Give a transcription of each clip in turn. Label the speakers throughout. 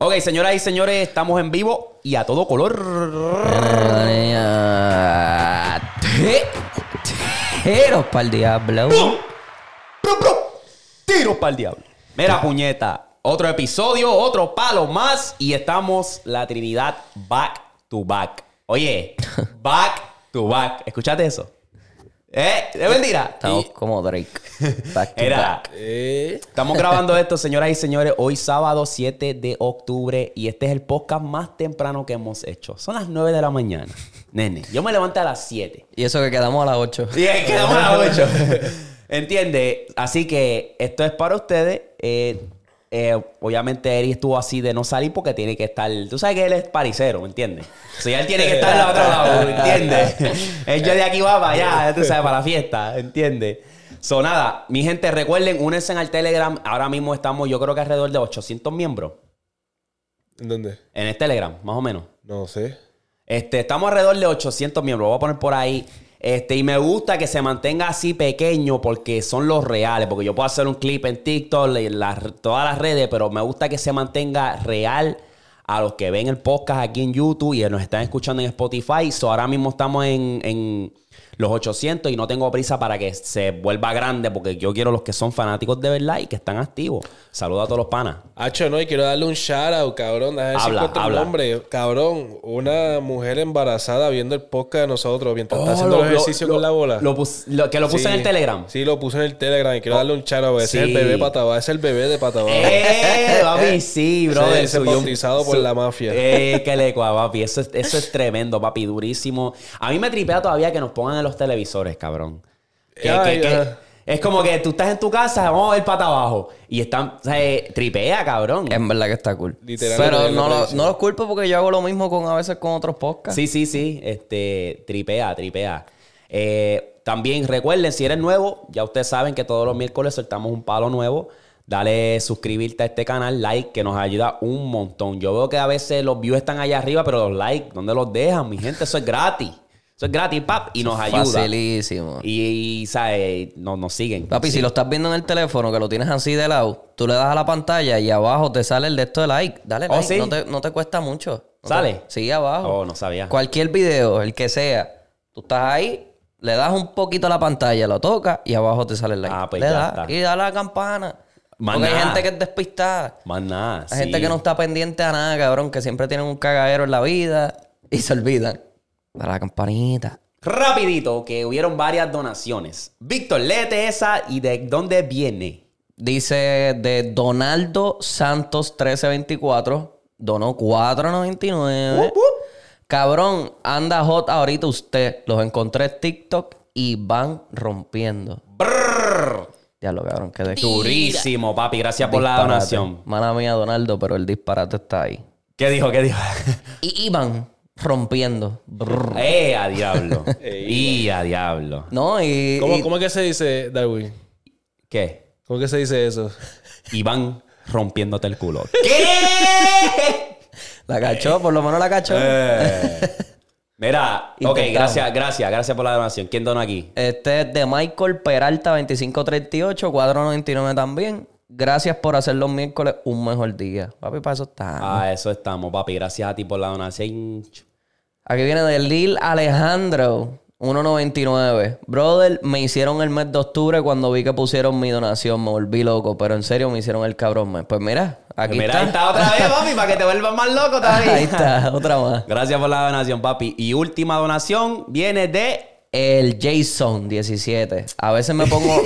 Speaker 1: Ok, señoras y señores, estamos en vivo y a todo color.
Speaker 2: Tiros para el diablo.
Speaker 1: ¡Pru, pru! Tiros para el diablo. Mira, puñeta. Otro episodio, otro palo más. Y estamos la Trinidad back to back. Oye, back to back. ¿Escuchaste eso? ¿Eh? ¿Es mentira?
Speaker 2: Estamos como Drake. Back to
Speaker 1: Era.
Speaker 2: back.
Speaker 1: Estamos grabando esto, señoras y señores, hoy sábado 7 de octubre y este es el podcast más temprano que hemos hecho. Son las 9 de la mañana. Nene, yo me levanté a las 7.
Speaker 2: Y eso que quedamos a las 8.
Speaker 1: Y ahí quedamos a las 8. ¿Entiendes? Así que esto es para ustedes. Eh, eh, obviamente Eri estuvo así de no salir porque tiene que estar... Tú sabes que él es paricero, ¿entiendes? O sea, él tiene que estar en la otra lado, ¿entiendes? él yo de aquí va para allá, tú sabes, para la fiesta, ¿entiendes? So, nada, mi gente, recuerden, únense al Telegram. Ahora mismo estamos, yo creo que alrededor de 800 miembros
Speaker 3: ¿En dónde?
Speaker 1: en el Telegram, más o menos.
Speaker 3: No sé.
Speaker 1: Este, estamos alrededor de 800 miembros, voy a poner por ahí. Este, y me gusta que se mantenga así pequeño porque son los reales. Porque yo puedo hacer un clip en TikTok, en las- todas las redes, pero me gusta que se mantenga real a los que ven el podcast aquí en YouTube y nos están escuchando en Spotify. So, ahora mismo estamos en, en los 800 y no tengo prisa para que se vuelva grande porque yo quiero los que son fanáticos de verdad y que están activos. Saludos a todos los panas.
Speaker 3: Hacho, no, y quiero darle un shout out, cabrón. Déjame
Speaker 1: Habla,
Speaker 3: un
Speaker 1: habla.
Speaker 3: nombre. Cabrón, una mujer embarazada viendo el podcast de nosotros mientras está haciendo
Speaker 1: Oh,
Speaker 3: los
Speaker 1: lo-
Speaker 3: ejercicios
Speaker 1: lo-
Speaker 3: con la bola.
Speaker 1: lo pus- lo- que lo puse
Speaker 3: Sí.
Speaker 1: en el Telegram. Oh,
Speaker 3: Sí, lo puse en el Telegram y quiero darle un shout out. Ese es
Speaker 1: Sí.
Speaker 3: el bebé patabá, ese es el bebé de patabá.
Speaker 1: ¡Eh, papi! Sí, bro.
Speaker 3: Ese- ese bautizado por la mafia.
Speaker 1: ¡Eh, qué lecua, papi! Eso es, eso es tremendo, papi. Durísimo. A mí me tripea todavía que nos pongan en los televisores, cabrón. Que- que-
Speaker 3: Ay,
Speaker 1: que-
Speaker 3: ajá.
Speaker 1: es como que tú estás en tu casa, vamos a ver pata abajo. Y están, o sea, eh, tripea, cabrón.
Speaker 2: En verdad que está cool.
Speaker 3: Literalmente
Speaker 2: Pero
Speaker 3: es la
Speaker 2: no, lo,
Speaker 3: tradición.
Speaker 2: no los culpo porque yo hago lo mismo con a veces con otros podcasts.
Speaker 1: Sí, sí, sí. Este, tripea, tripea. Eh, también recuerden, si eres nuevo, ya ustedes saben que todos los miércoles soltamos un palo nuevo. Dale suscribirte a este canal, like, que nos ayuda un montón. Yo veo que a veces los views están allá arriba, pero los likes, ¿dónde los dejan? Mi gente, eso es gratis. Eso es gratis, pap, y nos ayuda.
Speaker 2: Facilísimo.
Speaker 1: Y, y, ¿sabes? Nos, nos siguen.
Speaker 2: Papi, si lo estás viendo en el teléfono, que lo tienes así de lado, tú le das a la pantalla y abajo te sale el de esto de like. Dale
Speaker 1: Oh,
Speaker 2: like,
Speaker 1: sí.
Speaker 2: no, te, no te cuesta mucho. No te-
Speaker 1: ¿Sale?
Speaker 2: sí, abajo.
Speaker 1: Oh, no sabía.
Speaker 2: Cualquier video, el que sea, tú estás ahí, le das un poquito a la pantalla, lo tocas y abajo te sale el like.
Speaker 1: Ah, pues
Speaker 2: le
Speaker 1: ya
Speaker 2: das
Speaker 1: está.
Speaker 2: y dale a la campana.
Speaker 1: Más
Speaker 2: Porque hay
Speaker 1: nada.
Speaker 2: gente que es despistada.
Speaker 1: Más nada.
Speaker 2: Hay
Speaker 1: sí.
Speaker 2: gente que no está pendiente a nada, cabrón, que siempre tienen un cagadero en la vida y se olvidan. Dale a la campanita.
Speaker 1: Rapidito, que hubieron varias donaciones. Víctor, léete esa y de dónde viene.
Speaker 2: Dice de Donaldo Santos 1324. Donó 4.99. Cabrón, anda hot ahorita usted. Los encontré en TikTok y van rompiendo. Ya lo cabrón, que de
Speaker 1: Durísimo, papi. Gracias por la
Speaker 2: disparate.
Speaker 1: donación.
Speaker 2: Mala mía, Donaldo, pero el disparate está ahí.
Speaker 1: ¿Qué dijo? ¿Qué dijo?
Speaker 2: Y, y van rompiendo. Brr.
Speaker 1: ¡Eh, a diablo! ¡Y a diablo!
Speaker 2: No, y.
Speaker 3: ¿Cómo,
Speaker 2: y-
Speaker 3: cómo es que se dice, Darwin?
Speaker 1: ¿Qué?
Speaker 3: ¿Cómo es que se dice eso?
Speaker 1: Iván rompiéndote el culo. ¿Qué?
Speaker 2: La cachó, por lo menos la cachó.
Speaker 1: Mira, ok,
Speaker 2: Intentamos.
Speaker 1: gracias, gracias, gracias por la donación. ¿Quién donó aquí?
Speaker 2: Este es de Michael Peralta 2538, 499 también. Gracias por hacer los miércoles un mejor día. Papi, para eso está.
Speaker 1: Ah, eso estamos, papi. Gracias a ti por la donación.
Speaker 2: Aquí viene de Lil Alejandro 199. Brother, me hicieron el mes de octubre cuando vi que pusieron mi donación. Me volví loco, pero en serio me hicieron el cabrón mes. Pues mira, aquí
Speaker 1: Mira,
Speaker 2: está.
Speaker 1: ahí está otra vez, papi, para que te vuelvas más loco todavía.
Speaker 2: Ahí está, otra más.
Speaker 1: Gracias por la donación, papi. Y última donación viene de...
Speaker 2: El Jason 17. A veces me pongo.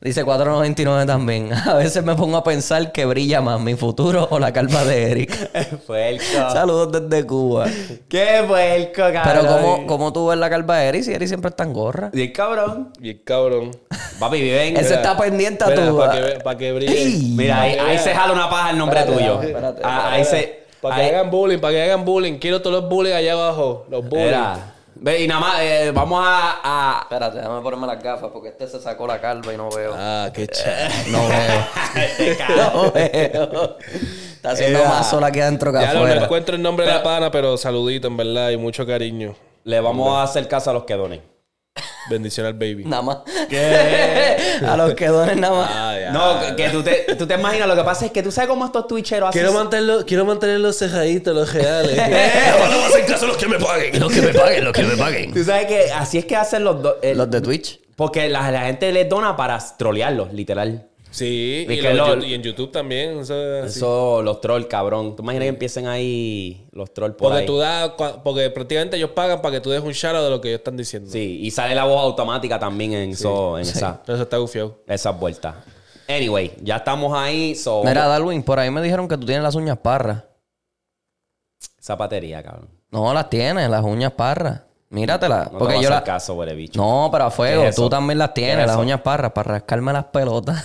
Speaker 2: Dice 4.99 también. A veces me pongo a pensar que brilla más mi futuro o la calma de Eric.
Speaker 3: Ah.
Speaker 1: Puerco.
Speaker 2: Saludos desde Cuba.
Speaker 1: Qué puerco, cabrón.
Speaker 2: Pero ¿cómo, cómo tú ves la calva de Eric si Eric siempre está en gorra?
Speaker 1: Bien cabrón.
Speaker 3: Bien cabrón.
Speaker 1: Papi, viven.
Speaker 2: Ese está pendiente a tu...
Speaker 3: Para que, ve- pa' que brille.
Speaker 2: ¡Ey!
Speaker 1: Mira, ahí, ahí se jala una paja el nombre
Speaker 2: eh, Espérate,
Speaker 1: tuyo.
Speaker 2: espérate,
Speaker 1: Ah, ahí se.
Speaker 3: Para que
Speaker 1: ahí-
Speaker 3: hagan bullying, para que hagan bullying. Quiero todos los bullying allá abajo. Los bullying.
Speaker 1: Era. Ve, y nada más, eh, vamos a, a-
Speaker 2: Espérate, déjame ponerme las gafas porque este se sacó la calva y no veo.
Speaker 3: Ah, qué chévere.
Speaker 2: No veo. no veo. Está haciendo
Speaker 1: Ea.
Speaker 2: más sola aquí adentro que
Speaker 3: Ya no, no
Speaker 2: afuera.
Speaker 3: encuentro el nombre de la pana, pero saludito, en verdad, y mucho cariño.
Speaker 1: Le vamos a hacer caso a los que donen.
Speaker 3: Bendición al baby.
Speaker 2: Nada más. a los que donen nada más.
Speaker 3: Ah.
Speaker 1: No, que- que tú te, tú te imaginas, lo que pasa es que tú sabes cómo estos twitcheros hacen.
Speaker 3: mantenerlos, quiero mantenerlos cerraditos, los reales.
Speaker 4: No voy a hacer caso a los que me paguen. Los que me paguen, los que me paguen.
Speaker 1: Tú sabes que así es que hacen los dos.
Speaker 2: Los de Twitch.
Speaker 1: Porque la, la gente les dona para trolearlos, literal.
Speaker 3: sí,
Speaker 1: Y
Speaker 3: y,
Speaker 1: que
Speaker 3: los
Speaker 1: lo-
Speaker 3: yu- y en YouTube también. o
Speaker 2: Ah,
Speaker 3: sea, sí.
Speaker 1: Eso, los trolls, cabrón. Tú imaginas que empiecen ahí los trolls por
Speaker 3: Porque
Speaker 1: ahí.
Speaker 3: tú das, cua- porque prácticamente ellos pagan para que tú des un shoutout de lo que ellos están diciendo.
Speaker 1: Sí, y sale la voz automática también en, eso, en esa-
Speaker 3: Eso está gufiado.
Speaker 1: esas vueltas. Anyway, ya estamos ahí. So,
Speaker 2: Mira, Darwin, por ahí me dijeron que tú tienes las uñas parras.
Speaker 1: zapatería, cabrón.
Speaker 2: No, las tienes, las uñas parras. Míratelas.
Speaker 1: No te
Speaker 2: porque
Speaker 1: voy
Speaker 2: yo
Speaker 1: a
Speaker 2: las...
Speaker 1: hacer caso, huele bicho.
Speaker 2: No, pero a fuego.
Speaker 1: ¿Qué es eso?
Speaker 2: Tú también las
Speaker 1: ¿Qué
Speaker 2: tienes,
Speaker 1: es
Speaker 2: las
Speaker 1: eso?
Speaker 2: uñas parras, para rascarme las pelotas.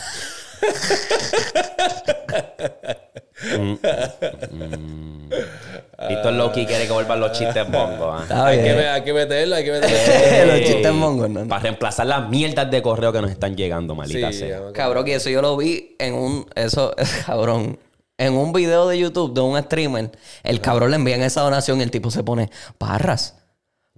Speaker 1: Y Víctor Loki quiere que vuelvan los chistes bongos. ¿ah? Eh,
Speaker 2: Está
Speaker 3: Hay que,
Speaker 2: bien.
Speaker 3: me- hay que meterlo, hay que meterlo.
Speaker 2: Los chistes mongos, ¿no?
Speaker 1: Para reemplazar las mierdas de correo que nos están llegando, malita
Speaker 3: Sí,
Speaker 1: sea.
Speaker 3: ya, ok.
Speaker 2: Cabrón, que eso yo lo vi en un. Eso, cabrón. En un video de YouTube de un streamer, el cabrón le envían esa donación y el tipo se pone parras,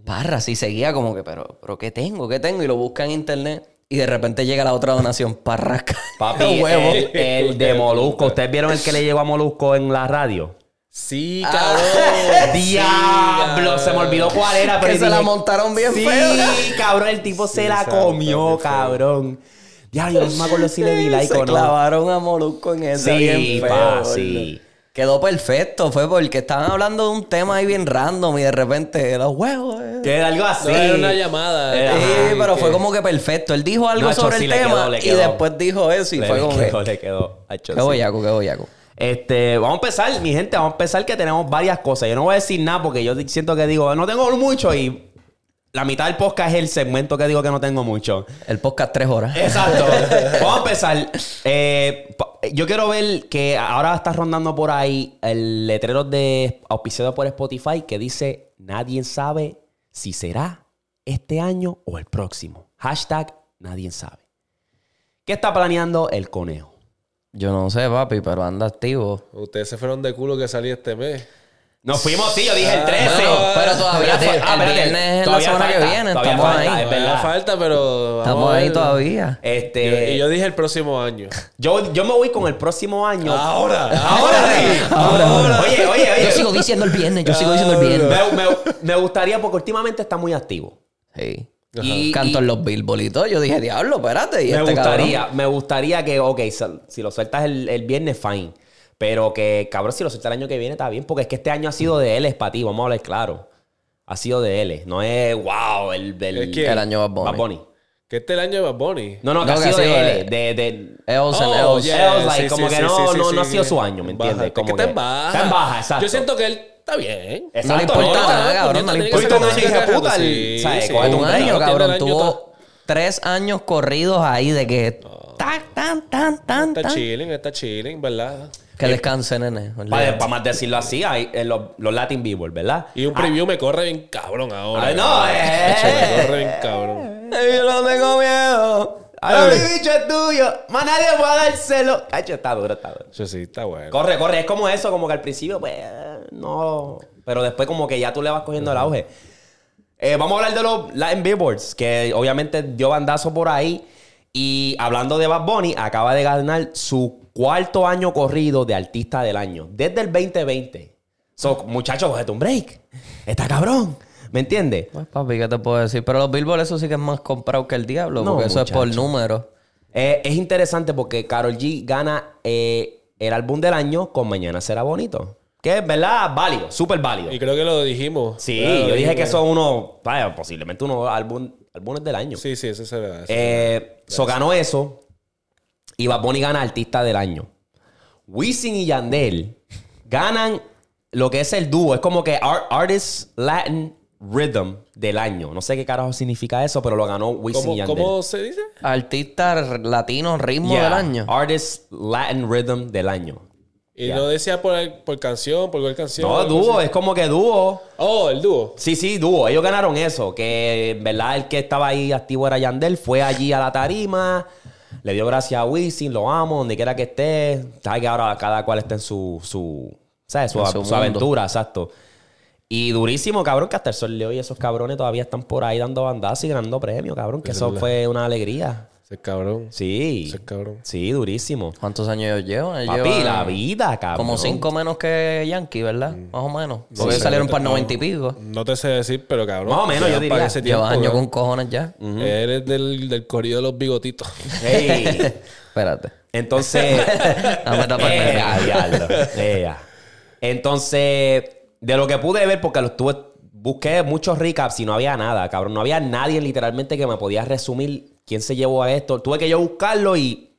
Speaker 2: parras. Y seguía como que, pero, pero ¿qué tengo? ¿Qué tengo? Y lo busca en internet y de repente llega la otra donación, parras.
Speaker 1: Papi,
Speaker 2: huevo.
Speaker 1: el, el de Molusco. ¿Ustedes vieron el que le llegó a Molusco en la radio?
Speaker 3: Sí,
Speaker 1: Ah.
Speaker 3: cabrón. Sí,
Speaker 1: ¡Diablo!
Speaker 3: cabrón.
Speaker 1: Se me olvidó cuál era, pero
Speaker 2: que se
Speaker 1: dije-
Speaker 2: la montaron bien
Speaker 1: Sí,
Speaker 2: feo.
Speaker 1: cabrón, el tipo se la
Speaker 3: santo,
Speaker 1: comió,
Speaker 3: qué feo.
Speaker 1: cabrón. Diablo, no me acuerdo si le di like
Speaker 2: Se
Speaker 1: o no.
Speaker 2: clavaron a Molusco en esa
Speaker 1: Sí,
Speaker 2: bien feo,
Speaker 1: pa,
Speaker 2: gordo.
Speaker 1: sí.
Speaker 2: Quedó perfecto, fue porque estaban hablando de un tema ahí bien random y de repente los huevos. eh.
Speaker 1: Que era algo así.
Speaker 3: No, era una llamada.
Speaker 1: Era-
Speaker 2: Sí,
Speaker 1: Eh, Ajá,
Speaker 2: pero fue como que perfecto. Él dijo algo
Speaker 1: Nacho,
Speaker 2: sobre
Speaker 1: sí,
Speaker 2: el
Speaker 1: le
Speaker 2: tema
Speaker 1: quedó, le
Speaker 2: y
Speaker 1: quedó.
Speaker 2: después dijo eso y
Speaker 1: le,
Speaker 2: fue como
Speaker 1: le
Speaker 2: que...
Speaker 1: quedó, le quedó. Hacho,
Speaker 2: Qué
Speaker 1: sí.
Speaker 2: boyaco, qué boyaco.
Speaker 1: Este, vamos a empezar, mi gente, vamos a empezar que tenemos varias cosas. Yo no voy a decir nada porque yo siento que digo, no tengo mucho y la mitad del podcast es el segmento que digo que no tengo mucho.
Speaker 2: El podcast tres horas.
Speaker 1: Exacto. vamos a empezar. Eh, pa- yo quiero ver que ahora está rondando por ahí el letrero de auspiciado por Spotify que dice, nadie sabe si será este año o el próximo. Hashtag, nadie sabe. ¿Qué está planeando el conejo?
Speaker 2: Yo no sé, papi, pero anda activo.
Speaker 3: Ustedes se fueron de culo que salí este mes.
Speaker 1: Nos fuimos, sí, yo dije
Speaker 2: Ah.
Speaker 1: el 13.
Speaker 2: Bueno, pero todavía
Speaker 1: Todavía
Speaker 2: te-
Speaker 1: fa- ah,
Speaker 2: el
Speaker 1: espérate,
Speaker 2: viernes es la
Speaker 1: todavía
Speaker 2: semana que
Speaker 1: falta,
Speaker 2: viene.
Speaker 1: todavía
Speaker 2: Estamos
Speaker 1: falta, eh.
Speaker 2: ahí.
Speaker 1: es
Speaker 3: Todavía
Speaker 1: verdad.
Speaker 3: falta, pero. vamos
Speaker 2: Estamos
Speaker 3: a
Speaker 2: ahí
Speaker 3: ver.
Speaker 2: todavía.
Speaker 1: Este,
Speaker 3: Yo- y yo dije el próximo año.
Speaker 1: yo, yo me voy con el próximo año.
Speaker 3: Ahora.
Speaker 1: Ahora, sí. Oye, oye, oye.
Speaker 2: Yo sigo diciendo el viernes, yo sigo diciendo el viernes.
Speaker 1: Me, me- me gustaría, porque últimamente está muy activo.
Speaker 2: Sí.
Speaker 1: Ajá.
Speaker 2: Y, Canto en los billbolitos. Yo dije, diablo, espérate. ¿y
Speaker 1: Me
Speaker 2: este cabrón?
Speaker 1: gustaría, me gustaría que, ok, sal- si lo sueltas el, el viernes, fine. Pero que, cabrón, si lo sueltas el año que viene, está bien. Porque es que este año ha sido de L, para ti, vamos a hablar claro. Ha sido de L. No es, wow, el, el,
Speaker 3: ¿El quién?
Speaker 2: El año Bad Bunny.
Speaker 1: Bad Bunny.
Speaker 3: Que este es el año de Bad Bunny.
Speaker 1: No, no, que ha sido de L. De, de,
Speaker 2: Eos and
Speaker 3: Oh,
Speaker 2: Eos.
Speaker 3: yeah.
Speaker 1: Sales, like,
Speaker 3: sí,
Speaker 1: como
Speaker 3: sí,
Speaker 1: que
Speaker 3: sí,
Speaker 1: no,
Speaker 3: sí,
Speaker 1: no,
Speaker 3: sí,
Speaker 1: no ha
Speaker 3: sí.
Speaker 1: sido su año, ¿me
Speaker 3: En baja.
Speaker 1: entiendes?
Speaker 3: Es
Speaker 1: Como
Speaker 3: que está en baja.
Speaker 1: Está en baja, exacto.
Speaker 3: Yo siento que él está bien.
Speaker 1: Exacto,
Speaker 2: No le importa nada, cabrón, no le
Speaker 3: tiene que
Speaker 2: importa
Speaker 3: ser
Speaker 1: nada.
Speaker 3: una
Speaker 1: Hijo de puta, el-
Speaker 3: Sí,
Speaker 1: ¿sabes?
Speaker 3: sí.
Speaker 1: Cógete
Speaker 2: Un
Speaker 1: Puta,
Speaker 2: año,
Speaker 3: Tiene
Speaker 2: cabrón.
Speaker 3: el año todo-
Speaker 2: Tuvo tres años corridos ahí de que...
Speaker 1: Oh.
Speaker 2: Tan, tan, tan, tan,
Speaker 3: Está
Speaker 2: tan.
Speaker 3: chilling, está chilling, ¿verdad?
Speaker 2: Que
Speaker 1: Eh,
Speaker 2: descanse, nene.
Speaker 1: Para, más decirlo así, hay, en los, los Latin Billboard, ¿verdad?
Speaker 3: Y un preview me corre bien cabrón ahora.
Speaker 1: Ah. Ay, no,
Speaker 3: cabrón.
Speaker 1: eh.
Speaker 3: Chacho, Me corre bien cabrón.
Speaker 2: Yo no tengo miedo.
Speaker 1: ¡Ahora mi bicho es tuyo! ¡Más nadie va a dárselo! Cacho, está duro, está duro.
Speaker 3: Eso sí, está bueno.
Speaker 1: Corre, corre. Es como eso, como que al principio, pues, no. Pero después como que ya tú le vas cogiendo el auge. Eh, vamos a hablar de los Latin Billboards, que obviamente dio bandazo por ahí. Y hablando de Bad Bunny, acaba de ganar su cuarto año corrido de artista del año, desde el 2020. So, muchachos, cogete un break. Está cabrón. ¿Me entiendes?
Speaker 2: Pues papi, ¿qué te puedo decir? Pero los Billboard eso sí que es más comprado que el diablo,
Speaker 1: No,
Speaker 2: porque eso es por
Speaker 1: muchacho.
Speaker 2: números.
Speaker 1: Eh, es interesante porque Carol G gana eh, el álbum del año con Mañana será bonito. Que es verdad, válido, súper válido.
Speaker 3: Y creo que lo dijimos.
Speaker 1: Sí,
Speaker 3: ¿verdad? Lo
Speaker 1: yo dije
Speaker 3: dijimos.
Speaker 1: que son uno, vaya, posiblemente uno álbum, álbumes del año.
Speaker 3: Sí, sí, eso será. eso.
Speaker 1: Eh, so ganó eso. y Bad Bunny gana Artista del Año. Wisin y Yandel ganan lo que es el dúo. Es como que Ar- Artist Latin Rhythm del Año. No sé qué carajo significa eso, pero lo ganó Wisin y
Speaker 3: ¿Cómo,
Speaker 1: Yandel.
Speaker 3: cómo se dice?
Speaker 2: Artista r- latino ritmo
Speaker 1: Yeah.
Speaker 2: del año.
Speaker 1: Artist Latin Rhythm del Año.
Speaker 3: Y
Speaker 1: Ya.
Speaker 3: no decía por, por canción, por cuál canción.
Speaker 1: No,
Speaker 3: algo
Speaker 1: dúo,
Speaker 3: así.
Speaker 1: es como que dúo.
Speaker 3: Oh, el dúo.
Speaker 1: Sí, sí, dúo. Ellos ganaron eso. Que en verdad el que estaba ahí activo era Yandel. Fue allí a la tarima. Le dio gracias a Wisin. Lo amo, donde quiera que esté. Sabes que ahora cada cual está en su. su ¿Sabes? Su,
Speaker 2: En su
Speaker 1: su
Speaker 2: mundo.
Speaker 1: aventura, exacto. Y durísimo, cabrón, que hasta el sol de hoy esos cabrones todavía están por ahí dando bandazos y ganando premios, cabrón. Que eso fue una alegría.
Speaker 3: Ese cabrón.
Speaker 1: Sí.
Speaker 3: Ese cabrón.
Speaker 1: Sí, durísimo.
Speaker 2: ¿Cuántos años ellos llevan? Ellos
Speaker 1: Papi,
Speaker 2: llevan
Speaker 1: la vida, Mm. cabrón.
Speaker 2: Como cinco menos que Yankee, ¿verdad? Más o menos. Porque ellos salieron para el Pues noventa y pico.
Speaker 3: No te sé decir, pero cabrón.
Speaker 1: Más o menos,
Speaker 3: ya
Speaker 1: yo diría.
Speaker 3: para ese tiempo,
Speaker 2: Lleva años
Speaker 3: cabrón.
Speaker 2: con cojones ya.
Speaker 3: Eres del, del corrido de los bigotitos.
Speaker 1: Ey.
Speaker 2: Espérate.
Speaker 1: Entonces.
Speaker 2: Dame
Speaker 1: Eh,
Speaker 2: esta parte.
Speaker 1: Ea, ah, diablo. Ea. Entonces, de lo que pude ver, porque lo estuve. Busqué muchos recaps y no había nada, cabrón. No había nadie literalmente que me podía resumir quién se llevó a esto. Tuve que yo buscarlo y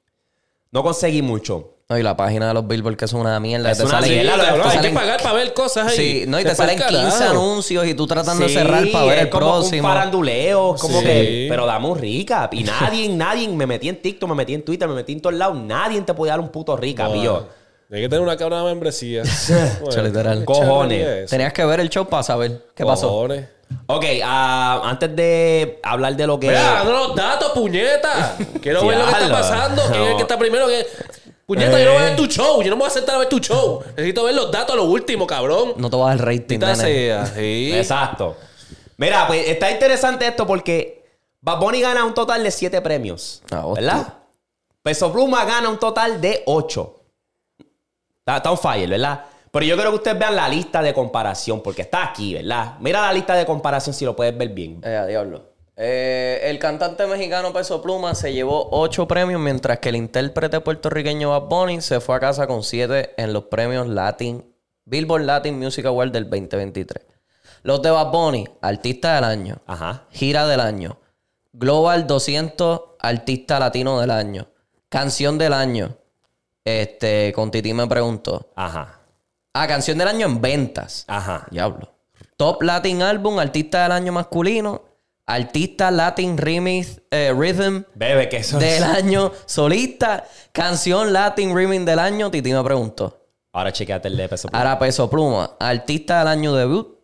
Speaker 1: no conseguí mucho.
Speaker 2: No, y la página de los Billboard que es una mierda.
Speaker 1: Es
Speaker 2: te
Speaker 1: una
Speaker 2: salen-
Speaker 1: mierda,
Speaker 2: te
Speaker 1: cabrón,
Speaker 3: Hay que
Speaker 2: salen-
Speaker 3: pagar para ver cosas ahí.
Speaker 2: Sí, no, y
Speaker 3: Se
Speaker 2: te
Speaker 3: fue al
Speaker 2: salen 15
Speaker 3: carajo.
Speaker 2: anuncios y tú tratando
Speaker 1: Sí,
Speaker 2: de cerrar para ver
Speaker 1: es
Speaker 2: el
Speaker 1: como
Speaker 2: próximo.
Speaker 1: Un faranduleo, como
Speaker 3: Sí.
Speaker 1: que. Pero dame un recap. Y nadie, nadie me metí en TikTok, me metí en Twitter, me metí en todos lados. Nadie te podía dar un puto recap. Y yo,
Speaker 3: Ah, Hay que tener una cabra de membresía.
Speaker 2: Yo literal.
Speaker 1: Cojones.
Speaker 2: Tenías que ver el show para saber qué pasó.
Speaker 1: ok, ah, antes de hablar de lo que.
Speaker 3: Mira, no los datos, puñeta. Quiero ver lo que está
Speaker 1: Diablo.
Speaker 3: pasando. ¿Quién es el que está primero? ¿Quién- Puñeta, yo no voy a ver tu show. Yo no me voy a sentar a ver tu show. Necesito ver los datos, lo último, cabrón.
Speaker 2: No te vas al rating,
Speaker 3: Maldita
Speaker 2: nene.
Speaker 3: sea, sí.
Speaker 1: Exacto. Mira, pues está interesante esto porque Bad Bunny gana un total de 7 premios.
Speaker 2: Ah, hostia.
Speaker 1: ¿Verdad? Peso Pluma gana un total de 8. Está, está on fire, ¿verdad? Pero yo quiero que ustedes vean la lista de comparación porque está aquí, ¿verdad? Mira la lista de comparación si lo puedes ver bien.
Speaker 2: Eh, a diablo. Eh, el cantante mexicano Peso Pluma se llevó ocho premios, mientras que el intérprete puertorriqueño Bad Bunny se fue a casa con siete en los premios Latin, Billboard Latin Music Award del 2023. Los de Bad Bunny, Artista del Año,
Speaker 1: Ajá.
Speaker 2: Gira del Año, Global 200, Artista Latino del Año, Canción del Año, este, con Titi me preguntó.
Speaker 1: Ajá.
Speaker 2: Ah, Canción del Año en ventas.
Speaker 1: Ajá.
Speaker 2: Ah, Diablo. Top Latin Album, Artista del Año Masculino, Artista Latin Remix eh, Rhythm
Speaker 1: Bebe, que eso
Speaker 2: del
Speaker 1: es.
Speaker 2: Año Solista, Canción Latin Remix del Año, Titi me preguntó.
Speaker 1: Ahora chequeate el de Peso Pluma.
Speaker 2: Ahora Peso Pluma, Artista del Año Debut,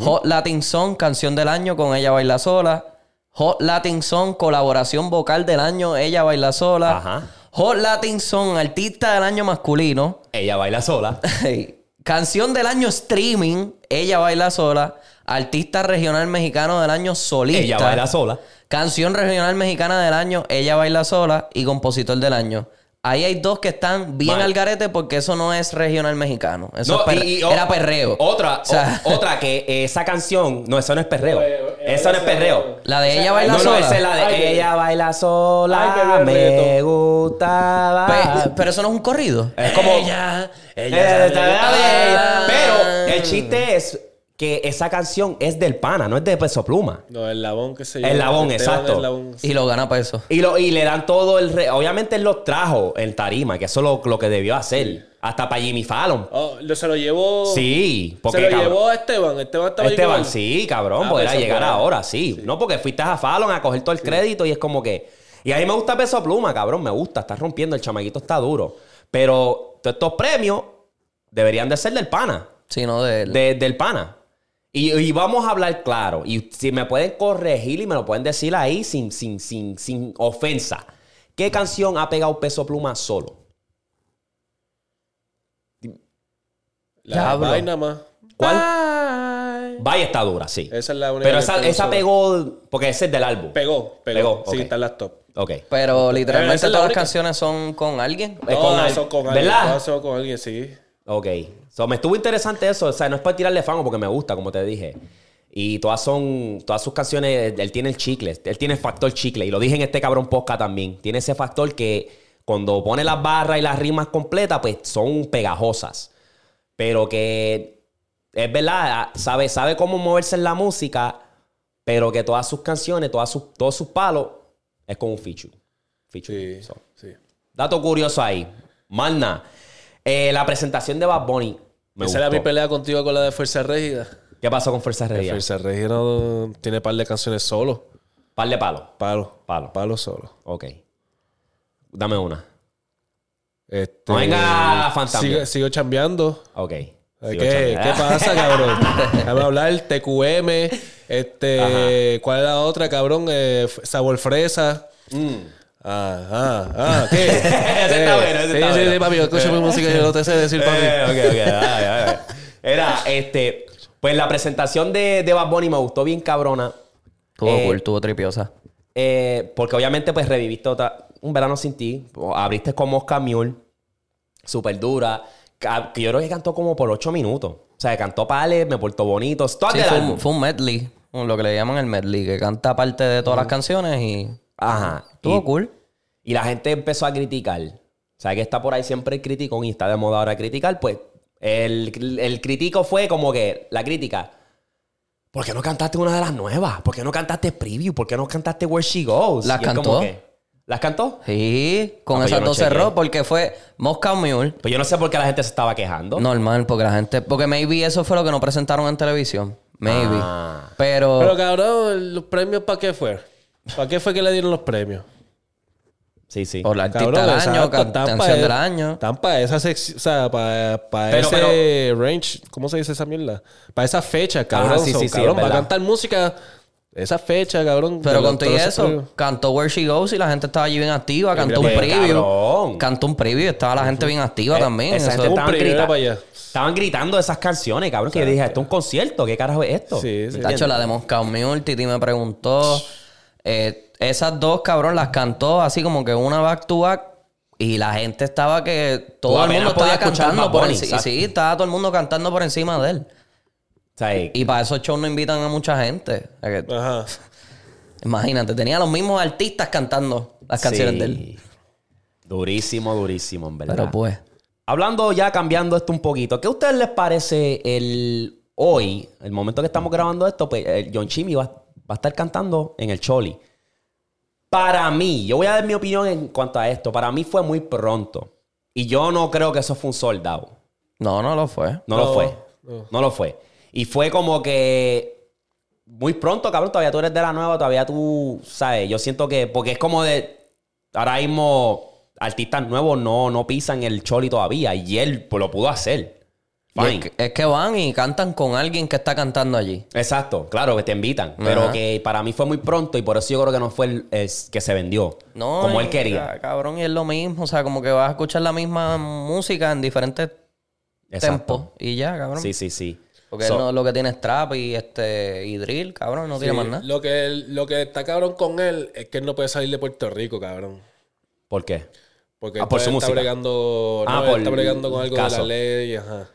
Speaker 2: Hot Latin Song, Canción del Año con Ella Baila Sola, Hot Latin Song, Colaboración Vocal del Año, Ella Baila Sola,
Speaker 1: Ajá.
Speaker 2: Hot Latin Song, Artista del Año Masculino,
Speaker 1: Ella baila sola.
Speaker 2: Ey, Canción del año streaming, ella baila sola. Artista regional mexicano del año solista.
Speaker 1: Ella baila sola.
Speaker 2: Canción regional mexicana del año, ella baila sola. Y compositor del año. Ahí hay dos que están bien
Speaker 1: Mal.
Speaker 2: al garete porque eso no es regional mexicano. Eso es
Speaker 1: No,
Speaker 2: perre-
Speaker 1: y-
Speaker 3: oh,
Speaker 1: y o-
Speaker 2: era perreo.
Speaker 1: Otra,
Speaker 2: O sea,
Speaker 1: o- otra que esa canción, no, eso no es perreo. Eso no es perreo.
Speaker 2: la de ella baila
Speaker 1: no,
Speaker 2: sola.
Speaker 1: no, esa es la de
Speaker 3: eh, Ay,
Speaker 1: ella baila sola.
Speaker 3: ay, qué bien
Speaker 1: me
Speaker 3: reto.
Speaker 1: gustaba.
Speaker 2: Pe- pero eso no es un corrido.
Speaker 1: es como.
Speaker 4: Ella,
Speaker 1: Eh,
Speaker 4: ella.
Speaker 1: está bien. Pero el chiste es que esa canción es del pana, no es de peso pluma.
Speaker 3: No, el labón que se
Speaker 1: El labón,
Speaker 3: Esteban,
Speaker 1: exacto.
Speaker 3: el labón.
Speaker 2: Y lo gana peso.
Speaker 1: Y, lo, y le dan todo el. re- Obviamente él los trajo en tarima, que eso es lo, lo que debió hacer. Hasta para Jimmy Fallon.
Speaker 3: Oh, lo- se lo llevó.
Speaker 1: Sí, porque
Speaker 3: se lo
Speaker 1: cabrón-
Speaker 3: llevó a Esteban. Esteban estaba ahí con
Speaker 1: Esteban,
Speaker 3: él.
Speaker 1: Pues sí, cabrón,
Speaker 3: Ah,
Speaker 1: podrá
Speaker 3: Peso
Speaker 1: llegar
Speaker 3: Pluma.
Speaker 1: ahora, sí. No, porque fuiste a Fallon a coger todo el crédito y es como que. Y a mí me gusta Peso Pluma, cabrón, me gusta, está rompiendo, el chamaquito está duro. Pero todos estos premios deberían de ser del pana,
Speaker 2: Sino de él.
Speaker 1: de- del pana. Y, y vamos a hablar claro. Y si me pueden corregir y me lo pueden decir ahí sin, sin, sin, sin ofensa. ¿Qué canción ha pegado Peso Pluma solo?
Speaker 3: La
Speaker 2: Diablo.
Speaker 3: vaina más.
Speaker 1: ¿Cuál? Vaya está dura, sí.
Speaker 3: Esa es la única
Speaker 1: Pero
Speaker 3: que
Speaker 1: esa,
Speaker 3: tengo
Speaker 1: esa
Speaker 3: solo.
Speaker 1: pegó, porque ese es del álbum.
Speaker 3: Pegó,
Speaker 1: Pegó,
Speaker 3: pegó. Sí,
Speaker 1: ok.
Speaker 3: está en las top.
Speaker 1: Ok.
Speaker 2: Pero literalmente
Speaker 3: Esa es la
Speaker 2: todas las
Speaker 3: única. Eh,
Speaker 2: canciones son con alguien.
Speaker 1: Es con
Speaker 3: Todas
Speaker 1: al-
Speaker 3: son con alguien.
Speaker 1: ¿Verdad?
Speaker 3: Todas son con alguien, sí.
Speaker 1: Ok. So, me estuvo interesante eso. O sea, no es para tirarle fango porque me gusta, como te dije. Y todas son, todas sus canciones, él tiene el chicle, él tiene el factor chicle. Y lo dije en este cabrón podcast también. Tiene ese factor que cuando pone las barras y las rimas completas, pues son pegajosas. Pero que es verdad, sabe, sabe cómo moverse en la música, pero que todas sus canciones, todas sus, todos sus palos, es con un feature. Feature.
Speaker 3: Sí.
Speaker 1: So,
Speaker 3: sí.
Speaker 1: Dato curioso ahí. Magna. eh, la presentación de Bad Bunny. Me
Speaker 3: Esa era mi
Speaker 1: gustó.
Speaker 3: pelea contigo con la de Fuerza Régida.
Speaker 1: ¿Qué pasó con Fuerza Regia?
Speaker 3: Fuerza Régida no- tiene par de canciones solo.
Speaker 1: Par de palos.
Speaker 3: Palo.
Speaker 1: Palo.
Speaker 3: Palo solo.
Speaker 1: Ok. Dame una.
Speaker 3: Este,
Speaker 1: No venga, Fantasma.
Speaker 3: Sigo, sigo chambeando.
Speaker 1: Ok.
Speaker 3: ¿Qué,
Speaker 1: Sigo
Speaker 3: ¿Qué
Speaker 1: chambeando.
Speaker 3: pasa, cabrón? Déjame hablar. TQM. Este, ¿Cuál es la otra, cabrón? Eh, f- sabor fresa.
Speaker 2: Mm.
Speaker 3: Ah, ah, ah. ¿Qué? ese
Speaker 1: Ese está bueno, ese
Speaker 3: sí,
Speaker 1: está
Speaker 3: sí,
Speaker 1: bueno.
Speaker 3: sí, papi. Yo escucho
Speaker 2: Eh,
Speaker 3: mi música y yo no te sé decir, papi.
Speaker 1: Eh, ok, ok, dale, dale. Era, este. Pues la presentación de, de Bad Bunny me gustó bien cabrona.
Speaker 2: Tuvo
Speaker 1: Eh,
Speaker 2: cool, tuvo tripiosa.
Speaker 1: Eh, porque obviamente, pues reviviste otra. Un verano sin ti. o Abriste con Mosca Mule. Súper dura. ca- Que yo creo que cantó como por ocho minutos. O sea, cantó pales, me portó bonito. Todo
Speaker 2: Sí,
Speaker 1: del
Speaker 2: fue
Speaker 1: álbum.
Speaker 2: un, fue un medley. Lo que le llaman el medley, que canta parte de todas las canciones y.
Speaker 1: Ajá.
Speaker 2: Estuvo
Speaker 1: Y-
Speaker 2: cool.
Speaker 1: Y la gente empezó a criticar. O sea, que está por ahí siempre el criticón y está de moda ahora criticar. Pues el, el critico fue como que la crítica. ¿Por qué no cantaste una de las nuevas? ¿Por qué no cantaste Preview? ¿Por qué no cantaste Where She Goes?
Speaker 2: ¿Las
Speaker 1: Y es como
Speaker 2: cantó?
Speaker 1: que- ¿Las cantó?
Speaker 2: Sí,
Speaker 1: Ah,
Speaker 2: con
Speaker 1: pues yo
Speaker 2: esas
Speaker 1: no
Speaker 2: dos
Speaker 1: chequeé.
Speaker 2: cerró porque fue Mosca Mule.
Speaker 1: Pues yo no sé por qué la gente se estaba quejando.
Speaker 2: Normal, porque la gente. Porque maybe eso fue lo que no presentaron en televisión. Maybe.
Speaker 1: Ah.
Speaker 2: Pero.
Speaker 3: Pero, cabrón, ¿los premios para qué fue? ¿Para qué fue que le dieron los premios?
Speaker 1: Sí, sí.
Speaker 2: o la artista
Speaker 3: Cabrón,
Speaker 2: del año,
Speaker 3: exacto,
Speaker 2: can-
Speaker 3: están
Speaker 2: canción
Speaker 3: pa-
Speaker 2: del año.
Speaker 3: Están para esa sección, o sea, para,
Speaker 1: Pero-
Speaker 3: ese range, ¿cómo se dice esa mierda? Para esa
Speaker 2: Ah,
Speaker 3: fecha, cabrón.
Speaker 1: sí,
Speaker 3: so,
Speaker 1: sí, sí,
Speaker 3: cabrón,
Speaker 1: es verdad.
Speaker 3: para cantar música, esa fecha, cabrón.
Speaker 2: Pero
Speaker 3: de
Speaker 2: con todo y
Speaker 3: los-
Speaker 2: eso,
Speaker 3: todos esos premios.
Speaker 2: cantó Where She Goes y la gente estaba allí bien activa. Cantó un
Speaker 1: mira, qué
Speaker 2: preview.
Speaker 1: cabrón.
Speaker 2: Cantó un preview y estaba la gente bien activa
Speaker 1: Eh,
Speaker 2: también.
Speaker 1: esa
Speaker 2: Eso-
Speaker 1: gente
Speaker 3: Un
Speaker 1: estaban,
Speaker 3: preview,
Speaker 1: grita-
Speaker 3: era para allá.
Speaker 1: estaban gritando esas canciones, cabrón. Que yo dije, esto es un concierto. ¿Qué carajo es esto?
Speaker 3: Sí, sí.
Speaker 2: Tacho, la de Moscow Mule, Titi me preguntó. Eh, esas dos, cabrón, las cantó así como que una back to back. Y la gente estaba que. Todo el
Speaker 1: apenas
Speaker 2: mundo estaba
Speaker 1: podías escuchar
Speaker 2: cantando
Speaker 1: Bad
Speaker 2: por
Speaker 1: Bunny,
Speaker 2: encima.
Speaker 1: exacto.
Speaker 2: Sí, estaba todo el mundo cantando por encima de él.
Speaker 1: O sea, y-
Speaker 2: Y para esos shows no invitan a mucha gente. O sea que-
Speaker 3: Ajá.
Speaker 2: imagínate, tenía los mismos artistas cantando las canciones
Speaker 1: sí. Ah.
Speaker 2: de él.
Speaker 1: Durísimo, durísimo, en verdad.
Speaker 2: Pero pues.
Speaker 1: Hablando ya, cambiando esto un poquito, ¿qué a ustedes les parece el hoy, el momento que estamos grabando esto? Pues el John Chimmy va, va a estar cantando en el Choli. Para mí, yo voy a dar mi opinión en cuanto a esto. Para mí fue muy pronto. Y yo no creo que eso fue un soldado.
Speaker 2: No, no lo fue.
Speaker 1: No, lo
Speaker 3: No,
Speaker 1: fue. No.
Speaker 3: no.
Speaker 1: lo fue. Y fue como que muy pronto, cabrón. Todavía tú eres de la nueva, todavía tú, ¿sabes? Yo siento que, porque es como de, ahora mismo artistas nuevos no, no pisan el choli todavía y él pues, lo pudo hacer.
Speaker 2: Y Es
Speaker 1: Fine.
Speaker 2: que, es que van y cantan con alguien que está cantando allí.
Speaker 1: Exacto, claro, que te invitan. Pero
Speaker 2: Ajá.
Speaker 1: que para mí fue muy pronto y por eso yo creo que no fue el, es- que se vendió
Speaker 2: No,
Speaker 1: como
Speaker 2: y-
Speaker 1: él quería.
Speaker 2: ca- Cabrón, y es lo mismo. O sea, como que vas a escuchar la misma música en diferentes
Speaker 1: Exacto.
Speaker 2: tempos. Y ya, cabrón.
Speaker 1: Sí, sí, sí.
Speaker 2: Porque
Speaker 1: So-
Speaker 2: él no, lo que tiene es trap y, este, y drill, cabrón, no tiene más nada.
Speaker 3: Lo que, lo que está cabrón con él es que él no puede salir de Puerto Rico, cabrón.
Speaker 1: ¿Por qué?
Speaker 3: Porque
Speaker 1: Ah,
Speaker 3: él
Speaker 1: por su
Speaker 3: está
Speaker 1: música.
Speaker 3: bregando,
Speaker 1: Ah,
Speaker 3: no, él
Speaker 1: por
Speaker 3: está bregando con algo de
Speaker 1: caso.
Speaker 3: la ley, ajá.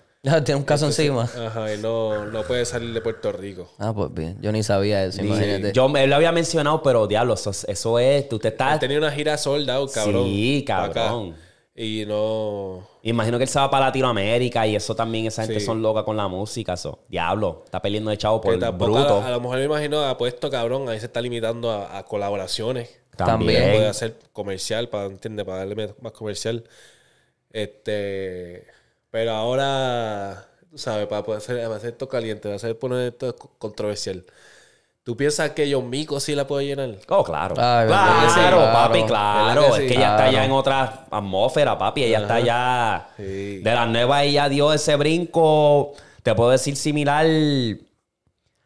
Speaker 2: tiene un caso encima.
Speaker 3: Ajá, y no, no puede salir de Puerto Rico.
Speaker 2: Ah, pues bien. Yo ni sabía eso, imagínate.
Speaker 1: Yo me- lo había mencionado, pero diablo, eso, eso es, tú te
Speaker 3: Él
Speaker 1: estás...
Speaker 3: tenía una gira sold out, cabrón.
Speaker 1: Sí,
Speaker 3: pa' acá.
Speaker 1: cabrón.
Speaker 3: Y no.
Speaker 1: Imagino que él se va para Latinoamérica y eso también, esa gente
Speaker 3: Sí.
Speaker 1: son locas con la música. Eso. Diablo, está peleando de chavo por
Speaker 3: que tampoco
Speaker 1: bruto.
Speaker 3: A, a lo mejor me imagino, apuesto, cabrón, ahí se está limitando a, a colaboraciones.
Speaker 2: También.
Speaker 3: Puede hacer comercial, para, ¿entiendes? Para darle más- más comercial. Este. Pero ahora, tú sabes, para poder hacer, para hacer esto caliente, para hacer poner esto co- controversial. ¿Tú piensas que John Mico sí la puede llenar?
Speaker 1: Oh, claro.
Speaker 2: Ay,
Speaker 1: claro,
Speaker 2: Ah, verdad que sí, claro.
Speaker 1: papi,
Speaker 3: ¿Verdad
Speaker 1: claro.
Speaker 3: que
Speaker 1: es
Speaker 3: sí?
Speaker 1: que ella está
Speaker 2: Claro.
Speaker 1: ya en otra atmósfera, papi. Ella está ya.
Speaker 3: Sí.
Speaker 1: De las nuevas, ella dio ese brinco. Te puedo decir similar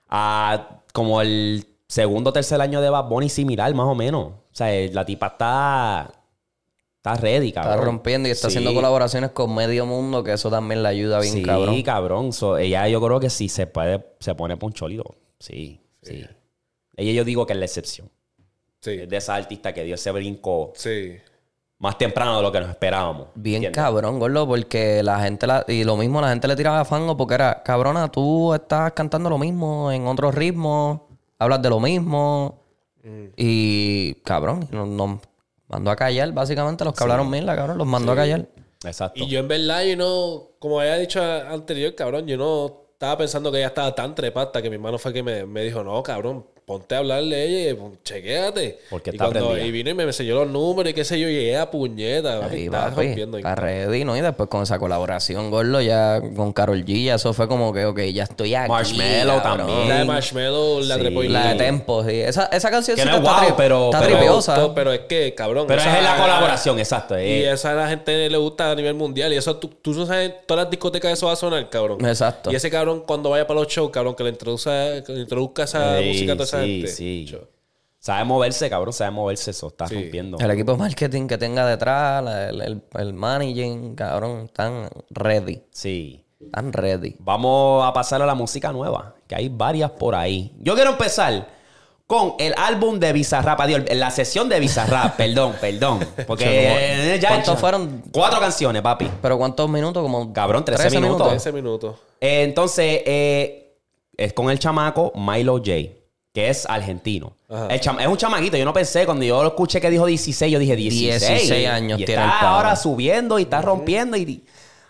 Speaker 1: a como el segundo o tercer año de Bad Bunny, similar, más o menos. O sea, eh, la tipa está. Está ready, cabrón.
Speaker 2: Está rompiendo y está haciendo
Speaker 1: colaboración
Speaker 2: colaboraciones con medio mundo, que eso también le ayuda bien,
Speaker 1: sí,
Speaker 2: cabrón.
Speaker 1: cabrón. So, ella yo creo que sí se puede, se pone poncholido. Sí, sí, Ella yo digo que es la excepción.
Speaker 3: Sí.
Speaker 1: Es de esas artistas que dio ese brinco
Speaker 3: Sí.
Speaker 1: más temprano de lo que nos esperábamos.
Speaker 2: Bien
Speaker 1: ¿entiendes?
Speaker 2: cabrón, gordo, porque la gente la, y lo mismo la gente le tiraba fango porque era, cabrona, tú estás cantando lo mismo en otro ritmo, hablas de lo mismo.
Speaker 1: Mm.
Speaker 2: Y cabrón, nos, nos mandó a callar, básicamente los que hablaron mierda, cabrón, los mandó a callar.
Speaker 1: Exacto.
Speaker 3: Y yo en verdad, yo no, como había dicho a- anterior, cabrón, yo no estaba pensando que ella estaba tan trepata que mi hermano fue que me, me dijo, no, cabrón, ponte a hablar de ella y pon- chequéate.
Speaker 1: Porque
Speaker 3: y,
Speaker 1: está prendida.
Speaker 3: y vino y me enseñó los números y qué sé yo, y ella puñeta. papi,
Speaker 2: Ahí,
Speaker 3: estaba
Speaker 2: papi,
Speaker 3: rompiendo ahí.
Speaker 2: está ready, ¿no? Y después con esa colaboración, Gorlo, ya con Carol G, ya eso fue como que, ok, ya estoy aquí.
Speaker 1: Marshmello
Speaker 2: cabrón.
Speaker 1: también.
Speaker 3: La de Marshmallow, la
Speaker 1: Sí,
Speaker 3: trepó y
Speaker 2: La de
Speaker 3: medio.
Speaker 2: Tempo, sí. Esa, esa canción
Speaker 1: Que
Speaker 2: sí
Speaker 1: no es
Speaker 2: está,
Speaker 1: guau,
Speaker 2: tri-
Speaker 1: pero-
Speaker 2: está
Speaker 1: pero-
Speaker 2: tripiosa.
Speaker 3: Todo, Pero es que, cabrón.
Speaker 1: Pero
Speaker 3: esa-
Speaker 1: es en la colaboración, exacto.
Speaker 3: Y
Speaker 1: eh.
Speaker 3: esa a la gente le gusta a nivel mundial. Y eso, tú, tú no sabes, todas las discotecas eso va a sonar, cabrón.
Speaker 2: Exacto.
Speaker 3: Y ese cabrón, cuando vaya para los shows, cabrón, que le introduzca, que le introduzca esa
Speaker 1: Ey,
Speaker 3: música a toda esa
Speaker 1: eh, sí,
Speaker 3: gente.
Speaker 1: sí.
Speaker 3: Yo-
Speaker 1: Sabe moverse, cabrón, sabe moverse eso. Está
Speaker 3: Sí.
Speaker 1: rompiendo.
Speaker 2: El equipo de marketing que tenga detrás, la- el, el, el managing, cabrón, están ready.
Speaker 1: Sí.
Speaker 2: Están ready.
Speaker 1: Vamos a pasar a la música nueva, que hay varias por ahí. Yo quiero empezar con el álbum de Bizarrap, adiós, la sesión de Bizarrap, perdón, perdón. Porque eh, ya
Speaker 2: ¿Cuántos
Speaker 1: ya-
Speaker 2: fueron?
Speaker 1: Cuatro canciones, papi.
Speaker 2: Pero ¿cuántos minutos? Como
Speaker 1: Cabrón, 13 minutos.
Speaker 3: Ese minuto.
Speaker 1: Eh, entonces, eh, es con el chamaco Milo J, que es argentino.
Speaker 3: Ajá.
Speaker 1: El chama- es un chamaquito. Yo no pensé, cuando yo lo escuché que dijo 16, yo dije 16.
Speaker 2: 16 años
Speaker 1: y
Speaker 2: tiene
Speaker 1: está
Speaker 2: el pavo.
Speaker 1: ahora subiendo y está rompiendo. Y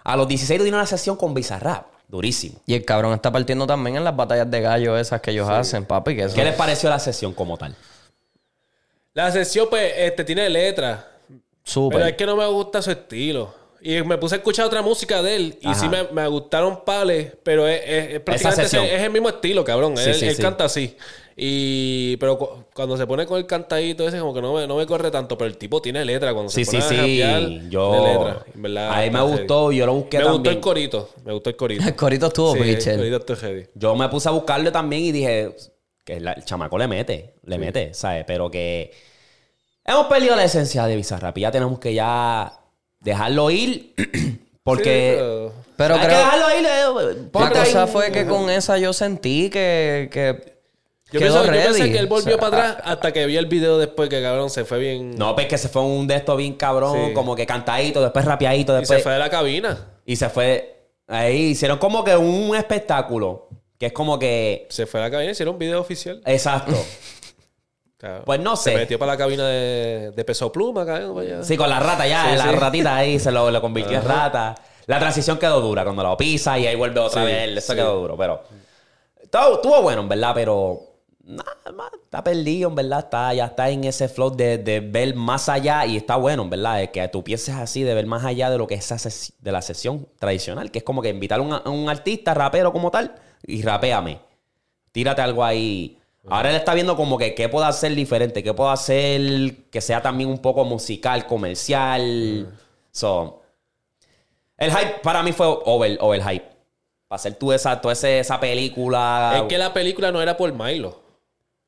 Speaker 1: a los 16 tiene una sesión con Bizarrap. Durísimo.
Speaker 2: Y el cabrón está partiendo también en las batallas de gallo esas que ellos hacen, papi. Que eso-
Speaker 1: ¿Qué les pareció la sesión como tal?
Speaker 3: La sesión, pues, este, tiene letra. Pero es
Speaker 2: Súper.
Speaker 3: que no me gusta su estilo. Y me puse a escuchar otra música de él. Y
Speaker 1: Ajá.
Speaker 3: sí me, me gustaron pales, pero es, es- es prácticamente
Speaker 1: sesión.
Speaker 3: ese- es el mismo estilo, cabrón.
Speaker 1: Sí,
Speaker 3: él
Speaker 1: sí,
Speaker 3: él
Speaker 1: sí.
Speaker 3: canta así. Y, pero cu- cuando se pone con el cantadito ese, como que no me, no me corre tanto. Pero el tipo tiene letra. Cuando
Speaker 1: Sí,
Speaker 3: se
Speaker 1: sí,
Speaker 3: pone a
Speaker 1: sí.
Speaker 3: rapear,
Speaker 1: Yo.
Speaker 3: tiene letra. En
Speaker 1: a
Speaker 3: verdad,
Speaker 1: mí me
Speaker 3: está heavy.
Speaker 1: gustó, yo lo busqué
Speaker 3: Me
Speaker 1: también.
Speaker 3: gustó el corito. Me gustó el corito.
Speaker 2: El corito estuvo,
Speaker 3: Sí,
Speaker 2: Pichel.
Speaker 3: el corito está heavy.
Speaker 1: Yo me puse a buscarlo también y dije que la- el chamaco le mete, le mete, ¿sabes? Pero que hemos perdido la esencia de Bizarrap. y Ya tenemos que ya dejarlo ir porque...
Speaker 3: Sí, pero-
Speaker 2: Pero
Speaker 1: Hay
Speaker 2: creo-
Speaker 1: que dejarlo ir. eh,
Speaker 2: La
Speaker 1: ponte
Speaker 2: cosa
Speaker 1: ahí.
Speaker 2: fue que con esa yo sentí que, que
Speaker 3: Yo,
Speaker 2: quedó
Speaker 3: pienso, yo
Speaker 2: ready.
Speaker 3: pensé que él volvió
Speaker 2: O sea,
Speaker 3: para atrás hasta que vi el video después que, cabrón, se fue bien.
Speaker 1: ah, No, pues que se fue un de estos bien cabrón,
Speaker 3: Sí.
Speaker 1: como que cantadito, después rapeadito,
Speaker 3: y se
Speaker 1: después...
Speaker 3: fue de la cabina.
Speaker 1: Ahí hicieron como que un espectáculo, que es como que...
Speaker 3: Se fue de la cabina, hicieron un video oficial.
Speaker 1: Exacto.
Speaker 3: Claro.
Speaker 1: Pues no sé.
Speaker 3: Se metió para la cabina de, de peso pluma, cabrón. pues para allá.
Speaker 1: Sí, con la rata ya,
Speaker 3: Sí,
Speaker 1: la
Speaker 3: sí.
Speaker 1: ratita ahí se lo, lo convirtió en rata. La transición quedó dura cuando lo pisa y ahí vuelve otra
Speaker 3: Sí,
Speaker 1: vez. él. Eso
Speaker 3: sí.
Speaker 1: quedó duro, pero. Todo, estuvo bueno, en verdad, pero. Nada más, está perdido, en verdad. Está, ya está en ese flow de, de ver más allá y está bueno, en verdad. es que tú pienses así, de ver más allá de lo que es esa ses- de la sesión tradicional, que es como que invitar a un, a un artista, rapero como tal, y rapéame tírate algo ahí. Ahora él está viendo como que qué puedo hacer diferente, qué puedo hacer que sea también un poco musical, comercial. So, el hype para mí fue over, over hype. Para hacer tú esa, toda ese- esa película.
Speaker 3: Es que la película no era por Milo.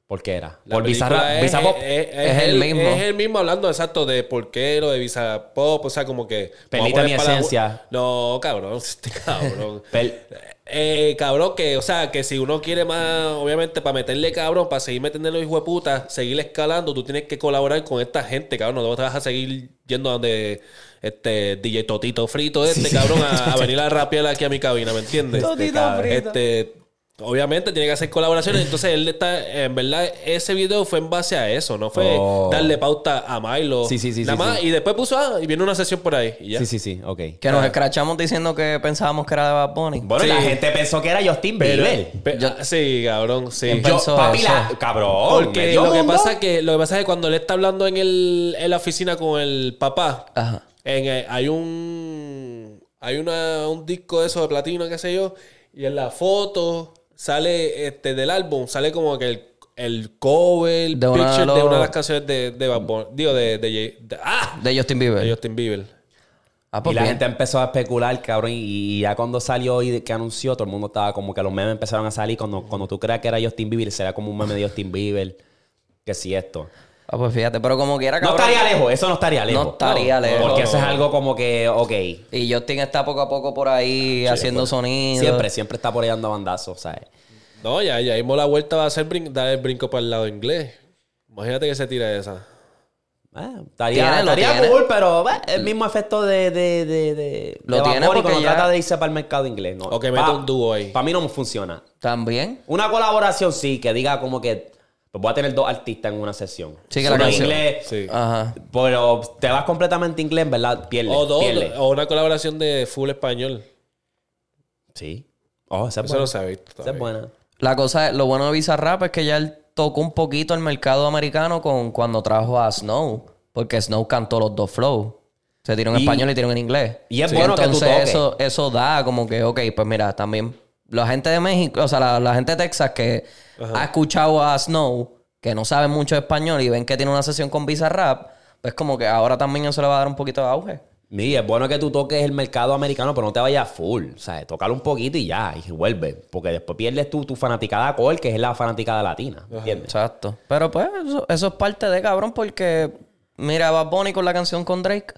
Speaker 1: ¿Por qué era?
Speaker 3: La
Speaker 1: por
Speaker 3: película
Speaker 1: Bizarra,
Speaker 3: es- eh,
Speaker 1: Bizarpop.
Speaker 3: Es, es-
Speaker 2: Es el
Speaker 3: él-
Speaker 2: mismo.
Speaker 3: Es el mismo hablando exacto de por qué lo de Bizarpop. O sea, como que.
Speaker 1: Perdiste
Speaker 3: vamos a poner
Speaker 1: mi
Speaker 3: para-
Speaker 1: esencia.
Speaker 3: No, cabrón. este cabrón.
Speaker 1: Per-
Speaker 3: Eh, cabrón, que, o sea, que si uno quiere más, obviamente, para meterle cabrón, para seguir metiendo los hijos de puta, seguir escalando, tú tienes que colaborar con esta gente, cabrón. No te vas a seguir yendo a donde este DJ Totito Frito, este cabrón, a, a venir a rapear aquí a mi cabina, ¿me entiendes?
Speaker 1: Totito
Speaker 3: cabrón,
Speaker 1: Frito.
Speaker 3: Este, obviamente tiene que hacer colaboraciones. Entonces, él está, en verdad, ese video fue en base a eso, no fue
Speaker 1: Oh.
Speaker 3: darle pauta a Milo.
Speaker 1: Sí, sí, sí,
Speaker 3: Nada
Speaker 1: sí,
Speaker 3: más,
Speaker 1: sí.
Speaker 3: y después puso, ah, y viene una sesión por ahí. Y ya.
Speaker 1: Sí, sí, sí, ok.
Speaker 2: que nos escrachamos diciendo que pensábamos que era de Bad Bunny.
Speaker 1: Ah. Bueno,
Speaker 3: Sí.
Speaker 1: la gente pensó que era Justin Bieber.
Speaker 3: Pe- ah, sí, cabrón, sí.
Speaker 1: Yo,
Speaker 2: pensó
Speaker 1: papi,
Speaker 2: eso?
Speaker 1: la- cabrón.
Speaker 3: Porque
Speaker 1: medio
Speaker 3: lo que,
Speaker 1: mundo.
Speaker 3: pasa que, lo que pasa es que cuando él está hablando en, el, en la oficina con el papá,
Speaker 2: Ajá.
Speaker 3: en el- hay un hay una, un disco de eso de platino, qué sé yo, y en la foto sale este del álbum, sale como que el, el cover, el
Speaker 2: De una de
Speaker 3: picture de
Speaker 2: los-
Speaker 3: una de las canciones de, de Bad Bunny. Digo, de, de, Ye- de- ¡Ah!
Speaker 2: De Justin Bieber.
Speaker 3: de Justin Bieber.
Speaker 2: Ah, pues
Speaker 1: Y la
Speaker 2: bien.
Speaker 1: gente empezó a especular, cabrón. Y y ya cuando salió y que anunció, todo el mundo estaba como que los memes empezaron a salir. Cuando, cuando tú creas que era Justin Bieber, será como un meme de Justin Bieber. Que si esto.
Speaker 2: Ah, pues fíjate, pero como quiera,
Speaker 1: No
Speaker 2: cabrón.
Speaker 1: estaría lejos, eso no estaría lejos.
Speaker 2: No estaría lejos.
Speaker 1: Porque eso es algo como que, ok.
Speaker 2: Y Justin está poco a poco por ahí haciendo sonido.
Speaker 1: Siempre, siempre está por ahí dando bandazos, eh, ¿sabes?
Speaker 3: No, ya, ya mismo la vuelta va a ser brin- dar el brinco para el lado inglés. Imagínate que se tira esa.
Speaker 1: Eh,
Speaker 2: Tiene,
Speaker 1: estaría
Speaker 2: lo
Speaker 1: estaría
Speaker 2: tiene.
Speaker 1: cool, pero eh, el mismo efecto de. de, de, de
Speaker 2: Lo
Speaker 1: de Bad
Speaker 2: tiene
Speaker 1: Bunny
Speaker 2: porque
Speaker 1: cuando
Speaker 2: ya-
Speaker 1: trata de irse para el mercado inglés. ¿no?
Speaker 3: O que meta un dúo ahí.
Speaker 1: Para mí no funciona.
Speaker 2: También.
Speaker 1: Una colaboración sí, que diga como que pues voy a tener dos artistas en una sesión.
Speaker 2: Sí, que la
Speaker 1: Uno en
Speaker 2: canción.
Speaker 1: inglés,
Speaker 3: Sí.
Speaker 2: Ajá.
Speaker 1: pero te vas completamente inglés, ¿verdad? Pierdes,
Speaker 3: O, Oh, dos,
Speaker 1: pierdes.
Speaker 3: o una colaboración de full español.
Speaker 1: Sí. Oh, esa es
Speaker 3: Eso
Speaker 1: buena.
Speaker 3: lo sabéis.
Speaker 1: Esa es buena.
Speaker 2: La cosa, es- lo bueno de Bizarrap es que ya él tocó un poquito el mercado americano con cuando trajo a Snow, porque Snow cantó los dos flows. Se tiró en
Speaker 1: Y-
Speaker 2: español y tiró en inglés.
Speaker 1: y es bueno que tú
Speaker 2: Entonces
Speaker 1: toques.
Speaker 2: eso, eso da como que, ok, pues mira, también la gente de México, o sea, la, la gente de Texas que ha escuchado a Snow, que no sabe mucho español y ven que tiene una sesión con Bizarrap, pues como que ahora también eso le va a dar un poquito de auge.
Speaker 1: Mira, es bueno que tú toques el mercado americano, pero no te vayas full. O sea, tócalo un poquito y ya, y vuelve. Porque después pierdes tú tu fanaticada core, que es la fanaticada latina. ¿Entiendes?
Speaker 2: Exacto. Pero pues eso, eso es parte de cabrón porque mira Bad Bunny con la canción con Drake.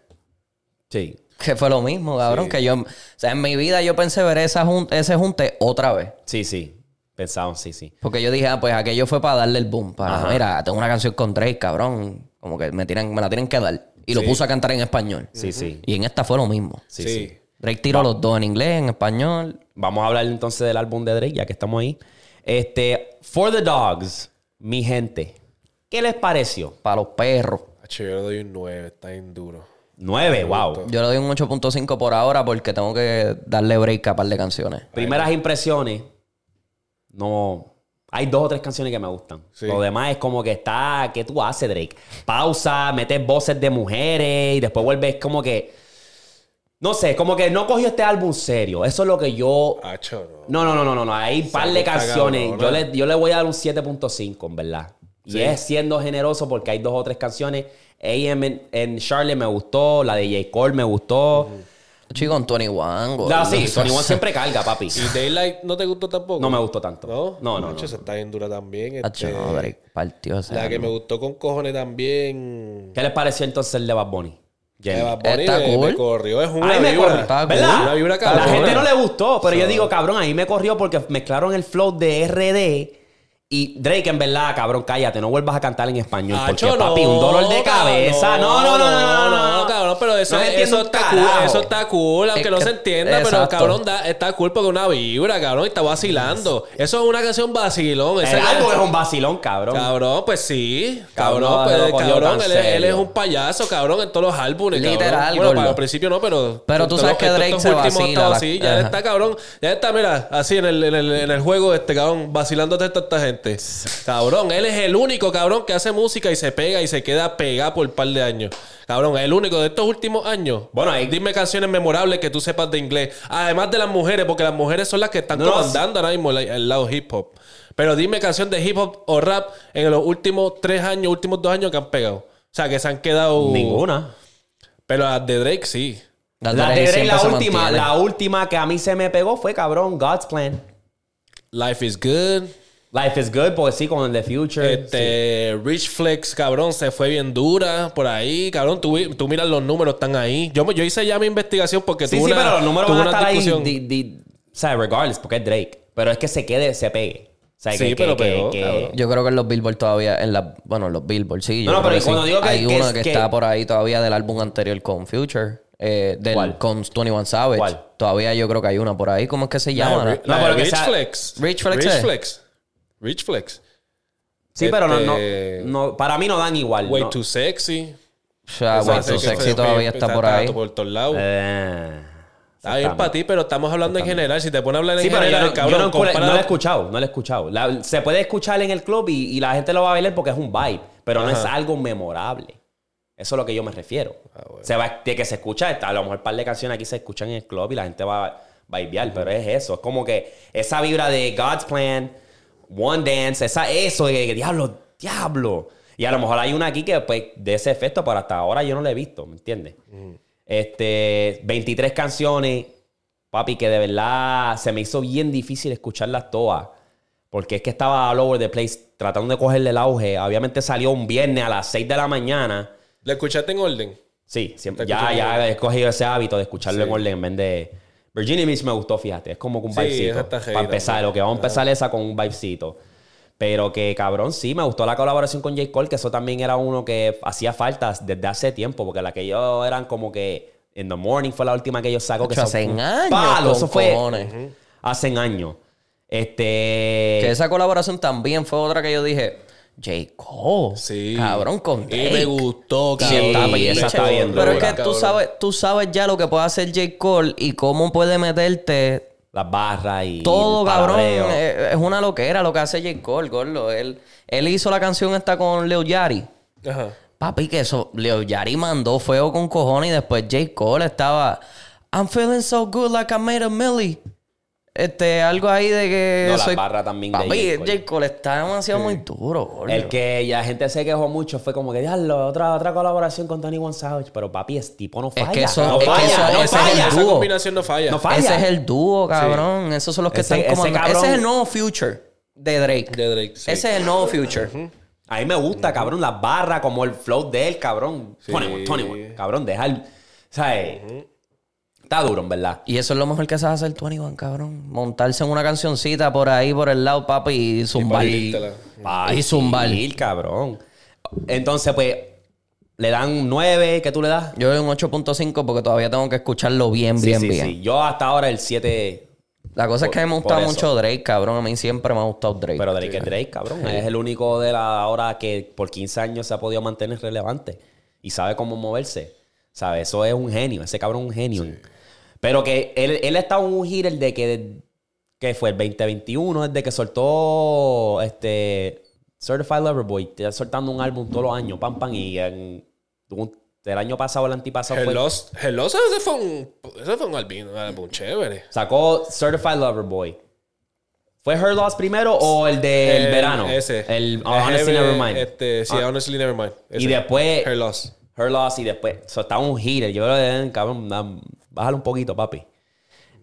Speaker 1: Sí.
Speaker 2: Que fue lo mismo, cabrón. Que yo, o sea, en mi vida yo pensé ver esa jun- ese junte otra vez.
Speaker 1: Sí, sí. Pensamos, sí, sí.
Speaker 2: Porque yo dije, ah, pues aquello fue para darle el boom. Para, mira, tengo una canción con Drake, cabrón. Como que me, tienen, me la tienen que dar. Y lo puso a cantar en español.
Speaker 1: Sí, sí.
Speaker 2: Y en esta fue lo mismo.
Speaker 1: Sí,
Speaker 3: Sí.
Speaker 1: sí.
Speaker 2: Drake tiró los dos en inglés, en español.
Speaker 1: Vamos a hablar entonces del álbum de Drake, ya que estamos ahí. Este, For the Dogs, mi gente. ¿Qué les pareció?
Speaker 2: Para los perros.
Speaker 3: Hacho, yo le doy un 9, está bien duro.
Speaker 1: Nueve, wow.
Speaker 2: Yo le doy un 8.5 por ahora porque tengo que darle break a par de canciones.
Speaker 1: Primeras impresiones. No. Hay dos o tres canciones que me gustan.
Speaker 3: Sí.
Speaker 1: Lo demás es como que está. ¿Qué tú haces, Drake? Pausa, metes voces de mujeres y después vuelves como que. No sé, como que no cogió este álbum serio. Eso es lo que yo.
Speaker 3: Hacho, no.
Speaker 1: No, no, no, no, no, no. Hay un par de
Speaker 3: está
Speaker 1: canciones.
Speaker 3: cabrón,
Speaker 1: Yo
Speaker 3: ¿no?
Speaker 1: le, yo le voy a dar un 7.5, en verdad. Y es siendo generoso porque hay dos o tres canciones. AM en, en Charlie me gustó, la de J. Cole me gustó.
Speaker 2: Chico, con Tony Wang.
Speaker 1: No, sí, Sony One siempre carga, papi.
Speaker 3: ¿Y Daylight no te gustó tampoco?
Speaker 1: No me gustó tanto.
Speaker 3: ¿No?
Speaker 1: No, no,
Speaker 3: Hacho,
Speaker 1: no.
Speaker 3: esa está bien dura también.
Speaker 2: Hacho,
Speaker 3: este,
Speaker 2: no, Drake partió ese
Speaker 3: La que
Speaker 2: álbum.
Speaker 3: me gustó con cojones también.
Speaker 1: ¿Qué les pareció entonces el de Bad Bunny? Jenny.
Speaker 3: Eh, Bad Bunny
Speaker 2: Está
Speaker 3: me-
Speaker 2: cool.
Speaker 3: me corrió. Es una
Speaker 1: Ahí me
Speaker 3: vibra.
Speaker 1: corrió,
Speaker 2: Está
Speaker 1: ¿verdad?
Speaker 2: cool.
Speaker 3: Una vibra
Speaker 1: la
Speaker 3: cabrona.
Speaker 1: gente no le gustó, pero yo digo, cabrón, ahí me corrió porque mezclaron el flow de RD y Drake, en verdad, cabrón, cállate, no vuelvas a cantar en español.
Speaker 3: Hacho,
Speaker 1: porque, papi, un dolor de cabeza. Ah, No, no, no, no, no, no, no,
Speaker 3: cabrón, pero eso,
Speaker 1: No se entiende
Speaker 3: eso
Speaker 1: un
Speaker 3: está cool,
Speaker 1: carajo.
Speaker 3: eso está cool, aunque
Speaker 2: Es
Speaker 3: no
Speaker 2: que-
Speaker 3: se entienda, pero
Speaker 2: exacto.
Speaker 3: cabrón, da- está cool porque es una vibra, cabrón, y está vacilando. Eso es una canción vacilón.
Speaker 1: El
Speaker 3: esa
Speaker 1: álbum
Speaker 3: canción-
Speaker 1: es un vacilón, cabrón.
Speaker 3: Cabrón, pues sí. Cabrón,
Speaker 1: Cabrón, no
Speaker 3: pues,
Speaker 1: lo cogió
Speaker 3: cabrón,
Speaker 1: tan
Speaker 3: él, es- él es
Speaker 1: serio.
Speaker 3: un payaso, cabrón, en todos los álbumes. cabrón.
Speaker 2: Literal,
Speaker 3: Bueno,
Speaker 2: gordo.
Speaker 3: para- al principio no, pero.
Speaker 2: Pero tú
Speaker 3: estos-
Speaker 2: sabes que
Speaker 3: estos
Speaker 2: Drake se
Speaker 3: últimos
Speaker 2: vacila,
Speaker 3: estados
Speaker 2: la-
Speaker 3: así, ya
Speaker 2: ajá.
Speaker 3: está, cabrón. Ya está, mira, así en el, en el, en el juego, este cabrón, vacilando a esta gente. Cabrón, él es el único, cabrón, que hace música y se pega y se queda pegado por un par de años. Cabrón, el único de estos últimos años.
Speaker 1: Bueno, ahí-
Speaker 3: dime canciones memorables que tú sepas de inglés. Además de las mujeres, porque las mujeres son las que están
Speaker 1: No, no,
Speaker 3: comandando ahora mismo el, el lado hip hop. Pero dime canción de hip hop o rap en los últimos tres años, últimos dos años que han pegado. O sea, que se han quedado.
Speaker 1: Ninguna.
Speaker 3: Pero las de Drake sí.
Speaker 2: La
Speaker 1: La
Speaker 2: Drake
Speaker 1: de Drake,
Speaker 2: siempre
Speaker 1: la
Speaker 2: se
Speaker 1: última,
Speaker 2: mantiene.
Speaker 1: la última que a mí se me pegó fue, cabrón, God's Plan.
Speaker 3: Life is Good.
Speaker 1: Life is good, porque sí, con el The Future. sí.
Speaker 3: Este, Rich Flex, cabrón, se fue bien dura por ahí. Cabrón, tú, vi- tú miras los números, están ahí. Yo, me- yo hice ya mi investigación porque
Speaker 1: Sí,
Speaker 3: tuve
Speaker 1: sí,
Speaker 3: una,
Speaker 1: pero los números
Speaker 3: tuve
Speaker 1: van a
Speaker 3: una
Speaker 1: estar
Speaker 3: discusión.
Speaker 1: ahí. di- di- o sea, regardless, porque es Drake. Pero es que se quede, se pegue. O sea,
Speaker 3: Sí,
Speaker 1: que,
Speaker 3: pero
Speaker 1: que-
Speaker 3: pegó,
Speaker 1: que-
Speaker 3: cabrón.
Speaker 2: Yo creo que en los Billboard todavía, en la, bueno, en los Billboard sí. yo
Speaker 1: No, no,
Speaker 2: creo
Speaker 1: pero
Speaker 2: que
Speaker 1: cuando
Speaker 2: sí.
Speaker 1: digo que-
Speaker 2: hay
Speaker 1: que
Speaker 2: uno
Speaker 1: es-
Speaker 2: que,
Speaker 1: que-
Speaker 2: está por ahí todavía del álbum anterior con Future, eh, del,
Speaker 1: ¿Cuál?
Speaker 2: con 21 Savage.
Speaker 1: ¿Cuál?
Speaker 2: Todavía yo creo que hay una por ahí. ¿Cómo es que se llama?
Speaker 3: La
Speaker 1: No,
Speaker 3: de- Eh, la de
Speaker 1: pero que
Speaker 3: Rich
Speaker 1: sea-
Speaker 3: Flex.
Speaker 2: Rich Flex, eh.
Speaker 3: Rich Flex. Rich Flex.
Speaker 1: Sí, pero no, no,
Speaker 3: Este-
Speaker 1: no- Para mí no dan igual.
Speaker 3: Way
Speaker 1: no.
Speaker 3: Too Sexy.
Speaker 2: O sea,
Speaker 3: Esa
Speaker 2: Way
Speaker 3: sé
Speaker 2: Too
Speaker 3: que
Speaker 2: Sexy
Speaker 3: fue-
Speaker 2: todavía está por ahí.
Speaker 3: Por todos lados.
Speaker 1: Eh,
Speaker 3: Está bien para ti, pero estamos hablando en general. Si te pones a hablar en
Speaker 1: Sí, pero yo
Speaker 3: general,
Speaker 1: no,
Speaker 3: cabrón,
Speaker 1: yo no, encule-
Speaker 3: compara-
Speaker 1: no lo he escuchado, no lo he escuchado. La- se puede escuchar en el club y, y la gente lo va a bailar porque es un vibe, pero no es algo memorable. Eso es lo que yo me refiero.
Speaker 3: Ah,
Speaker 1: se va, de que se escucha, está- a lo mejor un par de canciones aquí se escuchan en el club y la gente va a vibear, pero es eso. Es como que esa vibra de God's Plan, One Dance, esa, eso, de que diablo, diablo. Y a lo mejor hay una aquí que pues, de ese efecto, pero hasta ahora yo no la he visto, ¿me entiendes? Este, 23 canciones, papi, que de verdad se me hizo bien difícil escucharlas todas. Porque es que estaba all over the place tratando de cogerle el auge. Obviamente salió un viernes a las 6 de la mañana.
Speaker 3: ¿La escuchaste en orden?
Speaker 1: Sí, siempre,
Speaker 3: Te
Speaker 1: ya,
Speaker 3: escucho
Speaker 1: ya
Speaker 3: bien.
Speaker 1: he cogido ese hábito de escucharlo
Speaker 3: Sí.
Speaker 1: en orden en vez de... Virginia Beach me gustó, fíjate. Es como que un
Speaker 3: Sí,
Speaker 1: vibecito.
Speaker 3: esa está heavy
Speaker 1: para empezar,
Speaker 3: también.
Speaker 1: lo que vamos a empezar esa con un vibecito. Pero que, cabrón, sí, me gustó la colaboración con J. Cole, que eso también era uno que hacía falta desde hace tiempo, porque la que ellos eran como que... In the Morning fue la última que ellos sacó. Que
Speaker 2: Hacho,
Speaker 1: eso
Speaker 2: hace
Speaker 1: fue un
Speaker 2: años
Speaker 1: palo,
Speaker 2: con
Speaker 1: eso fue
Speaker 2: cojones.
Speaker 1: hace años. Este...
Speaker 2: Que esa colaboración también fue otra que yo dije, J. Cole,
Speaker 3: Sí.
Speaker 2: cabrón, con
Speaker 3: Y
Speaker 2: Drake.
Speaker 3: me gustó,
Speaker 2: Sí,
Speaker 3: cabrón.
Speaker 1: está- pues,
Speaker 3: Me
Speaker 1: esa está
Speaker 3: gustó,
Speaker 1: bien
Speaker 2: Pero es
Speaker 1: dura,
Speaker 2: que tú sabes, tú sabes ya lo que puede hacer J. Cole y cómo puede meterte
Speaker 1: las barras y.
Speaker 2: Todo,
Speaker 1: el
Speaker 2: cabrón.
Speaker 1: palabreo.
Speaker 2: eh, Es una loquera lo que hace J. Cole, gordo. Él, él hizo la canción esta con Leo Yari.
Speaker 3: Ajá.
Speaker 2: Papi, que eso, Leo Yari mandó fuego con cojones y después J. Cole estaba. I'm feeling so good like I made a millie. Este, algo ahí de que.
Speaker 1: No, la barra también de
Speaker 2: Papi,
Speaker 1: J.
Speaker 2: J.
Speaker 1: Cole.
Speaker 2: Cole. está demasiado muy duro, gordo.
Speaker 1: El que la gente se quejó mucho fue como que, diablo, otra, otra colaboración con Tony One Savage. Pero papi, ese tipo no
Speaker 2: que
Speaker 1: falla.
Speaker 2: eso-
Speaker 1: no
Speaker 2: es que
Speaker 1: falla,
Speaker 2: eso-
Speaker 1: no
Speaker 2: ese es el
Speaker 1: falla.
Speaker 3: Esa
Speaker 2: dúo.
Speaker 3: combinación no falla.
Speaker 1: No falla.
Speaker 2: Ese es el dúo, cabrón. Esos son los que
Speaker 1: Ese-
Speaker 2: están como.
Speaker 1: ese cabrón-
Speaker 2: Ese es el nuevo future de Drake.
Speaker 3: De Drake, sí.
Speaker 2: Ese es el nuevo future.
Speaker 1: A mí me gusta, cabrón, las barras, como el flow de él, cabrón.
Speaker 3: Sí.
Speaker 1: 21, 21. Cabrón, dejar. ¿Sabes? Está duro, en verdad.
Speaker 2: Y eso es lo mejor que sabe hacer 21, cabrón. Montarse en una cancioncita por ahí, por el lado, papi, y zumbar.
Speaker 3: Y partírtela.
Speaker 2: Y zumbar.
Speaker 1: Partir, cabrón. Entonces, pues, le dan 9, ¿qué tú le das?
Speaker 2: Yo doy un 8.5 porque todavía tengo que escucharlo bien, bien,
Speaker 1: sí, sí,
Speaker 2: bien.
Speaker 1: sí. Yo hasta ahora el 7,
Speaker 2: La cosa es que a mí me
Speaker 1: Por-
Speaker 2: gusta
Speaker 1: por eso.
Speaker 2: mucho Drake, cabrón. A mí siempre me ha gustado Drake.
Speaker 1: pero
Speaker 3: Este,
Speaker 1: Drake es Drake, cabrón. Es el único de la ahora que por 15 años se ha podido mantener relevante y sabe cómo moverse. ¿Sabes? Eso es un genio. Ese cabrón es un genio. Pero que él, él está en un el de que, que fue el 2021, desde que soltó este Certified Lover Boy. Está soltando un álbum todos los años, pam, pam. Y en- un- el año pasado, el antipasado fue
Speaker 3: Hello, Hello, ese fue un, ese fue un albino, un álbum chévere.
Speaker 1: Sacó Certified Lover Boy. ¿Fue Her Loss primero o el del
Speaker 3: El-
Speaker 1: verano?
Speaker 3: Eh, Ese.
Speaker 1: El Honestly
Speaker 3: Heavy,
Speaker 1: Nevermind. Ah.
Speaker 3: Este, sí, Honestly Nevermind.
Speaker 1: y después
Speaker 3: Her
Speaker 1: Her,
Speaker 3: Loss.
Speaker 1: Loss y después. So, está un hitter. Yo creo que, eh, cabrón, na- bájale un poquito, papi.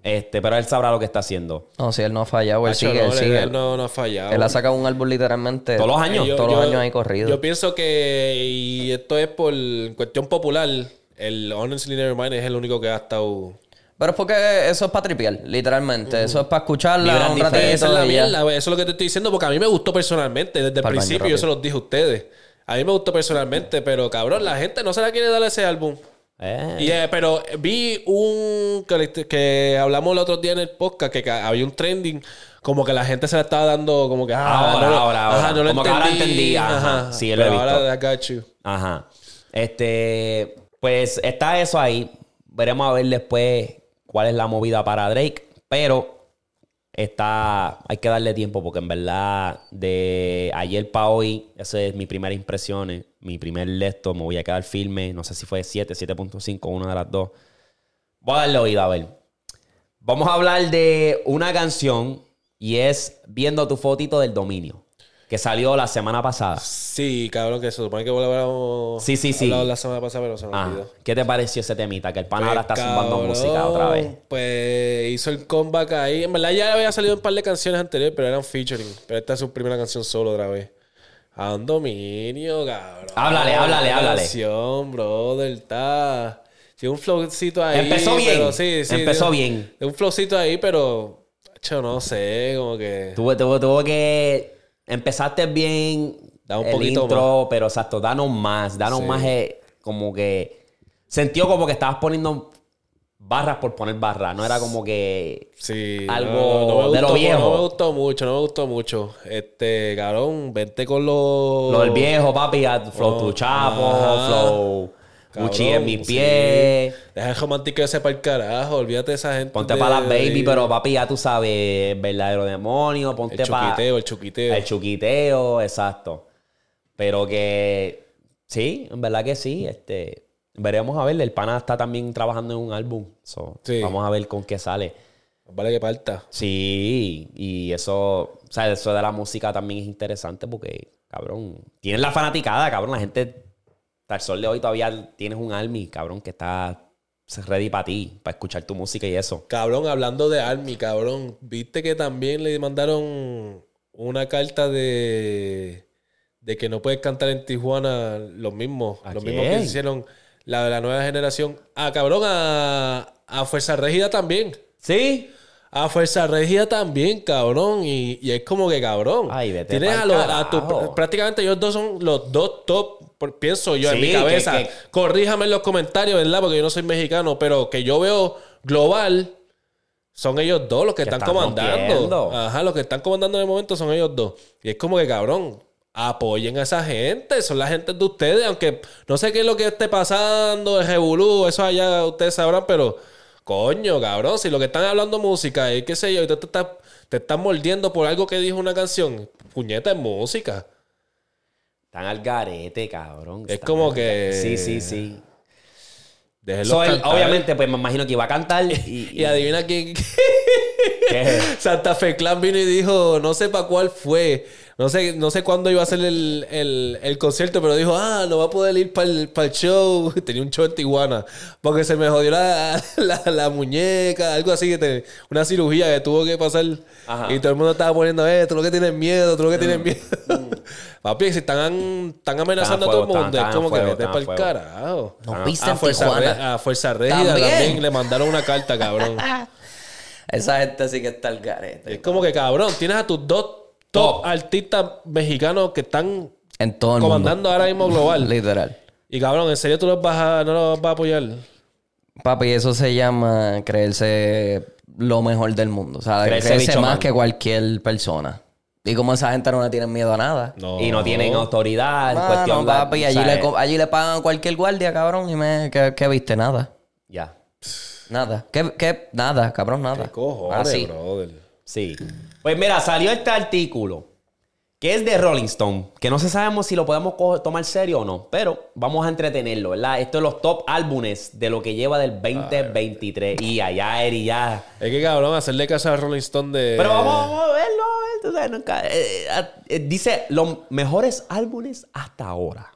Speaker 1: Este, pero él sabrá lo que está haciendo.
Speaker 2: No, si él no ha fallado, él
Speaker 1: pues
Speaker 3: Nacho,
Speaker 2: sigue, él
Speaker 3: no, él-
Speaker 2: sigue.
Speaker 3: él no, no ha fallado.
Speaker 2: Él ha sacado un álbum literalmente.
Speaker 1: Todos los años.
Speaker 3: Yo-
Speaker 2: todos los
Speaker 3: yo-
Speaker 2: años ahí corrido.
Speaker 3: Yo pienso que, y esto es por cuestión popular, el Honestly Nevermind es el único que ha estado.
Speaker 2: Pero es porque eso es para tripear, literalmente. Eso es para escucharla
Speaker 1: Vibran
Speaker 2: un
Speaker 1: diferentes.
Speaker 2: ratito
Speaker 3: Esa es la
Speaker 2: y ya.
Speaker 3: mierda, güey. Eso es lo que te estoy diciendo, porque a mí me gustó personalmente. Desde el
Speaker 2: Pa'l baño,
Speaker 3: principio
Speaker 2: rápido.
Speaker 3: yo se los dije a ustedes. A mí me gustó personalmente, pero cabrón, la gente no se la quiere dar a ese álbum.
Speaker 1: Eh,
Speaker 3: Y, eh, pero vi un que, que hablamos el otro día en el podcast que, ca- había un trending como que la gente se la estaba dando como que ah,
Speaker 1: Ahora,
Speaker 3: no lo-
Speaker 1: ahora, ahora.
Speaker 3: ajá, no lo
Speaker 1: Como que ahora entendí, ajá. Sí, lo he
Speaker 3: Pero
Speaker 1: visto.
Speaker 3: ahora I got you.
Speaker 1: Ajá. Este, pues está eso ahí. Veremos a ver después cuál es la movida para Drake. Pero está, hay que darle tiempo porque en verdad de ayer para hoy, esa es mi primera impresión, eh, mi primer lecto, me voy a quedar firme, no sé si fue 7, 7.5, una de las dos. Voy a darle oído a ver. Vamos a hablar de una canción y es Viendo tu fotito del dominio, que salió la semana pasada.
Speaker 3: Sí, cabrón, que se supone que volvamos
Speaker 1: Sí, sí, sí.
Speaker 3: hablado la semana pasada, pero se nos
Speaker 1: Ajá.
Speaker 3: olvidó.
Speaker 1: Ah, ¿Qué te pareció ese temita? Que el pan
Speaker 3: Pues,
Speaker 1: ahora está zumbando
Speaker 3: cabrón,
Speaker 1: música otra vez.
Speaker 3: Pues hizo el comeback ahí. En verdad ya había salido un par de canciones anteriores, pero eran featuring. Pero esta es su primera canción solo otra vez. A un dominio, cabrón.
Speaker 1: Háblale, háblale,
Speaker 3: Una
Speaker 1: háblale.
Speaker 3: Canción, brother, está. Tiene un flowcito ahí.
Speaker 1: Empezó bien.
Speaker 3: pero sí, sí,
Speaker 1: Empezó
Speaker 3: tiene-
Speaker 1: bien.
Speaker 3: tiene un flowcito ahí, pero. Yo no sé, como que.
Speaker 1: Tuvo, tuvo, tuvo que. Empezaste bien.
Speaker 3: Da un
Speaker 1: el
Speaker 3: poquito
Speaker 1: intro, pero exacto, danos más. Danos
Speaker 3: Sí.
Speaker 1: más. eh, como que. Sentió como que estabas poniendo barras por poner barras. No era como que.
Speaker 3: Sí.
Speaker 1: Algo
Speaker 3: me
Speaker 1: de lo
Speaker 3: gustó,
Speaker 1: viejo.
Speaker 3: No me gustó mucho, no me gustó mucho. Este, cabrón, vente con los.
Speaker 1: Lo del viejo, papi. a- Flow tu chapo,
Speaker 3: Oh, Ajá.
Speaker 1: flow.
Speaker 3: Cabrón,
Speaker 1: Gucci en mi
Speaker 3: sí.
Speaker 1: pie.
Speaker 3: Deja el romántico ese para el carajo. Olvídate de esa gente.
Speaker 1: Ponte
Speaker 3: de-
Speaker 1: para las baby,
Speaker 3: de-
Speaker 1: pero papi, ya tú sabes, verdadero demonio.
Speaker 3: El
Speaker 1: Ponte para.
Speaker 3: chuquiteo, el chuquiteo.
Speaker 1: El chuquiteo, exacto. Pero que sí, en verdad que sí. Este, veremos a ver. El pana está también trabajando en un álbum. So,
Speaker 3: Sí.
Speaker 1: Vamos a ver con qué sale.
Speaker 3: Vale que parta.
Speaker 1: Sí, y eso, o sea, eso de la música también es interesante porque, cabrón, tienes la fanaticada, cabrón. La gente, hasta el sol de hoy todavía tienes un army, cabrón, que está ready para ti, para escuchar tu música y eso.
Speaker 3: Cabrón, hablando de Army, cabrón. Viste que también le mandaron una carta de. de que no puedes cantar en Tijuana los mismos.
Speaker 1: ¿A
Speaker 3: Los mismos
Speaker 1: quién?
Speaker 3: que hicieron la de la nueva generación. Ah, cabrón, a, a Fuerza Régida también.
Speaker 1: ¿Sí?
Speaker 3: A Fuerza Regida también, cabrón. Y, y es como que cabrón.
Speaker 1: Ay, vete
Speaker 3: Tienes
Speaker 1: pa'l
Speaker 3: a, los- a tu-
Speaker 1: carajo.
Speaker 3: prácticamente ellos dos son los dos top, por- pienso yo en
Speaker 1: Sí,
Speaker 3: mi cabeza.
Speaker 1: que- que-
Speaker 3: Corríjame en los comentarios, ¿verdad? Porque yo no soy mexicano, pero que yo veo global, son ellos dos los que, están,
Speaker 1: están rompiendo.
Speaker 3: comandando. Ajá, los que están comandando en el momento son ellos dos. Y es como que, cabrón, apoyen a esa gente. Son la gente de ustedes. Aunque no sé qué es lo que esté pasando, el revolú, eso allá ustedes sabrán, pero Coño, cabrón, si lo que están hablando música y qué sé yo, y tú te estás, te estás mordiendo por algo que dijo una canción, puñeta es música.
Speaker 1: Están al garete, cabrón.
Speaker 3: Es
Speaker 1: Están
Speaker 3: como
Speaker 1: al
Speaker 3: que-
Speaker 1: garete. Sí, sí, sí.
Speaker 3: Déjenlos
Speaker 1: So, él,
Speaker 3: cantar.
Speaker 1: obviamente, pues me imagino que iba a cantar y...
Speaker 3: Y adivina quién.
Speaker 1: ¿Qué?
Speaker 3: Santa Fe Clan vino y dijo, no sé para cuál fue, no sé, no sé cuándo iba a ser el, el- el concierto, pero dijo, ah, no va a poder ir para el, show. Tenía un show en Tijuana, porque se me jodió la, la- la muñeca, algo así, que te- una cirugía que tuvo que pasar.
Speaker 1: Ajá. Mm.
Speaker 3: Y todo el mundo estaba poniendo, eh, tú lo que tienes miedo, tú lo que tienes miedo. Papi, si están, están amenazando
Speaker 1: Están a
Speaker 3: a todo el
Speaker 1: fuego,
Speaker 3: mundo,
Speaker 1: están-
Speaker 3: es
Speaker 1: están
Speaker 3: como
Speaker 1: a fuego,
Speaker 3: que vete
Speaker 1: están
Speaker 3: para
Speaker 1: a
Speaker 3: el
Speaker 1: fuego.
Speaker 3: carajo.
Speaker 2: No
Speaker 3: Ah,
Speaker 2: viste
Speaker 3: a
Speaker 2: en
Speaker 3: Fuerza
Speaker 2: Tijuana.
Speaker 3: Re- A Fuerza Régida
Speaker 2: También.
Speaker 3: también le mandaron una carta, cabrón.
Speaker 2: Esa gente sí que está al garete.
Speaker 3: Es como que cabrón, tienes a tus dos top artistas mexicanos que están
Speaker 2: En todo el
Speaker 3: comandando ahora mismo
Speaker 2: mundo.
Speaker 3: global.
Speaker 2: Literal.
Speaker 3: Y cabrón, ¿en serio tú los vas a, no los vas a apoyar?
Speaker 2: Papi, eso se llama creerse lo mejor del mundo. O sea,
Speaker 1: Creerse
Speaker 2: creerse,
Speaker 1: bicho
Speaker 2: más
Speaker 1: malo.
Speaker 2: que cualquier persona. Y como esa gente no le tienen miedo a nada.
Speaker 3: No.
Speaker 1: Y no tienen autoridad. en
Speaker 2: Mano,
Speaker 1: cuestión la-
Speaker 2: papi, allí,
Speaker 1: o sea,
Speaker 2: le, co- allí le pagan a cualquier guardia, cabrón. Y me, ¿qué, qué viste? Nada.
Speaker 1: Ya.
Speaker 2: Nada. ¿Qué, qué? Nada, cabrón, nada. Ah,
Speaker 3: ¿Qué cojones,
Speaker 2: Así.
Speaker 3: brother?
Speaker 1: Ah, Sí. Pues mira, salió este artículo que es de Rolling Stone, que no se sabemos si lo podemos co- tomar serio o no, pero vamos a entretenerlo, ¿verdad? Esto es los top álbumes de lo que lleva del 2023.
Speaker 3: Ah,
Speaker 1: Y allá, Eri, ya.
Speaker 3: Es que cabrón, hacerle caso a Rolling Stone de.
Speaker 1: Pero vamos, vamos a verlo, a ver, tú sabes, nunca- eh, eh, ah, eh, dice los mejores álbumes hasta ahora.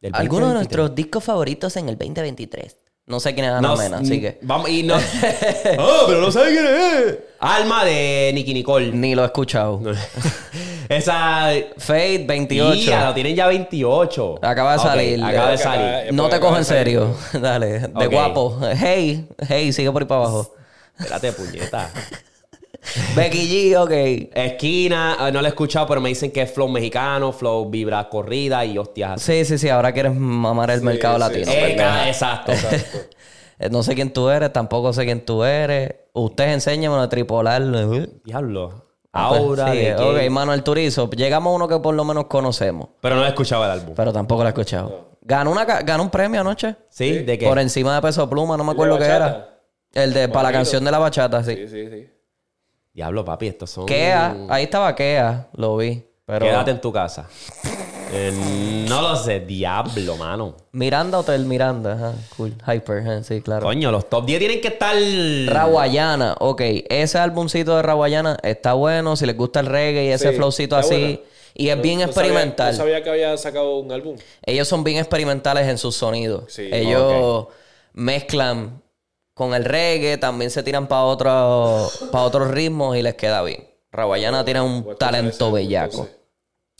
Speaker 1: del
Speaker 2: Algunos
Speaker 1: 2023.
Speaker 2: de nuestros discos favoritos en el 2023. No sé quién es Ana
Speaker 1: No,
Speaker 2: Mena, así que...
Speaker 1: Vamos, y no. Ah, pero no sabe quién es. Alma de Nicky Nicole.
Speaker 2: Ni lo he escuchado.
Speaker 1: Esa.
Speaker 2: Fade 28.
Speaker 1: Ya, lo tienen ya 28.
Speaker 2: Acaba de
Speaker 1: Ok,
Speaker 2: salir.
Speaker 1: Acaba de
Speaker 3: Acaba-
Speaker 1: salir.
Speaker 3: Eh,
Speaker 2: No
Speaker 3: porque
Speaker 2: te cojo
Speaker 3: acaba de
Speaker 2: en serio. Dale, de
Speaker 1: Ok.
Speaker 2: guapo. Hey, hey, sigue por ahí para abajo.
Speaker 1: Espérate, puñeta.
Speaker 2: Becky G, ok.
Speaker 1: Esquina, eh, no lo he escuchado, pero me dicen que es flow mexicano, flow vibra corrida y hostias. así.
Speaker 2: Sí, sí, sí, ahora quieres mamar el mercado
Speaker 3: sí,
Speaker 2: latino.
Speaker 3: sí.
Speaker 1: Eh,
Speaker 2: pendeja.
Speaker 1: ca- exacto.
Speaker 2: Eh, No sé quién tú eres, tampoco sé quién tú eres. Usted enséñame a tripolar.
Speaker 1: Diablo.
Speaker 2: Pues,
Speaker 1: Ahora.
Speaker 2: sí,
Speaker 1: de
Speaker 2: Ok,
Speaker 1: que-
Speaker 2: Manuel Turizo. Llegamos a uno que por lo menos conocemos,
Speaker 1: Pero no lo he escuchado el álbum.
Speaker 2: pero tampoco lo he escuchado. Ganó, una, ca- ganó un premio anoche.
Speaker 1: ¿Sí? ¿De qué?
Speaker 2: Por encima de Peso Pluma, no me acuerdo qué era.
Speaker 3: bachata?
Speaker 2: El de, para la
Speaker 3: Bonito.
Speaker 2: canción de la bachata, sí.
Speaker 3: Sí, sí, sí.
Speaker 1: Diablo, papi, estos son.
Speaker 2: Kea, ahí estaba Kea, lo vi. Pero
Speaker 1: Oh. Quédate en tu casa. Eh, no lo sé, diablo, mano.
Speaker 2: Miranda Hotel Miranda, ajá, cool. Hyper, ajá, sí, claro.
Speaker 1: Coño, los top 10 tienen que estar.
Speaker 2: Rawayana, ok. Ese álbumcito de Rawayana está bueno. Si les gusta el reggae y ese
Speaker 3: Sí,
Speaker 2: flowcito
Speaker 3: está
Speaker 2: así.
Speaker 3: buena.
Speaker 2: Y es bien
Speaker 3: No sabía-
Speaker 2: experimental.
Speaker 3: no sabía que había sacado un álbum.
Speaker 2: Ellos son bien experimentales en sus sonidos.
Speaker 3: Sí,
Speaker 2: Ellos mezclan con el reggae, también se tiran para otros para otros ritmos y les queda bien. Rawayana tiene un talento bellaco.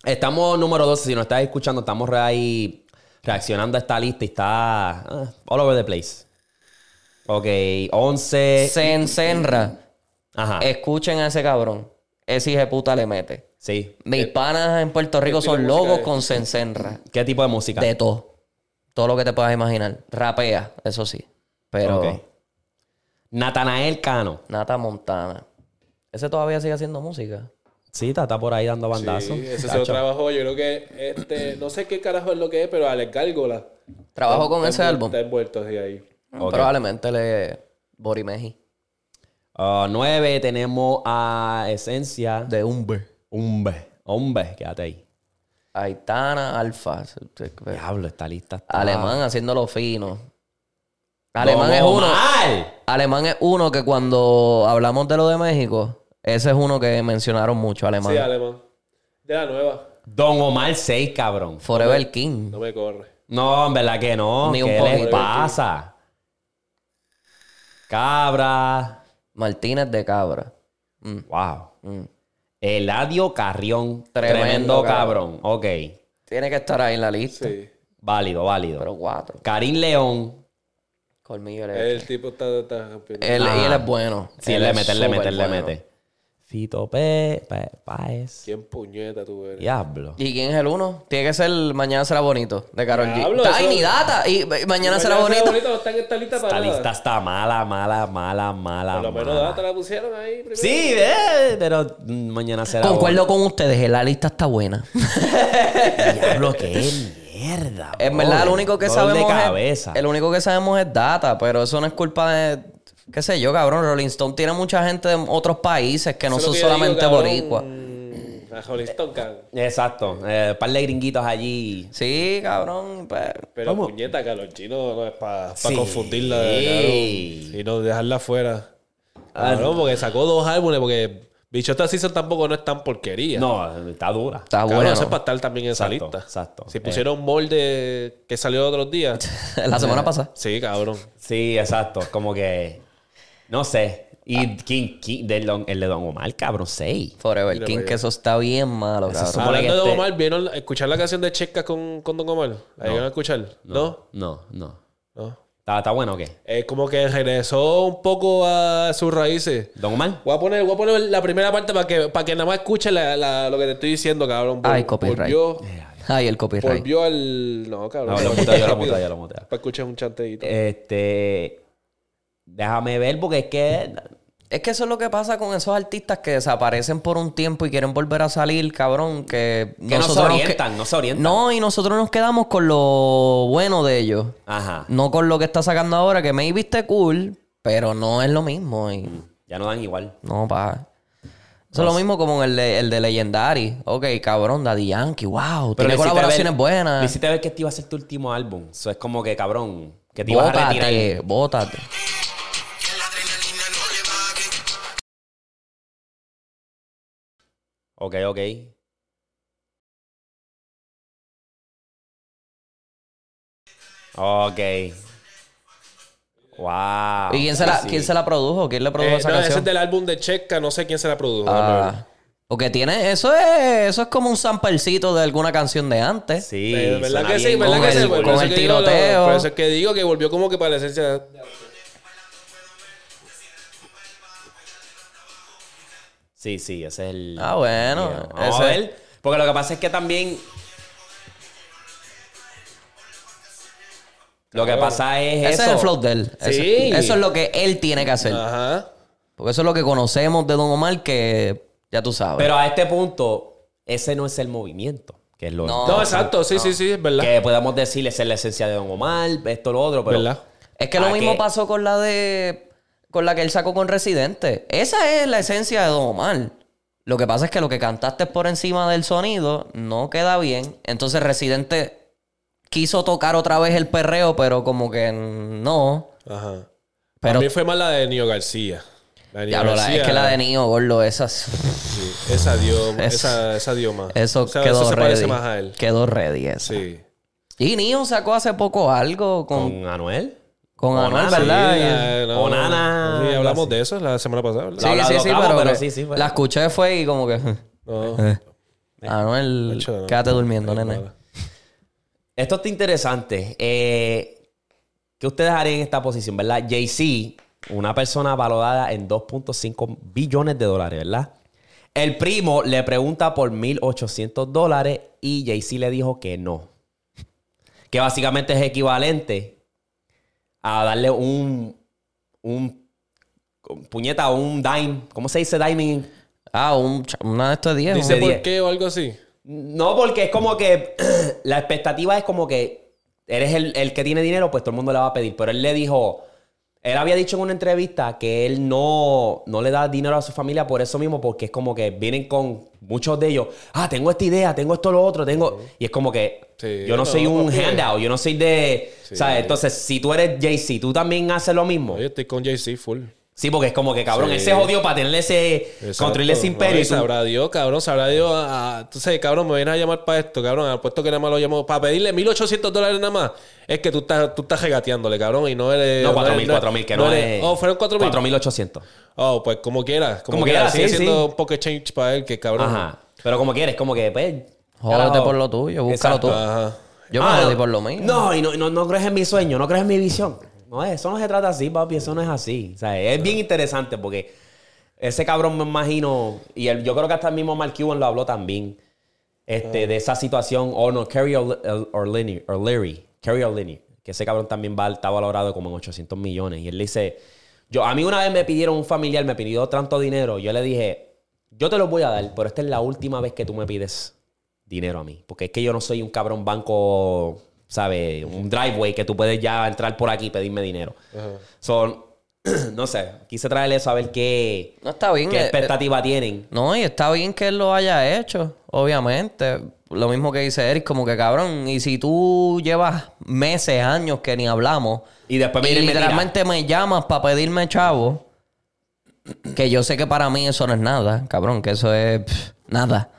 Speaker 1: Estamos número 12. Si nos estás escuchando, estamos re ahí reaccionando a esta lista y está ah, all over the place. Ok, 11.
Speaker 2: Se encenra.
Speaker 1: Ajá.
Speaker 2: Escuchen a ese cabrón. Ese hijo de puta le mete.
Speaker 1: Sí.
Speaker 2: Mis panas en Puerto Rico
Speaker 3: tipo Eh,
Speaker 2: son
Speaker 3: de música
Speaker 2: locos
Speaker 3: es?
Speaker 2: con Sensenra.
Speaker 1: ¿Qué tipo de música?
Speaker 2: De todo. Todo lo que te puedas imaginar. Rapea, eso sí. Pero
Speaker 1: Ok. Natanael Cano.
Speaker 2: Nata Montana. Ese todavía sigue haciendo música.
Speaker 1: Sí, está, está por ahí dando bandazos.
Speaker 3: Sí, ese es el trabajo. Yo creo que este, no sé qué carajo es lo que es, pero Alex Gárgola.
Speaker 2: Trabajó con ese
Speaker 3: Está envuelto-
Speaker 2: álbum.
Speaker 3: Está envuelto sí, ahí.
Speaker 2: Probablemente le Borimeji.
Speaker 1: 9. Ah, Tenemos a Esencia.
Speaker 2: De Umber.
Speaker 1: Hombre. Hombre, quédate ahí.
Speaker 2: Aitana Alfa.
Speaker 1: Diablo, esta lista está.
Speaker 2: Alemán
Speaker 3: Ah.
Speaker 2: haciéndolo fino.
Speaker 1: No,
Speaker 2: Alemán es uno.
Speaker 1: mal.
Speaker 2: Alemán es uno que cuando hablamos de lo de México, ese es uno que mencionaron mucho, Alemán.
Speaker 3: Sí, alemán. De la nueva.
Speaker 1: Don Omar 6, cabrón.
Speaker 2: Forever King.
Speaker 3: No me corre.
Speaker 1: No, en verdad que no.
Speaker 2: Ni un
Speaker 1: ¿Qué
Speaker 2: poco.
Speaker 1: les pasa? Cabra.
Speaker 2: Martínez de Cabra. Mm,
Speaker 1: Wow.
Speaker 2: mm.
Speaker 1: Eladio Carrión. Tremendo,
Speaker 2: Tremendo
Speaker 1: cabrón. Ok.
Speaker 2: Tiene que estar ahí en la lista.
Speaker 3: Sí.
Speaker 1: Válido, válido.
Speaker 2: Pero cuatro.
Speaker 1: Karim León.
Speaker 2: Colmillo le...
Speaker 3: El tipo está, está rompiendo.
Speaker 2: él,
Speaker 1: Ajá.
Speaker 2: y él es bueno.
Speaker 1: Sí, le
Speaker 2: es
Speaker 1: mete, le mete,
Speaker 2: súper
Speaker 1: le
Speaker 2: bueno.
Speaker 1: mete. Fito Pe, Pe- Páez.
Speaker 3: ¿Quién puñeta tú eres?
Speaker 1: Diablo.
Speaker 2: ¿Y quién es el uno? Tiene que ser Mañana será bonito de Carol
Speaker 3: Diablo,
Speaker 2: G. Tiny
Speaker 3: eso-
Speaker 2: Data. Y, y mañana, será bonito.
Speaker 3: No está en esta lista para
Speaker 1: Esta
Speaker 3: nada.
Speaker 1: lista está mala, mala, mala, mala.
Speaker 3: Por lo menos
Speaker 1: mala.
Speaker 3: data la pusieron ahí primero.
Speaker 1: Sí, eh, pero mm, mañana será.
Speaker 2: Concuerdo con ustedes, eh, la lista está buena.
Speaker 1: otro. Diablo, qué mierda.
Speaker 2: En verdad,
Speaker 1: brother.
Speaker 2: el único que
Speaker 1: Dolor
Speaker 2: sabemos
Speaker 1: de
Speaker 2: es-
Speaker 1: cabeza.
Speaker 2: el único que sabemos es data, pero eso no es culpa de Qué sé yo, cabrón. Rolling Stone tiene mucha gente de otros países que no
Speaker 3: Eso
Speaker 2: son
Speaker 3: es lo que yo
Speaker 2: solamente
Speaker 3: digo,
Speaker 2: boricuas.
Speaker 3: cabrón. La Rolling Stone, cabrón.
Speaker 1: Exacto. Eh, un par de gringuitos allí.
Speaker 2: Sí, cabrón. pues,
Speaker 3: Pero puñeta, que a los chinos no es para
Speaker 1: Sí.
Speaker 3: confundirla, cabrón. Y no dejarla fuera. Cabrón, porque sacó dos álbumes, porque bicho esta season tampoco no es tan porquería.
Speaker 1: No, está dura.
Speaker 2: está
Speaker 3: Cabrón,
Speaker 2: bueno.
Speaker 3: eso es para estar también en esa
Speaker 1: Exacto,
Speaker 3: lista.
Speaker 1: exacto.
Speaker 3: Si pusieron un molde que salió otros días.
Speaker 2: La semana pasada.
Speaker 3: sí, cabrón.
Speaker 1: Sí, exacto. Como que. No sé. Y King, King- del Don- el de Don Omar, cabrón, 6.
Speaker 2: Forever King, que eso está bien malo,
Speaker 1: Eso
Speaker 2: cabrón.
Speaker 1: Supone que
Speaker 3: Hablando de Don
Speaker 1: este-
Speaker 3: Omar, ¿vieron la- escuchar la canción de Checa con, con Don Omar? ¿La llegaron a escuchar? ¿No?
Speaker 1: No, no.
Speaker 3: No.
Speaker 1: ¿Está, está bueno o qué?
Speaker 3: Es Eh, como que regresó un poco a sus raíces.
Speaker 1: Don Omar.
Speaker 3: Voy a poner, voy a poner la primera parte para que, para que nada más escuche la- la- lo que te estoy diciendo, cabrón. Vol-
Speaker 2: Ay, copyright. Eh,
Speaker 3: Volvió,
Speaker 2: Ay, el copyright.
Speaker 3: volvió al. No, cabrón.
Speaker 1: No, lo muteo, yo lo muteo, yo lo muteo.
Speaker 3: Para escuchar un
Speaker 2: Eh,
Speaker 3: chanteíto. Eh,
Speaker 1: Este. Déjame ver porque es que.
Speaker 2: Es que eso es lo que pasa con esos artistas que desaparecen por un tiempo y quieren volver a salir, cabrón. Que,
Speaker 1: Que no se
Speaker 2: nos que-
Speaker 1: orientan, no se orientan.
Speaker 2: No, y nosotros nos quedamos con lo bueno de ellos.
Speaker 1: Ajá.
Speaker 2: No con lo que está sacando ahora, que maybe esté cool, pero no es lo mismo. Y
Speaker 1: Ya no dan igual.
Speaker 2: no, pa. Eso es lo mismo como el de, el de Legendary. Ok, cabrón, Daddy Yankee, wow.
Speaker 1: Pero
Speaker 2: tiene
Speaker 1: me hiciste ver-
Speaker 2: colaboraciones
Speaker 1: Me
Speaker 2: buenas.
Speaker 1: hiciste ver que este iba a ser tu último álbum. Eso es como que, cabrón, que te ibas a retirar.
Speaker 2: Bótate, bótate.
Speaker 1: Ok, ok. Ok. Wow.
Speaker 2: ¿Y quién se,
Speaker 1: Pues
Speaker 2: la, quién se la produjo? ¿Quién le produjo
Speaker 3: Eh,
Speaker 2: esa
Speaker 3: no, ese es
Speaker 2: canción?
Speaker 3: del álbum de Checa, no sé quién se la produjo.
Speaker 2: Ah, porque tiene... Eso es, eso es como un samplecito de alguna canción de antes.
Speaker 1: Sí,
Speaker 3: no, no. Eh, ¿Verdad
Speaker 1: suena
Speaker 3: que sí?
Speaker 1: bien.
Speaker 3: ¿Verdad
Speaker 2: Con
Speaker 3: que
Speaker 2: el-
Speaker 3: sí? Por
Speaker 2: con
Speaker 3: eso
Speaker 2: el
Speaker 3: que digo, lo-
Speaker 2: tiroteo.
Speaker 3: Por eso es que digo que volvió como que para la esencia.
Speaker 1: Sí, sí, ese es el...
Speaker 2: Ah, bueno,
Speaker 1: Yeah. Vamos
Speaker 2: ese-
Speaker 1: a ver. Porque lo que pasa es que también... Lo que pasa es
Speaker 2: Ese
Speaker 1: eso. Ah.
Speaker 2: es el flow de él. Ese-
Speaker 3: Sí.
Speaker 2: eso es lo que él tiene que hacer.
Speaker 3: Ajá.
Speaker 2: Porque eso es lo que conocemos de Don Omar, que ya tú sabes.
Speaker 1: Pero a este punto, ese no es el movimiento. Que es lo
Speaker 2: Ah, No.
Speaker 3: No, exacto, sí, sí, sí, es verdad.
Speaker 1: Que podamos decir, esa es la esencia de Don Omar, esto, lo otro, pero...
Speaker 3: ¿Verdad?
Speaker 2: es que lo
Speaker 1: ¿a
Speaker 2: mismo
Speaker 1: qué?
Speaker 2: pasó con la de. con la que él sacó con Residente. Esa es la esencia de Don Omar. Lo que pasa es que lo que cantaste por encima del sonido no queda bien. Entonces Residente quiso tocar otra vez el perreo, pero como que no.
Speaker 3: Ajá.
Speaker 2: Pero-
Speaker 3: Pero... También fue más la de Nio García. La de Nio
Speaker 2: Diablo, la- es que la de Nio, gordo, esas.
Speaker 3: Sí, esa dio,
Speaker 2: Es-
Speaker 3: esa, esa dio más.
Speaker 2: Eso
Speaker 3: O sea,
Speaker 2: quedó
Speaker 3: eso se
Speaker 2: ready.
Speaker 3: parece más a él.
Speaker 2: Quedó ready esa.
Speaker 3: Sí.
Speaker 2: Y Nio sacó hace poco algo con,
Speaker 1: ¿Con Anuel?
Speaker 2: con, Anuel,
Speaker 1: Onana,
Speaker 2: ¿verdad? oh,
Speaker 3: Sí,
Speaker 2: Y-
Speaker 3: la- no,
Speaker 1: Onana,
Speaker 3: Sí,
Speaker 1: algo
Speaker 3: hablamos
Speaker 1: así.
Speaker 3: de eso la semana pasada, ¿verdad?
Speaker 2: Sí,
Speaker 1: La- la-
Speaker 2: sí,
Speaker 1: lo
Speaker 2: sí,
Speaker 1: tocamos,
Speaker 2: pero,
Speaker 1: pero
Speaker 2: que
Speaker 1: sí, sí, fue.
Speaker 2: la escuché fue y como que...
Speaker 3: No.
Speaker 2: Anuel,
Speaker 3: Ocho, no.
Speaker 2: Eh, Ah, quédate durmiendo,
Speaker 3: Ay,
Speaker 2: nene.
Speaker 3: mala.
Speaker 1: Esto está interesante. Eh, ¿Qué ustedes harían en esta posición, verdad? Jay-Z, una persona valorada en 2.5 billones de dólares, ¿verdad? El primo le pregunta por 1.800 dólares y Jay-Z le dijo que no. Que básicamente es equivalente a darle un, un, un puñeta, un dime. ¿Cómo se dice dime?
Speaker 2: Ah, un, cha- una de estos 10.
Speaker 1: Dice-
Speaker 3: ¿Por
Speaker 1: diez.
Speaker 3: qué o algo así?
Speaker 1: No, porque es como que la expectativa es como que eres el, el que tiene dinero, pues todo el mundo le va a pedir. Pero él le dijo, él había dicho en una entrevista que él no, no le da dinero a su familia por eso mismo, porque es como que vienen con muchos de ellos, ah, tengo esta idea, tengo esto, lo otro, tengo... Y es como que
Speaker 3: Sí,
Speaker 1: yo no,
Speaker 3: no,
Speaker 1: soy un
Speaker 3: papi.
Speaker 1: handout, yo no soy de...
Speaker 3: Sí.
Speaker 1: ¿sabes? Entonces, si tú eres Jay-Z, tú también haces lo mismo.
Speaker 3: No, yo estoy con Jay-Z full.
Speaker 1: Sí, porque es como que, cabrón,
Speaker 3: Sí.
Speaker 1: él se jodió para tener ese...
Speaker 3: Exacto.
Speaker 1: Construir ese imperio.
Speaker 3: No,
Speaker 1: y
Speaker 3: y
Speaker 1: tú-
Speaker 3: sabrá Dios, cabrón, sabrá Dios. a- a- tú sabes, cabrón, me vienes a llamar para esto, cabrón. Apuesto que nada más lo llamo. Para pedirle 1.800 dólares nada más. Es que tú estás, tú estás regateándole, cabrón. Y no eres.
Speaker 1: No, 4.000,
Speaker 3: eres- no-
Speaker 1: 4.000, que no,
Speaker 3: eres-
Speaker 1: es...
Speaker 3: Oh, fueron 4.000.
Speaker 1: 4.800.
Speaker 3: Oh, pues como quieras. Como,
Speaker 1: Como
Speaker 3: quieras.
Speaker 1: quiera,
Speaker 3: Sigue
Speaker 1: sí,
Speaker 3: siendo
Speaker 1: sí.
Speaker 3: un pocket change para él, que cabrón.
Speaker 1: Ajá. Pero como quieres, como que, pues.
Speaker 2: Jódete
Speaker 1: carajo.
Speaker 2: por lo tuyo, búscalo
Speaker 1: Exacto.
Speaker 2: tú.
Speaker 3: Ajá.
Speaker 2: Yo me
Speaker 1: Ah,
Speaker 2: jodí por lo mío.
Speaker 1: No, y no, no, no crees en mi sueño, no crees en mi visión. No, eso no se trata así, papi, eso no es así. O sea, es bien interesante porque ese cabrón me imagino, y él- yo creo que hasta el mismo Mark Cuban lo habló también, este, de esa situación, o no, Kerry O'Leary, O'Leary, Kerry O'Leary, que ese cabrón también va, está valorado como en 800 millones. Y él le dice, yo, a mí una vez me pidieron un familiar, me pidió tanto dinero, yo le dije, yo te lo voy a dar, pero esta es la última vez que tú me pides dinero a mí. Porque es que yo no soy un cabrón banco, ¿sabes? Un driveway que tú puedes ya entrar por aquí y pedirme dinero. So, no sé, quise traerle eso a ver qué,
Speaker 2: No está bien.
Speaker 1: qué
Speaker 2: eh, eh,
Speaker 1: expectativa tienen.
Speaker 2: No, y está bien que él lo haya hecho, obviamente. Lo mismo que dice Eric, como que cabrón, y si tú llevas meses, años que ni hablamos,
Speaker 1: Y después me
Speaker 2: y
Speaker 1: vienen y me tiran.
Speaker 2: literalmente me llamas para pedirme chavo, que yo sé que para mí eso no es nada, cabrón, que eso es pff, nada.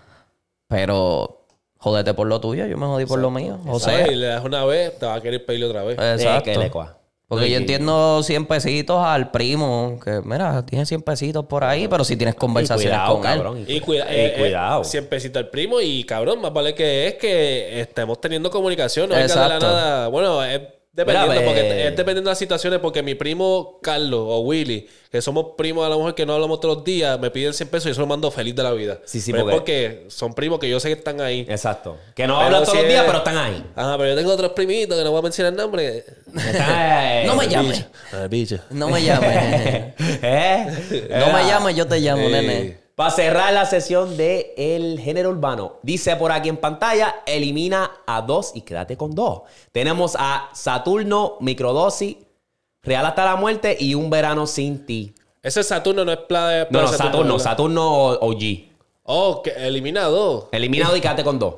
Speaker 2: Pero jódete por lo tuyo, yo me jodí por lo mío. O sea,
Speaker 3: ¿Sabes? Y le das una vez, te va a querer pedirle otra vez.
Speaker 1: Eh,
Speaker 2: exacto.
Speaker 1: que le cua.
Speaker 2: Porque yo
Speaker 1: Sí.
Speaker 2: entiendo 100 pesitos al primo, que mira, tienes 100 pesitos por ahí, pero si tienes conversaciones
Speaker 1: cuidado,
Speaker 2: con él.
Speaker 1: cabrón.
Speaker 3: Y cuida-
Speaker 1: Ey,
Speaker 3: eh, eh,
Speaker 1: cuidado.
Speaker 3: siempre cita al primo y cabrón, más vale que es que estemos teniendo comunicación. No venga de la
Speaker 2: Exacto.
Speaker 3: nada. Bueno, es dependiendo,
Speaker 1: Mira,
Speaker 3: porque
Speaker 1: eh,
Speaker 3: es dependiendo de las situaciones, porque mi primo Carlos o Willy, que somos primos a lo mejor que no hablamos todos los días, me piden 100 pesos y yo se lo mando feliz de la vida.
Speaker 1: Sí, sí,
Speaker 3: Pero es
Speaker 1: porque-
Speaker 3: porque son primos que yo sé que están ahí.
Speaker 1: Exacto. Que no
Speaker 3: Pero
Speaker 1: hablan todos
Speaker 3: si
Speaker 1: los días,
Speaker 3: es-
Speaker 1: pero están ahí.
Speaker 3: Ajá, pero yo tengo otros primitos que no voy a mencionar el nombre.
Speaker 1: Están-
Speaker 2: No me
Speaker 1: Eh,
Speaker 2: llames.
Speaker 3: Ah, bicho.
Speaker 2: No me llames.
Speaker 1: ¿Eh?
Speaker 2: No me
Speaker 1: Era.
Speaker 2: llames, yo te llamo,
Speaker 3: Sí.
Speaker 2: nene.
Speaker 1: Para cerrar la sesión de el género urbano, dice por aquí en pantalla, elimina a dos y quédate con dos. Tenemos a Saturno, Microdosis, Real hasta la muerte y Un verano sin ti.
Speaker 3: Ese Saturno no es playa.
Speaker 1: No, no, Saturno, Saturno o OG.
Speaker 3: Oh, que eliminado.
Speaker 1: Eliminado y quédate con dos.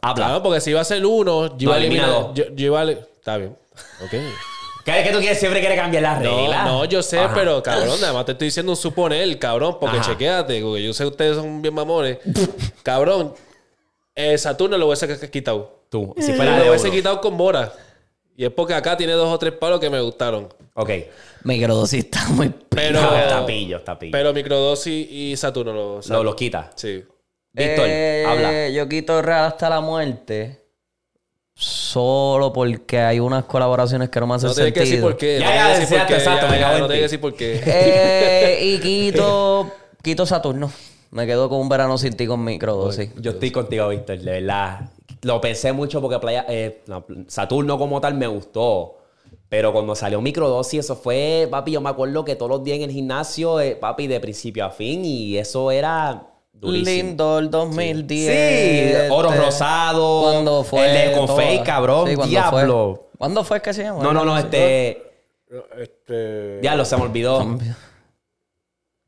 Speaker 1: Habla.
Speaker 3: Claro, porque si iba a ser uno, yo iba a
Speaker 1: elimina
Speaker 3: eliminar.
Speaker 1: dos.
Speaker 3: Yo, yo iba a. eli- Está bien. Ok.
Speaker 1: ¿Qué es que tú quieres? Siempre quieres cambiar las
Speaker 3: No,
Speaker 1: reglas.
Speaker 3: no, yo sé,
Speaker 1: Ajá.
Speaker 3: pero cabrón, nada más te estoy diciendo un suponer, cabrón, porque
Speaker 1: Ajá.
Speaker 3: chequéate, porque yo sé que ustedes son bien mamones. cabrón, eh, Saturno lo hubiese qu- quitado.
Speaker 1: Tú, si
Speaker 3: Pero
Speaker 1: fuera
Speaker 3: lo
Speaker 1: de
Speaker 3: hubiese
Speaker 1: uno.
Speaker 3: quitado con Bora. Y es porque acá tiene dos o tres palos que me gustaron.
Speaker 1: Ok.
Speaker 2: Microdosis está muy p-
Speaker 3: Pero.
Speaker 1: No, está pillo, está pillo.
Speaker 3: Pero Microdosis y Saturno lo.
Speaker 1: Lo, los quita.
Speaker 3: Sí.
Speaker 1: Víctor,
Speaker 2: Eh,
Speaker 1: habla.
Speaker 2: Yo quito Real hasta la muerte. Solo porque hay unas colaboraciones que no me hacen
Speaker 3: No tienes
Speaker 2: sentido.
Speaker 3: que decir por qué.
Speaker 1: Ya,
Speaker 3: no tienes
Speaker 1: ya,
Speaker 3: que decir por
Speaker 1: exacto,
Speaker 3: qué,
Speaker 1: exacto,
Speaker 3: ya,
Speaker 1: me
Speaker 3: ya,
Speaker 1: cago en
Speaker 3: No
Speaker 1: ti.
Speaker 3: tienes que decir por qué.
Speaker 2: Eh, y quito, quito Saturno. Me quedo con un verano sin ti con microdosis.
Speaker 1: Yo estoy contigo, Víctor, de verdad. Lo pensé mucho porque Playa- eh, no, Saturno como tal me gustó. Pero cuando salió microdosis, eso fue, papi, yo me acuerdo que todos los días en el gimnasio, eh, papi, de principio a fin, y eso era durísimo.
Speaker 2: Lindo el
Speaker 1: Sí,
Speaker 2: 2010.
Speaker 1: oro
Speaker 2: este,
Speaker 1: rosado.
Speaker 2: Cuando fue.
Speaker 1: El de con
Speaker 2: toda-
Speaker 1: fake, cabrón.
Speaker 2: Sí, cuando
Speaker 1: diablo.
Speaker 2: fue. ¿Cuándo fue que se llamó?
Speaker 1: No, no, no, este.
Speaker 3: Este.
Speaker 1: Diablo, se me olvidó.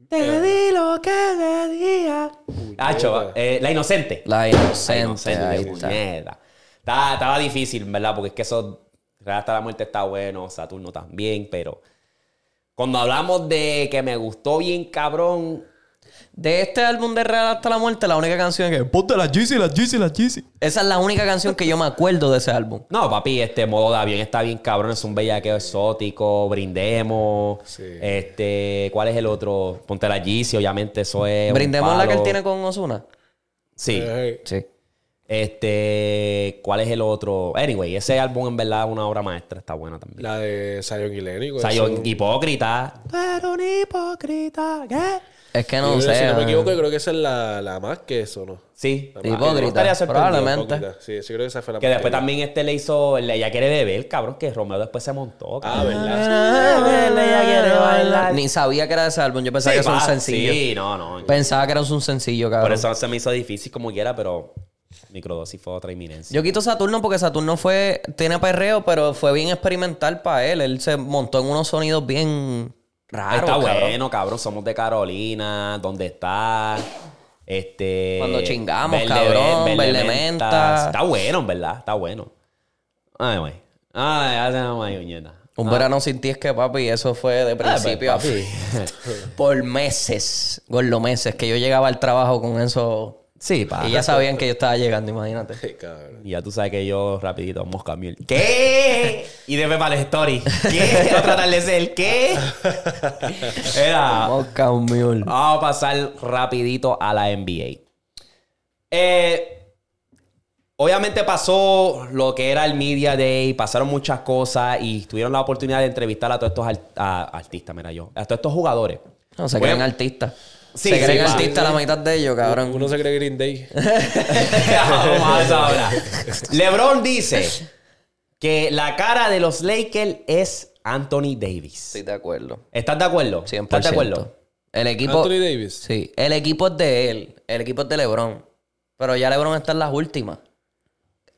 Speaker 1: Te di lo que me día. Hacho, eh, la inocente.
Speaker 2: La
Speaker 1: Ay,
Speaker 2: inocente.
Speaker 1: no sé,
Speaker 2: ahí
Speaker 1: Dios,
Speaker 2: está.
Speaker 1: puñeta. Estaba, estaba difícil, ¿verdad? Porque es que eso. Real hasta la muerte está bueno, Saturno también, pero. Cuando hablamos de que me gustó bien, cabrón.
Speaker 2: De este álbum de Real hasta la muerte, la única canción que. Ponte la Jeezy, la Jeezy, la Jeezy. Esa es la única canción que yo me acuerdo de ese álbum.
Speaker 1: No, papi, este modo de avión está bien cabrón, es un bellaqueo exótico, brindemos.
Speaker 3: Sí.
Speaker 1: Este, ¿cuál es el otro? Ponte la Yeezy, obviamente, eso es. un
Speaker 2: Brindemos la que él
Speaker 1: palo.
Speaker 2: tiene con Osuna.
Speaker 1: Sí.
Speaker 3: Eh,
Speaker 2: Sí.
Speaker 1: Este, ¿cuál es el otro? Anyway, ese álbum en verdad es una obra maestra, está buena también.
Speaker 3: La de Zion y Lenny. güey.
Speaker 1: O sea, yo,
Speaker 3: Son-
Speaker 1: hipócrita. Tú eres un hipócrita, ¿qué?
Speaker 2: Es que
Speaker 3: yo
Speaker 2: no
Speaker 3: creo que
Speaker 2: sé.
Speaker 3: Si no me
Speaker 2: eh.
Speaker 3: equivoco, yo creo que esa es la, la más que eso, ¿no?
Speaker 1: Sí,
Speaker 3: Ah,
Speaker 1: Me
Speaker 2: Hipócrita.
Speaker 1: gustaría sorprendido.
Speaker 2: Probablemente.
Speaker 3: Hipócrita. Sí, sí creo que esa fue la
Speaker 1: Que
Speaker 3: más
Speaker 1: después
Speaker 3: yo-
Speaker 1: también este le hizo, le- ella quiere beber, cabrón, que Romeo después se montó.
Speaker 3: Ah,
Speaker 1: cabrón.
Speaker 3: ¿verdad?
Speaker 2: Ni sabía que era de ese álbum. Yo pensaba que era un
Speaker 1: va,
Speaker 2: sencillo.
Speaker 1: Ah, Sí, no, no.
Speaker 2: Pensaba que era un sencillo, cabrón.
Speaker 1: Por eso se me hizo difícil como quiera, pero microdosis fue otra inminencia.
Speaker 2: Yo quito Saturno porque Saturno fue. Tiene perreo, pero fue bien experimental para él. Él se montó en unos sonidos bien raros.
Speaker 1: está
Speaker 2: cabrón.
Speaker 1: bueno, cabrón. Somos de Carolina, ¿dónde está? Este.
Speaker 2: Cuando chingamos, cabrón, verde menta.
Speaker 1: Está bueno, en verdad, está bueno. Ay, güey. Ay, ya se llama Yuñeta.
Speaker 2: Un verano sin ti es que, papi, eso fue
Speaker 1: Ah,
Speaker 2: de
Speaker 1: pues,
Speaker 2: principio a fin. Por meses, gordo, meses, que yo llegaba al trabajo con eso.
Speaker 1: Sí, pa.
Speaker 2: Y ya sabían
Speaker 1: pues.
Speaker 2: que yo estaba llegando, imagínate.
Speaker 3: Sí, cabrón.
Speaker 1: Y ya tú sabes que yo rapidito mosca miel. ¿Qué? Y después para el story. ¿Qué? No tratar de ser ¿qué? Era.
Speaker 2: Mosca, un mule.
Speaker 1: Vamos a pasar rapidito a la NBA. Eh, obviamente pasó lo que era el Media Day, pasaron muchas cosas y tuvieron la oportunidad de entrevistar a todos estos ar- a- artistas, mira yo, a todos estos jugadores.
Speaker 2: No, se
Speaker 1: Voy a-
Speaker 2: creen artistas.
Speaker 1: Sí,
Speaker 2: se creen
Speaker 1: sí,
Speaker 2: artistas la mitad de ellos, cabrón.
Speaker 3: Uno se cree Green Day.
Speaker 1: Vamos a eso ahora. LeBron dice que la cara de los Lakers es Anthony Davis.
Speaker 2: Sí, de acuerdo.
Speaker 1: ¿Estás de acuerdo?
Speaker 2: 100%.
Speaker 1: ¿Estás de acuerdo?
Speaker 2: El equipo.
Speaker 3: Anthony Davis.
Speaker 2: Sí, el equipo es de él. El equipo es de LeBron. Pero ya LeBron está en las últimas.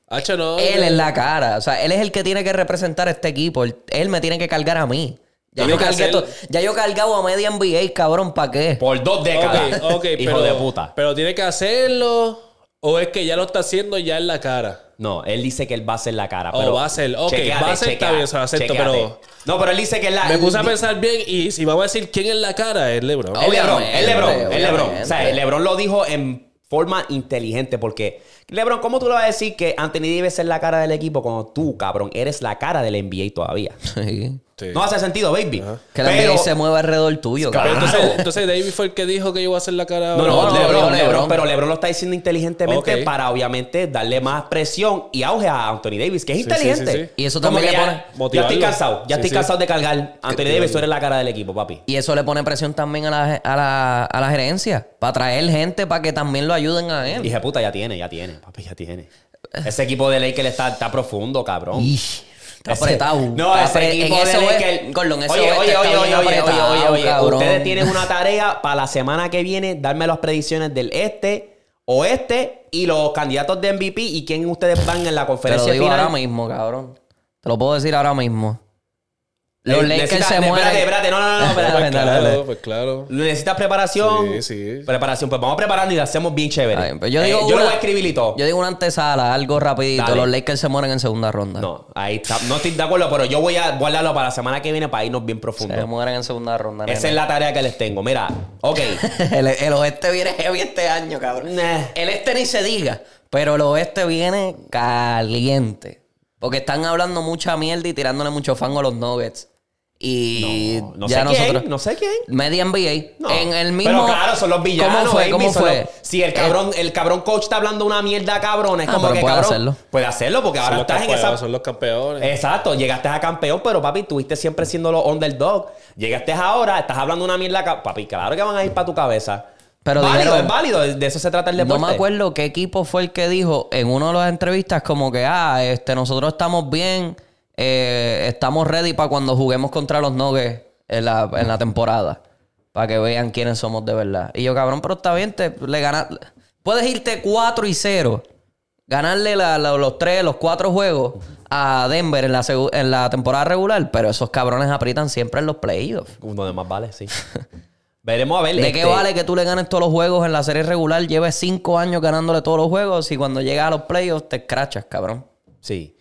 Speaker 3: Hacho, no.
Speaker 2: Él es la cara. O sea, él es el que tiene que representar a este equipo. Él, él me tiene que cargar a mí. Ya
Speaker 3: Tiene
Speaker 2: yo,
Speaker 3: que
Speaker 2: cargué
Speaker 3: hacer-
Speaker 2: to- ya yo cargado a media NBA, cabrón, ¿para qué?
Speaker 1: Por dos décadas.
Speaker 3: Ok, ok,
Speaker 1: hijo
Speaker 3: pero,
Speaker 1: de puta.
Speaker 3: Pero tiene que hacerlo. O es que ya lo está haciendo ya en la cara.
Speaker 1: No, él dice que él va a hacer la cara.
Speaker 3: Oh,
Speaker 1: Pero
Speaker 3: va a hacer, ok,
Speaker 1: Chequéate,
Speaker 3: va a hacer, está
Speaker 1: chequéate,
Speaker 3: bien, se lo acepto,
Speaker 1: chequéate.
Speaker 3: pero-
Speaker 1: No, pero él dice que la.
Speaker 3: Me puse a pensar bien y si vamos a decir quién es la cara, es LeBron.
Speaker 2: Ah,
Speaker 1: El Lebron,
Speaker 2: Obviamente,
Speaker 1: el Lebron, el Lebron.
Speaker 2: obviamente.
Speaker 1: O sea, el Lebron lo dijo en forma inteligente porque... Lebron, ¿cómo tú le vas a decir que Anthony Davis es la cara del equipo cuando tú, cabrón, eres la cara del NBA todavía?
Speaker 2: Sí.
Speaker 3: Sí.
Speaker 1: No hace sentido, baby.
Speaker 2: Que la NBA se mueva alrededor tuyo,
Speaker 1: Claro.
Speaker 3: Pero
Speaker 2: cabrón.
Speaker 3: entonces, entonces David fue el que dijo que yo iba a hacer la cara.
Speaker 1: No, no,
Speaker 2: No,
Speaker 1: Lebron,
Speaker 2: no, dijo
Speaker 1: Lebron,
Speaker 2: Lebron.
Speaker 1: pero Lebron lo está diciendo inteligentemente
Speaker 3: Ok.
Speaker 1: para obviamente darle más presión y auge a Anthony Davis, que es
Speaker 3: sí,
Speaker 1: inteligente.
Speaker 3: sí, sí.
Speaker 2: Y eso
Speaker 1: Como
Speaker 2: también
Speaker 1: que
Speaker 2: le
Speaker 1: ya-
Speaker 3: pone-
Speaker 1: Ya estoy
Speaker 3: motivarlo.
Speaker 1: cansado, ya
Speaker 3: Sí,
Speaker 1: estoy
Speaker 3: sí.
Speaker 1: cansado de cargar. Anthony Davis, tú eres la cara del equipo, papi.
Speaker 2: Y eso le pone presión también a la, a la, a la gerencia. Para traer gente para que también lo ayuden a él.
Speaker 1: Dije, puta, ya tiene, ya tiene, papi, ya tiene. Ese equipo de Lakers está, está profundo, cabrón.
Speaker 2: Ish, Está
Speaker 1: Ese-
Speaker 2: apretado.
Speaker 1: No, ese
Speaker 2: Está apre-
Speaker 1: equipo
Speaker 2: en
Speaker 1: de
Speaker 2: eso es-
Speaker 1: Lakers.
Speaker 2: Gordon, eso
Speaker 1: oye,
Speaker 2: oeste
Speaker 1: oye,
Speaker 2: está
Speaker 1: oye,
Speaker 2: bien
Speaker 1: oye, oye,
Speaker 2: apretado,
Speaker 1: oye, oye,
Speaker 2: cabrón.
Speaker 1: Ustedes tienen una tarea para la semana que viene, darme las predicciones del este, oeste y los candidatos de MVP y quién ustedes van en la
Speaker 2: Te lo
Speaker 1: conferencia
Speaker 2: digo
Speaker 1: final.
Speaker 2: ahora mismo, cabrón. Te lo puedo decir ahora mismo. Los
Speaker 1: Eh,
Speaker 2: Lakers
Speaker 1: necesita-
Speaker 2: se mueren.
Speaker 1: Espérate, espérate, no, no, no,
Speaker 2: Dale,
Speaker 1: espérate.
Speaker 3: Pues
Speaker 2: dale, dale.
Speaker 3: claro, pues claro.
Speaker 1: Necesitas preparación.
Speaker 3: Sí, sí.
Speaker 1: Preparación, pues vamos preparando y la hacemos bien chévere.
Speaker 2: Ay, pero pues yo
Speaker 1: Eh,
Speaker 2: digo
Speaker 1: yo
Speaker 2: una-
Speaker 1: lo voy a escribir y todo.
Speaker 2: Yo digo una antesala, algo rapidito.
Speaker 1: Dale.
Speaker 2: Los Lakers se mueren en segunda ronda.
Speaker 1: No, ahí está. No estoy de acuerdo, pero yo voy a guardarlo para la semana que viene para irnos bien profundo.
Speaker 2: Se mueren en segunda ronda.
Speaker 1: Esa es
Speaker 2: nene.
Speaker 1: la tarea que les tengo. Mira, ok.
Speaker 2: el, el oeste viene heavy este año, cabrón.
Speaker 1: Nah.
Speaker 2: El este ni se diga, pero el oeste viene caliente. Porque están hablando mucha mierda y tirándole mucho fango a los Nuggets. Y
Speaker 1: No, no sé
Speaker 2: ya nosotros.
Speaker 1: quién, no sé quién.
Speaker 2: Media NBA.
Speaker 1: No.
Speaker 2: En el mismo.
Speaker 1: Pero claro, son los villanos.
Speaker 2: ¿Cómo fue?
Speaker 1: baby,
Speaker 2: ¿Cómo
Speaker 1: son
Speaker 2: fue? Eh,
Speaker 1: los- si el cabrón, el cabrón coach está hablando una mierda, cabrón, es
Speaker 2: Ah,
Speaker 1: como
Speaker 2: pero
Speaker 1: que
Speaker 2: puede
Speaker 1: cabrón.
Speaker 2: hacerlo.
Speaker 1: Puede hacerlo, porque
Speaker 3: son,
Speaker 1: ahora
Speaker 3: los
Speaker 1: estás en
Speaker 3: campeones,
Speaker 1: esa. Eh,
Speaker 3: son los campeones.
Speaker 1: Exacto, llegaste a campeón, pero papi, estuviste siempre siendo los underdog. Llegaste ahora, estás hablando una mierda, ca- papi, claro que van a ir para tu cabeza.
Speaker 2: Pero
Speaker 1: válido,
Speaker 2: dijeron-
Speaker 1: es válido, de eso se trata el deporte.
Speaker 2: No me acuerdo qué equipo fue el que dijo en una de las entrevistas como que, ah, este, nosotros estamos bien, eh, estamos ready para cuando juguemos contra los Nuggets en la, en la temporada. Para que vean quiénes somos de verdad. Y yo, cabrón, pero está bien, te, le ganas... Puedes irte 4 y 0, ganarle la- la- los 3, los 4 juegos a Denver en la, segu- en la temporada regular, pero esos cabrones aprietan siempre en los playoffs.
Speaker 1: Uno de más vale, sí. Veremos a ver.
Speaker 2: ¿De
Speaker 1: este,
Speaker 2: qué vale que tú le ganes todos los juegos en la serie regular? Lleves cinco años ganándole todos los juegos y cuando llegas a los playoffs te escrachas, cabrón.
Speaker 1: Sí.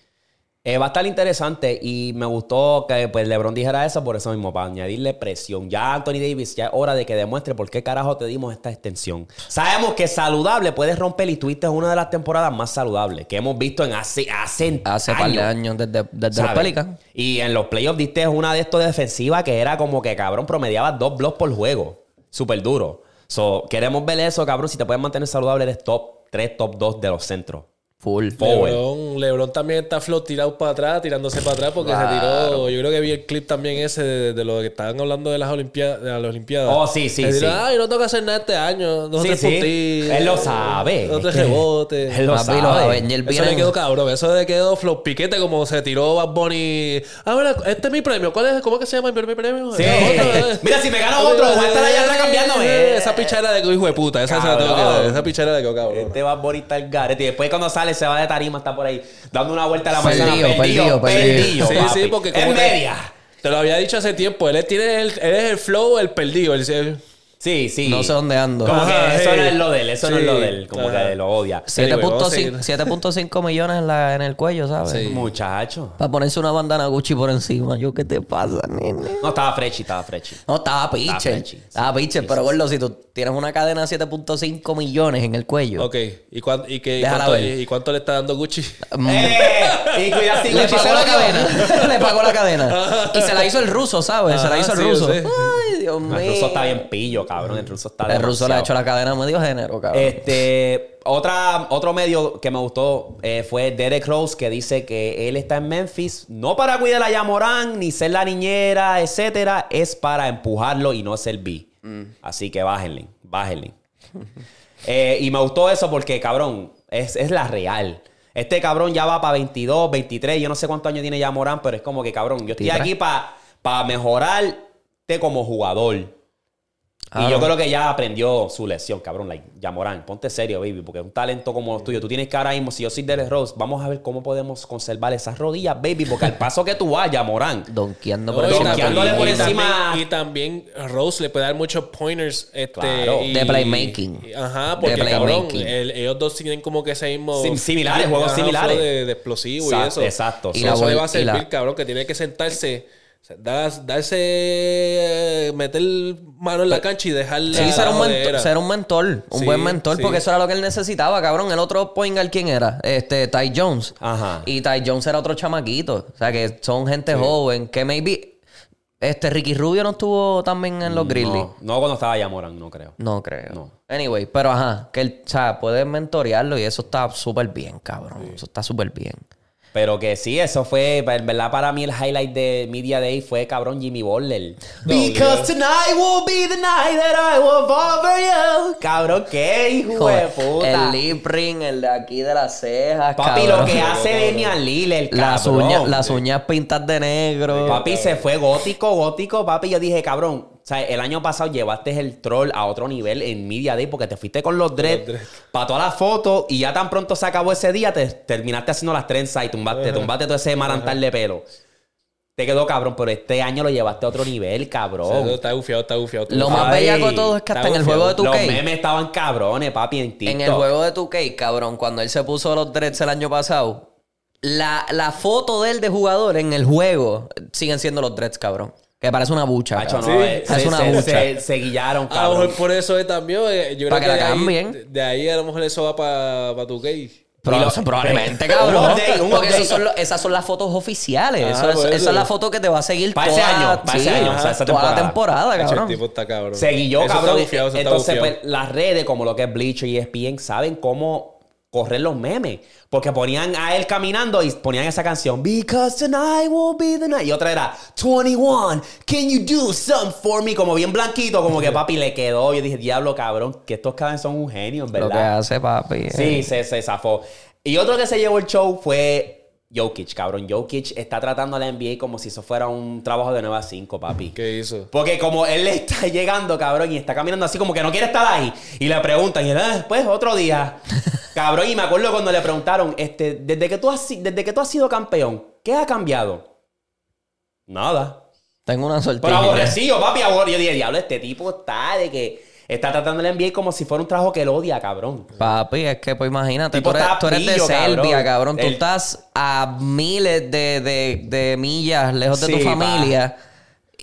Speaker 1: Eh, va a estar interesante y me gustó que pues, LeBron dijera eso por eso mismo, para añadirle presión. Ya Anthony Davis, ya es hora de que demuestre por qué carajo te dimos esta extensión. Sabemos que saludable puedes romper y tuviste una de las temporadas más saludables que hemos visto en hace, hace,
Speaker 2: Hace par de años desde, desde los
Speaker 1: ¿sabes?
Speaker 2: Pelicans.
Speaker 1: Y en los playoffs diste una de estos defensivas que era como que cabrón promediaba dos blocks por juego. Súper duro. So, queremos ver eso, cabrón. Si te puedes mantener saludable, eres top 3, top 2 de los centros.
Speaker 2: Full.
Speaker 1: Forward.
Speaker 3: Lebron, Lebron también está flow tirado para atrás, tirándose para atrás porque se tiró. Yo creo que vi el clip también ese de, de lo que estaban hablando de las Olimpiadas. De las Olimpiadas.
Speaker 1: Oh, sí, sí,
Speaker 3: Se tiró,
Speaker 1: sí.
Speaker 3: "Ah, yo no tengo que hacer nada este año. Dos
Speaker 1: Sí,
Speaker 3: sí, tres
Speaker 1: sí.
Speaker 3: puntitos,
Speaker 1: Él lo sabe.
Speaker 3: Dos tres
Speaker 1: Es que-
Speaker 3: rebotes.
Speaker 1: Él lo
Speaker 2: Papi,
Speaker 1: sabe.
Speaker 2: los Avengers
Speaker 3: Eso le
Speaker 2: vienen-
Speaker 3: quedó cabrón, eso le quedó flow piquete como se tiró Bad Bunny. Ah, mira, este es mi premio. ¿Cuál es? ¿Cómo es que se llama el primer premio?
Speaker 1: Sí.
Speaker 3: Eh, otro, eh.
Speaker 1: Mira, si me gano otro, voy a estar allá atrás cambiándome.
Speaker 3: Eh, Esa pichara de hijo de puta, esa se la tengo que
Speaker 1: Cabrón.
Speaker 3: dar, Esa pichara de quedó cabrón.
Speaker 1: Este va a boritar el garete. Y después cuando sale, se va de tarima, está por ahí dando una vuelta a la manzana.
Speaker 2: Perdido, perdido, perdido.
Speaker 1: perdido,
Speaker 3: Sí,
Speaker 1: papi.
Speaker 3: sí, porque
Speaker 1: En
Speaker 3: como que-
Speaker 1: media.
Speaker 3: Te lo había dicho hace tiempo. Él es, tiene el, él es el flow, el perdido. El, el-
Speaker 1: Sí, sí.
Speaker 2: No sé dónde ando.
Speaker 1: Como
Speaker 3: Ajá,
Speaker 1: que eso
Speaker 3: sí.
Speaker 1: no es lo de él, eso no es lo
Speaker 3: Sí,
Speaker 1: de él. Como
Speaker 3: ajá.
Speaker 1: que lo odia.
Speaker 3: Anyway, vamos a
Speaker 2: 7.5
Speaker 3: seguir.
Speaker 2: 7.5 millones en, la- en el cuello, ¿sabes?
Speaker 3: Sí.
Speaker 1: Muchacho.
Speaker 2: Para ponerse una bandana Gucci por encima. Yo, ¿qué te pasa, nene?
Speaker 1: No, estaba frechi, estaba frechi.
Speaker 2: No, estaba piche.
Speaker 1: Frenchy, sí.
Speaker 2: Estaba piche, pero gordo, si tú tienes una cadena de 7.5 millones en el cuello.
Speaker 3: Ok. ¿Y, cuán- y, qué- y
Speaker 2: Déjala
Speaker 3: cuánto,
Speaker 2: ver.
Speaker 3: y cuánto le está dando Gucci?
Speaker 2: Mm.
Speaker 1: ¡Eh! Y cuidado si
Speaker 2: Le
Speaker 1: Gucci
Speaker 2: pagó
Speaker 1: se
Speaker 2: la
Speaker 1: lo dio.
Speaker 2: cadena. Le pagó la cadena. Y se la hizo el ruso, ¿sabes? se la
Speaker 3: Ajá,
Speaker 2: hizo el
Speaker 3: sí,
Speaker 2: ruso.
Speaker 3: yo sé.
Speaker 2: Ay, Dios mío.
Speaker 1: El ruso está bien pillo, cabrón. El ruso está
Speaker 2: El ruso le ha
Speaker 1: demasiado.
Speaker 2: hecho la cadena a medio género, cabrón.
Speaker 1: Este, otra, otro medio que me gustó eh, fue Derek Rose, que dice que él está en Memphis no para cuidar a Yamorán, ni ser la niñera, etcétera, es para empujarlo y no ser B. Así que bájenle, bájenle. Eh, y me gustó eso porque, cabrón, es, es la real. Este cabrón ya va para 22, 23, yo no sé cuántos años tiene ya Morán, pero es como que, cabrón, yo estoy
Speaker 2: 23.
Speaker 1: aquí para pa mejorarte como jugador. Y yo creo Ah, que ya aprendió su lección, cabrón. Like, ya Morán, ponte serio, baby, porque un talento como el tuyo, tú tienes que ahora mismo, si yo soy Derek Rose, vamos a ver cómo podemos conservar esas rodillas, baby, porque al paso que tú vas, ya Morán.
Speaker 2: Donkeando por
Speaker 3: No, y
Speaker 2: encima.
Speaker 3: también-
Speaker 1: donkeándole por
Speaker 3: y
Speaker 1: encima.
Speaker 3: también- Y también Rose le puede dar muchos pointers este,
Speaker 1: Claro.
Speaker 3: y-
Speaker 2: De playmaking.
Speaker 3: y- Ajá, porque
Speaker 2: De
Speaker 3: cabrón,
Speaker 2: playmaking.
Speaker 3: el- ellos dos tienen como que ese mismo.
Speaker 1: Sim- similares, juegos
Speaker 3: flow
Speaker 1: similares.
Speaker 3: De, de explosivo
Speaker 1: Exacto,
Speaker 3: y eso.
Speaker 1: exacto.
Speaker 3: Y
Speaker 2: Y la
Speaker 3: eso le
Speaker 2: vol-
Speaker 3: va a
Speaker 2: y
Speaker 3: servir,
Speaker 2: la-
Speaker 3: cabrón, que tiene que sentarse. o sea, dar- Darse, eh, meter mano en la cancha y dejar la
Speaker 2: Sí, ser un, mento-
Speaker 3: jodedera.
Speaker 2: ser un mentor, un
Speaker 3: Sí,
Speaker 2: buen mentor,
Speaker 3: sí.
Speaker 2: porque eso era lo que él necesitaba, cabrón. El otro point guard, ¿quién era? Este, Ty Jones.
Speaker 1: Ajá.
Speaker 2: Y Ty Jones era otro chamaquito. O sea, que son gente joven, que maybe... Este, Ricky Rubio no estuvo también en los Grizzlies.
Speaker 1: No, no cuando estaba ya Morán, no creo.
Speaker 2: No creo.
Speaker 1: No.
Speaker 2: Anyway, pero ajá, que él, o sea, puedes mentorearlo y eso está súper bien, cabrón. Eso está súper bien.
Speaker 1: Pero que sí, eso fue, en verdad, para mí el highlight de Media Day fue, cabrón, Jimmy Butler. Because tonight will be the night that I will fall for you. Cabrón, qué hijo de
Speaker 2: Joder,
Speaker 1: puta.
Speaker 2: El lip ring, el de aquí de las cejas,
Speaker 1: Papi,
Speaker 2: cabrón.
Speaker 1: lo que hace Damian Lillard, cabrón.
Speaker 2: Las uñas, las uñas pintas de negro.
Speaker 1: Papi, se fue gótico, gótico, papi. Yo dije, cabrón, o sea, el año pasado llevaste el troll a otro nivel en Media Day porque te fuiste con los dreads para todas las fotos y ya tan pronto se acabó ese día, te terminaste haciendo las trenzas y tumbaste, tumbaste todo ese marantal de pelo. Te quedó cabrón, pero este año lo llevaste a otro nivel,
Speaker 3: O sea, eso
Speaker 1: cabrón.
Speaker 3: Está bufiado, está bufiado. está
Speaker 2: Lo
Speaker 3: bufiado.
Speaker 2: más
Speaker 1: Ay,
Speaker 2: bellaco de todo es que hasta en el
Speaker 3: está
Speaker 2: juego de
Speaker 1: Los
Speaker 2: 2K.
Speaker 1: memes estaban cabrones, papi, en TikTok.
Speaker 2: En el juego de 2K, cabrón, cuando él se puso los dreads el año pasado, la, la foto de él de jugador en el juego siguen siendo los dreads, cabrón. Que parece una bucha.
Speaker 1: Hacho, no,
Speaker 2: cabrón.
Speaker 1: eh,
Speaker 2: Es
Speaker 1: se,
Speaker 2: una
Speaker 1: se-
Speaker 2: bucha.
Speaker 1: se- se guillaron,
Speaker 3: A lo
Speaker 1: cabrón.
Speaker 3: mejor por eso es también. eh, Yo
Speaker 2: Para
Speaker 3: creo
Speaker 2: que la
Speaker 3: que de ahí,
Speaker 2: cambien.
Speaker 3: de- de ahí a lo mejor eso va para tu gay.
Speaker 2: Pro-
Speaker 1: Y lo-
Speaker 2: probablemente,
Speaker 1: eh, Un
Speaker 2: cabrón.
Speaker 1: update, un
Speaker 2: Porque
Speaker 1: update.
Speaker 2: esos son lo- esas son las fotos oficiales.
Speaker 3: Ah,
Speaker 2: Eso es-
Speaker 3: por eso.
Speaker 2: esa es la foto que te va a seguir
Speaker 1: Pa'
Speaker 2: para
Speaker 1: ese año, pa' ese año, o sea, esa
Speaker 2: toda la
Speaker 1: Ah,
Speaker 2: temporada,
Speaker 3: Cacho, El
Speaker 2: cabrón.
Speaker 3: tipo está cabrón.
Speaker 1: Se guilló,
Speaker 3: Eso
Speaker 1: cabrón.
Speaker 3: Está bufiado, eso está
Speaker 1: Entonces,
Speaker 3: bufiado.
Speaker 1: pues, las redes, como lo que es Bleacher y E ESPN, saben cómo correr los memes. Porque ponían a él caminando y ponían esa canción. Because tonight will be the night. Y otra era, 21, can you do something for me? Como bien blanquito, como que papi le quedó. Yo dije, diablo, cabrón, que estos cabrones son un genio, en
Speaker 2: Lo que
Speaker 1: verdad.
Speaker 2: hace, papi. eh,
Speaker 1: Sí, se, se zafó. Y otro que se llevó el show fue Jokic, cabrón. Jokic está tratando a la NBA como si eso fuera un trabajo de 9 a 5, papi.
Speaker 3: ¿Qué hizo?
Speaker 1: Porque como él está llegando, cabrón, y está caminando así como que no quiere estar ahí. Y le preguntan, y él, "Ah, pues otro día. Cabrón, y me acuerdo cuando le preguntaron, este, desde que tú has, si- desde que tú has sido campeón, ¿qué ha cambiado? Nada.
Speaker 2: Tengo una
Speaker 1: Pero
Speaker 2: sortija.
Speaker 1: aborrecido, papi, aborrecido. Yo dije, diablo, este tipo está de que está tratando el NBA como si fuera un trabajo que él odia, cabrón.
Speaker 2: Papi, es que pues imagínate,
Speaker 1: Tipo,
Speaker 2: tú eres,
Speaker 1: está
Speaker 2: tú eres de
Speaker 1: pillo, cabrón.
Speaker 2: Serbia, cabrón. Tú
Speaker 1: El-
Speaker 2: estás a miles de, de- de millas lejos de tu
Speaker 1: Sí, pa.
Speaker 2: familia.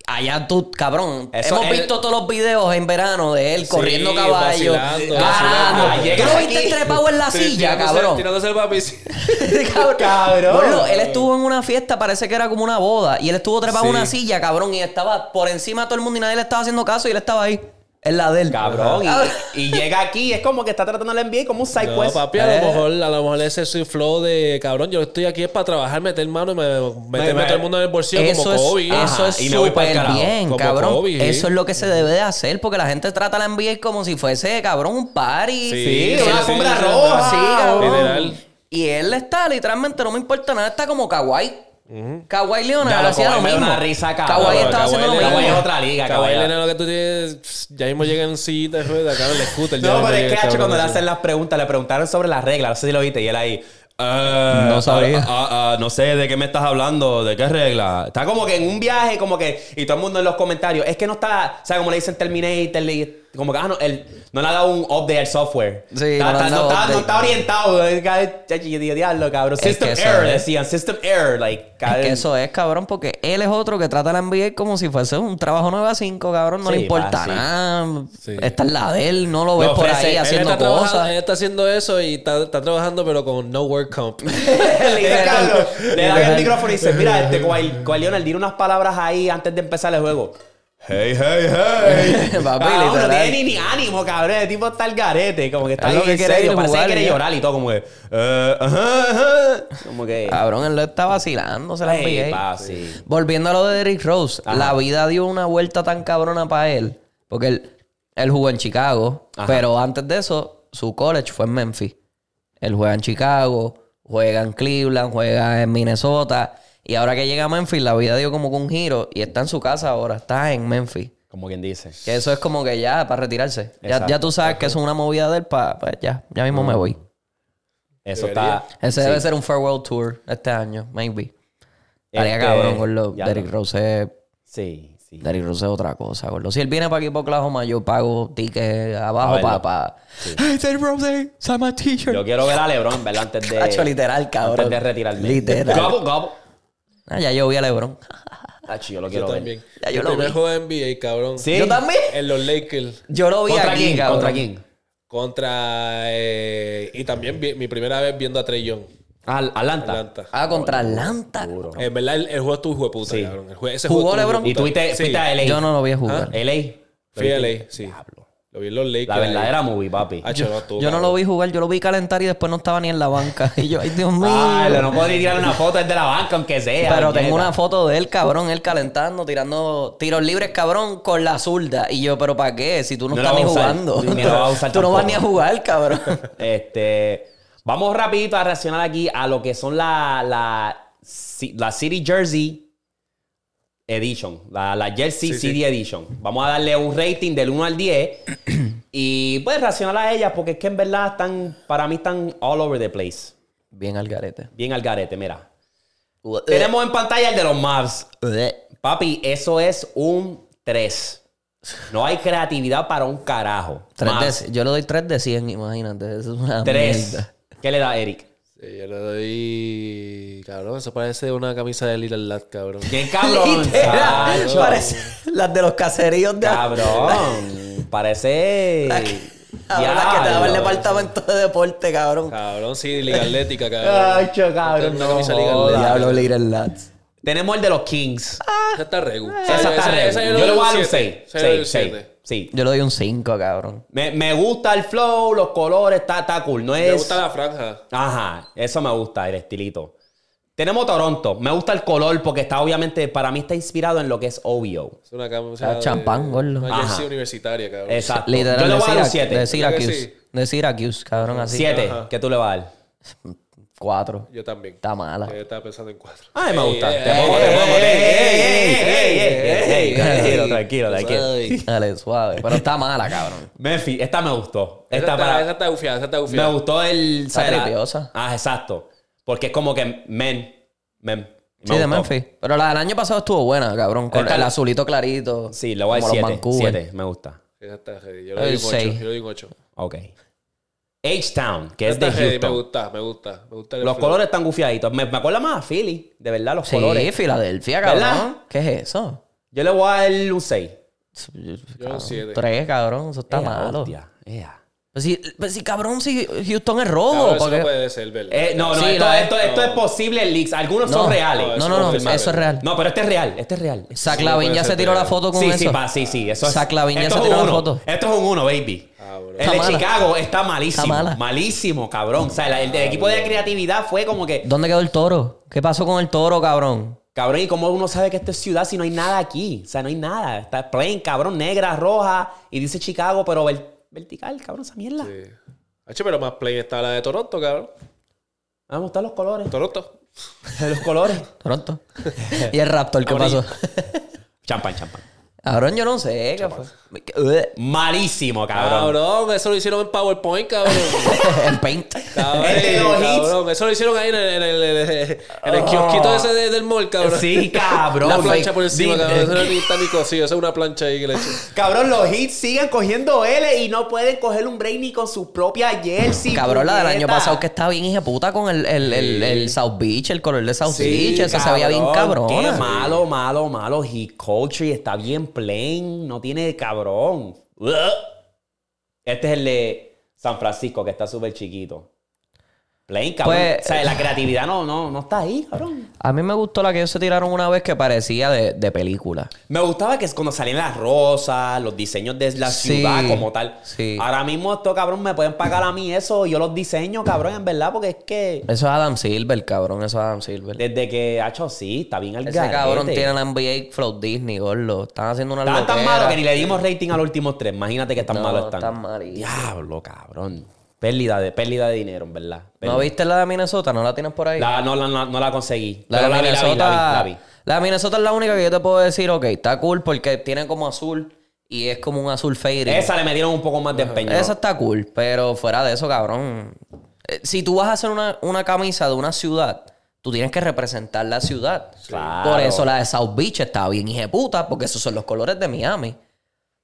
Speaker 2: Allá tú, cabrón.
Speaker 1: Eso
Speaker 2: Hemos
Speaker 1: es-
Speaker 2: visto todos los videos en verano de él corriendo caballo,
Speaker 3: vacilando,
Speaker 2: ganando.
Speaker 1: vacilando.
Speaker 2: ¿Tú lo
Speaker 1: Llegas
Speaker 2: viste
Speaker 1: aquí,
Speaker 2: trepado en la
Speaker 3: Tira-
Speaker 2: silla,
Speaker 3: tirándose-
Speaker 2: cabrón?
Speaker 3: Tirándose el papi. sí.
Speaker 2: cabrón.
Speaker 1: Cabrón.
Speaker 2: Gordo, él estuvo en una fiesta, parece que era como una boda. Y él estuvo trepado en
Speaker 3: Sí.
Speaker 2: una silla, cabrón. Y estaba por encima de todo el mundo y nadie le estaba haciendo caso. Y él estaba ahí, en la del
Speaker 1: Cabrón. Y, y llega aquí, es como que está tratando el NBA como un side
Speaker 3: No,
Speaker 1: quest.
Speaker 3: papi, a
Speaker 2: Eh.
Speaker 3: lo mejor, a lo mejor ese es su flow de cabrón. Yo estoy aquí es para trabajar, meter mano y me, meterme
Speaker 1: me-
Speaker 3: a todo el mundo en el bolsillo
Speaker 2: Eso
Speaker 3: como
Speaker 2: es,
Speaker 3: Kobe.
Speaker 2: eso
Speaker 1: Ajá,
Speaker 2: es
Speaker 1: y me voy pa'l
Speaker 2: súper
Speaker 1: carajo,
Speaker 2: bien,
Speaker 3: como
Speaker 2: cabrón.
Speaker 3: Kobe, sí.
Speaker 2: Eso es lo que se debe de hacer porque la gente trata a la NBA como si fuese, cabrón, un party.
Speaker 1: Sí,
Speaker 3: Sí,
Speaker 1: una
Speaker 3: sí,
Speaker 1: alfombra
Speaker 3: sí,
Speaker 1: roja.
Speaker 2: Sí, cabrón.
Speaker 3: Literal.
Speaker 2: Y él está, literalmente, no me importa nada, está como kawaii. Kawaii
Speaker 1: Ya,
Speaker 2: Leonard
Speaker 1: lo
Speaker 2: hacía
Speaker 1: Kawhi
Speaker 2: lo
Speaker 1: me da
Speaker 2: mismo.
Speaker 1: una risa, cabrón.
Speaker 2: Kawhi estaba
Speaker 3: Kawhi
Speaker 2: haciendo lo
Speaker 3: Leonard-
Speaker 2: mismo.
Speaker 1: Kawhi es otra liga,
Speaker 3: Cabrón,
Speaker 1: cabrón.
Speaker 3: nena, lo que tú tienes. pss, Ya mismo llega en un sillita de rueda, cabrón, el scooter. ya
Speaker 1: No,
Speaker 3: mismo
Speaker 1: pero es
Speaker 3: llega
Speaker 1: que
Speaker 3: este
Speaker 1: Hacho, cuando le
Speaker 3: cabrón.
Speaker 1: hacen las preguntas, le preguntaron sobre las reglas, no sé si lo viste, y él ahí. "Ah,
Speaker 2: No sabía.
Speaker 1: ah, ah, no sé de qué me estás hablando, de qué regla. Está como que en un viaje, como que. Y todo el mundo en los comentarios. Es que no está. O sea, como le dicen Terminator, le- como que ah, no, él no le ha dado un update al software. Está-
Speaker 2: Sí, no le
Speaker 1: está-
Speaker 2: han
Speaker 1: no,
Speaker 2: dado
Speaker 1: está, no
Speaker 2: update.
Speaker 1: está orientado. El ca- chacho, Yo digo, diablo, cabrón.
Speaker 2: que
Speaker 1: System
Speaker 2: eso
Speaker 1: error,
Speaker 2: es.
Speaker 1: decían. System error. Like,
Speaker 2: Es
Speaker 1: cabrón.
Speaker 2: que eso es, cabrón, porque él es otro que trata a la NBA como si fuese un trabajo 9 a 5, cabrón. No
Speaker 1: Sí,
Speaker 2: le importa
Speaker 1: va, sí.
Speaker 2: nada.
Speaker 3: Sí.
Speaker 2: Está en la de él, no lo ves
Speaker 1: Lo
Speaker 2: por
Speaker 1: ofrece,
Speaker 2: ahí
Speaker 1: él
Speaker 2: haciendo
Speaker 3: está trabajando-
Speaker 2: cosas.
Speaker 3: Él está haciendo eso y está, está trabajando, pero con no work comp.
Speaker 1: Literal, cabrón. Le dan el
Speaker 2: Literal.
Speaker 1: micrófono y dice, mira, este Kawhi Kawhi Leonard, dile unas palabras ahí antes de empezar el juego. Hey, hey, hey.
Speaker 2: Papi,
Speaker 1: Ah, no
Speaker 2: literal.
Speaker 1: tiene ni ánimo, cabrón. El tipo está al garete. Como que está
Speaker 2: Es
Speaker 1: ahí
Speaker 2: lo que
Speaker 1: en
Speaker 2: quiere
Speaker 1: serio.
Speaker 2: ir a
Speaker 1: Parece
Speaker 2: jugar
Speaker 1: que
Speaker 2: y
Speaker 1: quiere
Speaker 2: ya.
Speaker 1: llorar y todo. Como que... eh, ajá, ajá. Ah, Como que...
Speaker 2: Cabrón, él lo está vacilando, se la
Speaker 1: Ey,
Speaker 2: NBA.
Speaker 1: pa, sí.
Speaker 2: Volviendo a lo de Derrick Rose, la vida dio una vuelta tan cabrona para él, porque él, él jugó en Chicago, pero antes de eso, su college fue en Memphis. Él juega en Chicago, juega en Cleveland, juega en Minnesota, y ahora que llega a Memphis, la vida dio como que un giro y está en su casa ahora, está en Memphis.
Speaker 1: Como quien dice.
Speaker 2: Que eso es como que ya, para retirarse. Ya,
Speaker 1: Exacto.
Speaker 2: ya tú sabes que eso es una movida de él, pa- pues ya, ya mismo me voy.
Speaker 1: Eso
Speaker 3: Debería.
Speaker 1: está.
Speaker 2: Ese debe ser un farewell tour este año, maybe. Estaría
Speaker 1: Este,
Speaker 2: cabrón, gordo.
Speaker 1: ya
Speaker 2: Derrick
Speaker 1: no.
Speaker 2: Rose eh, es-
Speaker 1: Sí, sí.
Speaker 2: Derrick Rose es otra cosa, gordo. Si él viene para aquí por Oklahoma, yo pago tickets abajo
Speaker 1: verlo.
Speaker 2: para... Pa... ¡Hey, Derrick Rose! ¡Sign my t-shirt!
Speaker 1: Yo quiero ver a LeBron, ¿verdad? Antes de.
Speaker 2: Tacho, literal, cabrón.
Speaker 1: Eh, Antes de retirarme.
Speaker 2: Literal.
Speaker 1: Gabo, Gabo.
Speaker 2: Ah, ya yo vi a LeBron.
Speaker 1: Tacho, yo lo
Speaker 3: Yo
Speaker 1: quiero
Speaker 3: también.
Speaker 1: ver.
Speaker 2: Ya yo
Speaker 3: el
Speaker 2: lo
Speaker 3: primer
Speaker 2: vi.
Speaker 3: juego de NBA, cabrón.
Speaker 1: Sí. Eh,
Speaker 2: ¿Yo también?
Speaker 3: En los Lakers.
Speaker 2: Yo lo vi
Speaker 1: ¿Contra
Speaker 2: aquí,
Speaker 1: quién?
Speaker 2: cabrón.
Speaker 1: ¿Contra quién?
Speaker 3: Contra. eh, y también vi- mi primera vez viendo a Trey Young.
Speaker 1: Al- Atlanta.
Speaker 3: Atlanta.
Speaker 2: Ah, contra Atlanta.
Speaker 3: En verdad, el, el juego estuvo hijo de puta,
Speaker 1: Sí.
Speaker 3: cabrón. El jue- ese
Speaker 2: ¿Jugó
Speaker 3: juego estuvo
Speaker 2: LeBron?
Speaker 3: hijo de
Speaker 1: Y tú
Speaker 3: puta.
Speaker 1: fuiste
Speaker 3: Sí.
Speaker 1: fuiste a LA.
Speaker 2: Yo no lo vi jugar.
Speaker 1: LA.
Speaker 3: Fui a LA, sí. Lo vi en los Lakers.
Speaker 1: La verdadera movie, papi.
Speaker 3: Ah, chaval, estuvo
Speaker 2: Yo no
Speaker 3: cabrón.
Speaker 2: lo vi jugar, yo lo vi calentar y después no estaba ni en la banca. Y yo, ay, Dios mío.
Speaker 1: Ay, no podría tirar una foto desde la banca, aunque sea.
Speaker 2: Pero tengo
Speaker 1: puñeta.
Speaker 2: una foto de él, cabrón, él calentando, tirando tiros libres, cabrón, con la zurda. Y yo, ¿pero para qué? Si tú no,
Speaker 1: No la
Speaker 2: estás ni
Speaker 1: vas a usar.
Speaker 2: jugando.
Speaker 1: Ni la vas a usar
Speaker 2: tú no vas
Speaker 1: tampoco.
Speaker 2: ni a jugar, cabrón.
Speaker 1: Este, vamos rapidito a reaccionar aquí a lo que son la, la, ci- la City Jersey Edition, la, la Jersey
Speaker 3: Sí, sí.
Speaker 1: City Edition. Vamos a darle un rating del 1 al 10 y pues reaccionar a ellas porque es que en verdad están, para mí están all over the place.
Speaker 2: Bien al garete.
Speaker 1: Bien al garete, mira. Tenemos en pantalla el de los Mavs. Papi, eso es un 3. No hay creatividad para un carajo.
Speaker 2: Tres
Speaker 1: Mavs,
Speaker 2: de- yo le doy 3 de 100, imagínate. Eso es una
Speaker 1: 3.
Speaker 2: mierda.
Speaker 1: ¿Qué le da Eric?
Speaker 3: Sí, yo le doy. Cabrón, eso parece una camisa de Little Lad, cabrón.
Speaker 1: ¡Qué cabrón!
Speaker 2: Literal,
Speaker 1: Sacho.
Speaker 2: parece las de los caseríos de
Speaker 1: Cabrón. Parece.
Speaker 2: Ahora las que te daba
Speaker 1: Diablo.
Speaker 2: el departamento de deporte, cabrón.
Speaker 3: Cabrón, sí, Liga Atlética, cabrón.
Speaker 1: Cacho, cabrón.
Speaker 3: Una
Speaker 1: no
Speaker 3: camisa Liga
Speaker 1: jodas.
Speaker 3: Atlética.
Speaker 2: Diablo, Little Lads.
Speaker 1: Tenemos el de los Kings.
Speaker 3: Esa está regu.
Speaker 1: Esa está re- Yo le voy a dar un 6. 6, 6. Sí.
Speaker 2: Yo le doy un 5, cabrón.
Speaker 1: Me, me gusta el flow, los colores, está, está cool. No es.
Speaker 3: Me gusta la franja.
Speaker 1: Ajá, eso me gusta, el estilito. Tenemos Toronto. Me gusta el color porque está obviamente, para mí está inspirado en lo que es obvio.
Speaker 3: Es una camisa.
Speaker 2: Ah,
Speaker 3: de-
Speaker 2: champán, gordo.
Speaker 3: eh, Una jersey
Speaker 1: Ajá.
Speaker 3: universitaria, cabrón.
Speaker 1: Exacto.
Speaker 2: Literal,
Speaker 1: Yo le voy a dar un
Speaker 2: Sirac-
Speaker 1: 7.
Speaker 2: De Syracuse.
Speaker 3: Creo que
Speaker 2: De Syracuse, cabrón, así.
Speaker 1: 7.
Speaker 3: Ajá.
Speaker 1: ¿Qué tú le vas a dar?
Speaker 2: Cuatro.
Speaker 3: Yo también.
Speaker 2: Está mala.
Speaker 3: Yo estaba pensando en cuatro.
Speaker 1: Ay, Ah, me gusta.
Speaker 3: Ey,
Speaker 1: Te
Speaker 3: ey,
Speaker 1: pongo,
Speaker 3: ey,
Speaker 1: te pongo.
Speaker 3: ey,
Speaker 1: te-
Speaker 3: ey,
Speaker 1: ey, ey, ey, ey, ey,
Speaker 2: ey, ey,
Speaker 1: Tranquilo,
Speaker 2: ey.
Speaker 1: tranquilo, tranquilo.
Speaker 2: Dale, suave. Pero está mala, cabrón.
Speaker 1: Memphis, esta me gustó.
Speaker 3: Esa
Speaker 1: Esta
Speaker 3: está-
Speaker 1: para.
Speaker 3: Esa está gufiada, esa está
Speaker 1: Me
Speaker 3: gufiada.
Speaker 1: gustó el.
Speaker 2: Está
Speaker 1: ¿sabes?
Speaker 2: tripiosa.
Speaker 1: Ah, exacto. Porque es como que men. Men. me
Speaker 2: Sí, de
Speaker 1: gustó.
Speaker 2: Memphis. Pero la del año pasado estuvo buena, cabrón. Con
Speaker 1: Esta-
Speaker 2: el azulito clarito.
Speaker 1: Sí, le voy a
Speaker 2: Como los
Speaker 1: dar 7.
Speaker 2: Vancouver.
Speaker 1: 7, me gusta.
Speaker 3: Esa está heavy. Yo le doy
Speaker 2: El
Speaker 3: un ocho.
Speaker 2: seis.
Speaker 3: Yo le doy un ocho.
Speaker 1: Ok. H-Town, que es
Speaker 3: Esa
Speaker 1: de
Speaker 3: está heavy, Me
Speaker 1: Houston.
Speaker 3: gusta, me gusta. Me gusta el
Speaker 1: Los
Speaker 3: flow.
Speaker 1: colores están gufiaditos. Me, me acuerda más a Philly, de verdad, los
Speaker 2: Sí,
Speaker 1: colores.
Speaker 2: Filadelfia, cabrón.
Speaker 1: ¿Verdad?
Speaker 2: ¿Qué es eso?
Speaker 1: Yo le voy a dar un 6.
Speaker 2: Cabrón,
Speaker 3: siete.
Speaker 2: Tres, cabrón. Eso está malo.
Speaker 1: Eh, Hostia, ea.
Speaker 2: Pero si, pero si, cabrón, si Houston es rojo.
Speaker 3: Cabrón, eso
Speaker 2: porque-
Speaker 3: no puede ser, ¿verdad?
Speaker 1: Eh, no, no,
Speaker 2: Sí,
Speaker 1: esto,
Speaker 2: no,
Speaker 1: esto, esto es posible, leaks. Algunos son reales.
Speaker 2: No, no, no.
Speaker 3: eso no
Speaker 2: Eso es real.
Speaker 1: No, pero este es real, este es real.
Speaker 2: Zach
Speaker 3: no
Speaker 2: Lavin
Speaker 3: puede
Speaker 2: ya
Speaker 3: ser
Speaker 2: se tiró la
Speaker 3: real.
Speaker 2: foto con
Speaker 1: Sí,
Speaker 2: eso.
Speaker 1: sí, pa, sí, sí. Eso es,
Speaker 2: Zach Lavin ya
Speaker 1: esto
Speaker 2: se
Speaker 1: es un
Speaker 2: tiró la
Speaker 1: uno.
Speaker 2: foto.
Speaker 1: Esto es un uno, baby.
Speaker 3: Ah, bro.
Speaker 1: El de
Speaker 2: mala.
Speaker 1: Chicago está malísimo.
Speaker 2: Está mala.
Speaker 1: Malísimo, cabrón. O sea, la- el, del equipo
Speaker 2: Ah,
Speaker 1: de creatividad fue como que.
Speaker 2: ¿Dónde quedó el toro? ¿Qué pasó con el toro, cabrón?
Speaker 1: Cabrón, ¿y cómo uno sabe que esto es ciudad si no hay nada aquí? O sea, no hay nada. Está plain, cabrón, negra, roja. Y dice Chicago, pero ver- vertical, cabrón, esa mierda.
Speaker 3: Sí. Hacho, pero más plain está la de Toronto, cabrón.
Speaker 1: Ah, Me gustan los colores.
Speaker 3: Toronto.
Speaker 1: los colores.
Speaker 2: Toronto. y el Raptor, ¿qué pasó?
Speaker 1: Champán, champán.
Speaker 2: Cabrón, yo no sé. ¿Qué fue?
Speaker 1: Malísimo, cabrón.
Speaker 3: Cabrón, eso lo hicieron en PowerPoint, cabrón.
Speaker 2: en paint.
Speaker 3: Cabrón,
Speaker 1: Este de los hits. Oh.
Speaker 3: cabrón, eso lo hicieron ahí en el, en el, en el- en el kiosquito ese de- del mall, cabrón.
Speaker 1: Sí, cabrón.
Speaker 3: La plancha por encima,
Speaker 1: Sí,
Speaker 3: cabrón. Eso no
Speaker 1: eh,
Speaker 3: es ni tan ni cocido, eso es una plancha ahí que le echan.
Speaker 1: Cabrón, los hits siguen cogiendo L y no pueden coger un break ni con su propia jersey.
Speaker 2: Cabrón, la del año
Speaker 1: puñeta.
Speaker 2: pasado que estaba bien hija puta con el, el, el, el South Beach, el color de South
Speaker 1: Sí,
Speaker 2: Beach. Esa se veía bien
Speaker 1: cabrón, Qué
Speaker 2: cabrona.
Speaker 1: malo, malo, malo. Hit culture y está bien plain. No tiene cabrón. Ugh. Este es el de San Francisco, que está súper chiquito. Plain, cabrón.
Speaker 2: Pues-
Speaker 1: o sea, la creatividad no, no, no está ahí, cabrón.
Speaker 2: A mí me gustó la que ellos se tiraron una vez que parecía de, de película.
Speaker 1: Me gustaba que cuando salían las rosas, los diseños de la
Speaker 2: Sí,
Speaker 1: ciudad como tal.
Speaker 2: sí.
Speaker 1: Ahora mismo esto, cabrón, me pueden pagar a mí eso. Yo los diseño, cabrón, en verdad, porque es que...
Speaker 2: Eso es Adam Silver, cabrón. Eso es Adam Silver.
Speaker 1: Desde que ha hecho sí, está bien al
Speaker 2: Ese
Speaker 1: garete.
Speaker 2: cabrón tiene la NBA Flow Disney, gordo. Están haciendo una
Speaker 1: Estaban tan
Speaker 2: loquera.
Speaker 1: malo que ni le dimos rating a los últimos tres. Imagínate que tan
Speaker 2: No,
Speaker 1: malos están.
Speaker 2: están malísimos.
Speaker 1: Diablo, cabrón. Pérdida de, pérdida de dinero, en verdad.
Speaker 2: ¿No
Speaker 1: Pérdida.
Speaker 2: viste la de Minnesota? ¿No la tienes por ahí?
Speaker 1: La- no, la- no- no la conseguí.
Speaker 2: La
Speaker 1: Pero la
Speaker 2: de
Speaker 1: vi, la vi, la
Speaker 2: Minnesota.
Speaker 1: vi, la vi.
Speaker 2: la de Minnesota es la única que yo te puedo decir, ok, está cool porque tiene como azul Y es como un azul fade.
Speaker 1: Esa le metieron un poco más de empeño.
Speaker 2: Eso está cool, pero fuera de eso, cabrón. eh, Si tú vas a hacer una, una camisa de una ciudad, tú tienes que representar la ciudad.
Speaker 1: Claro.
Speaker 2: Por eso la de South Beach está bien puta, porque esos son los colores de Miami.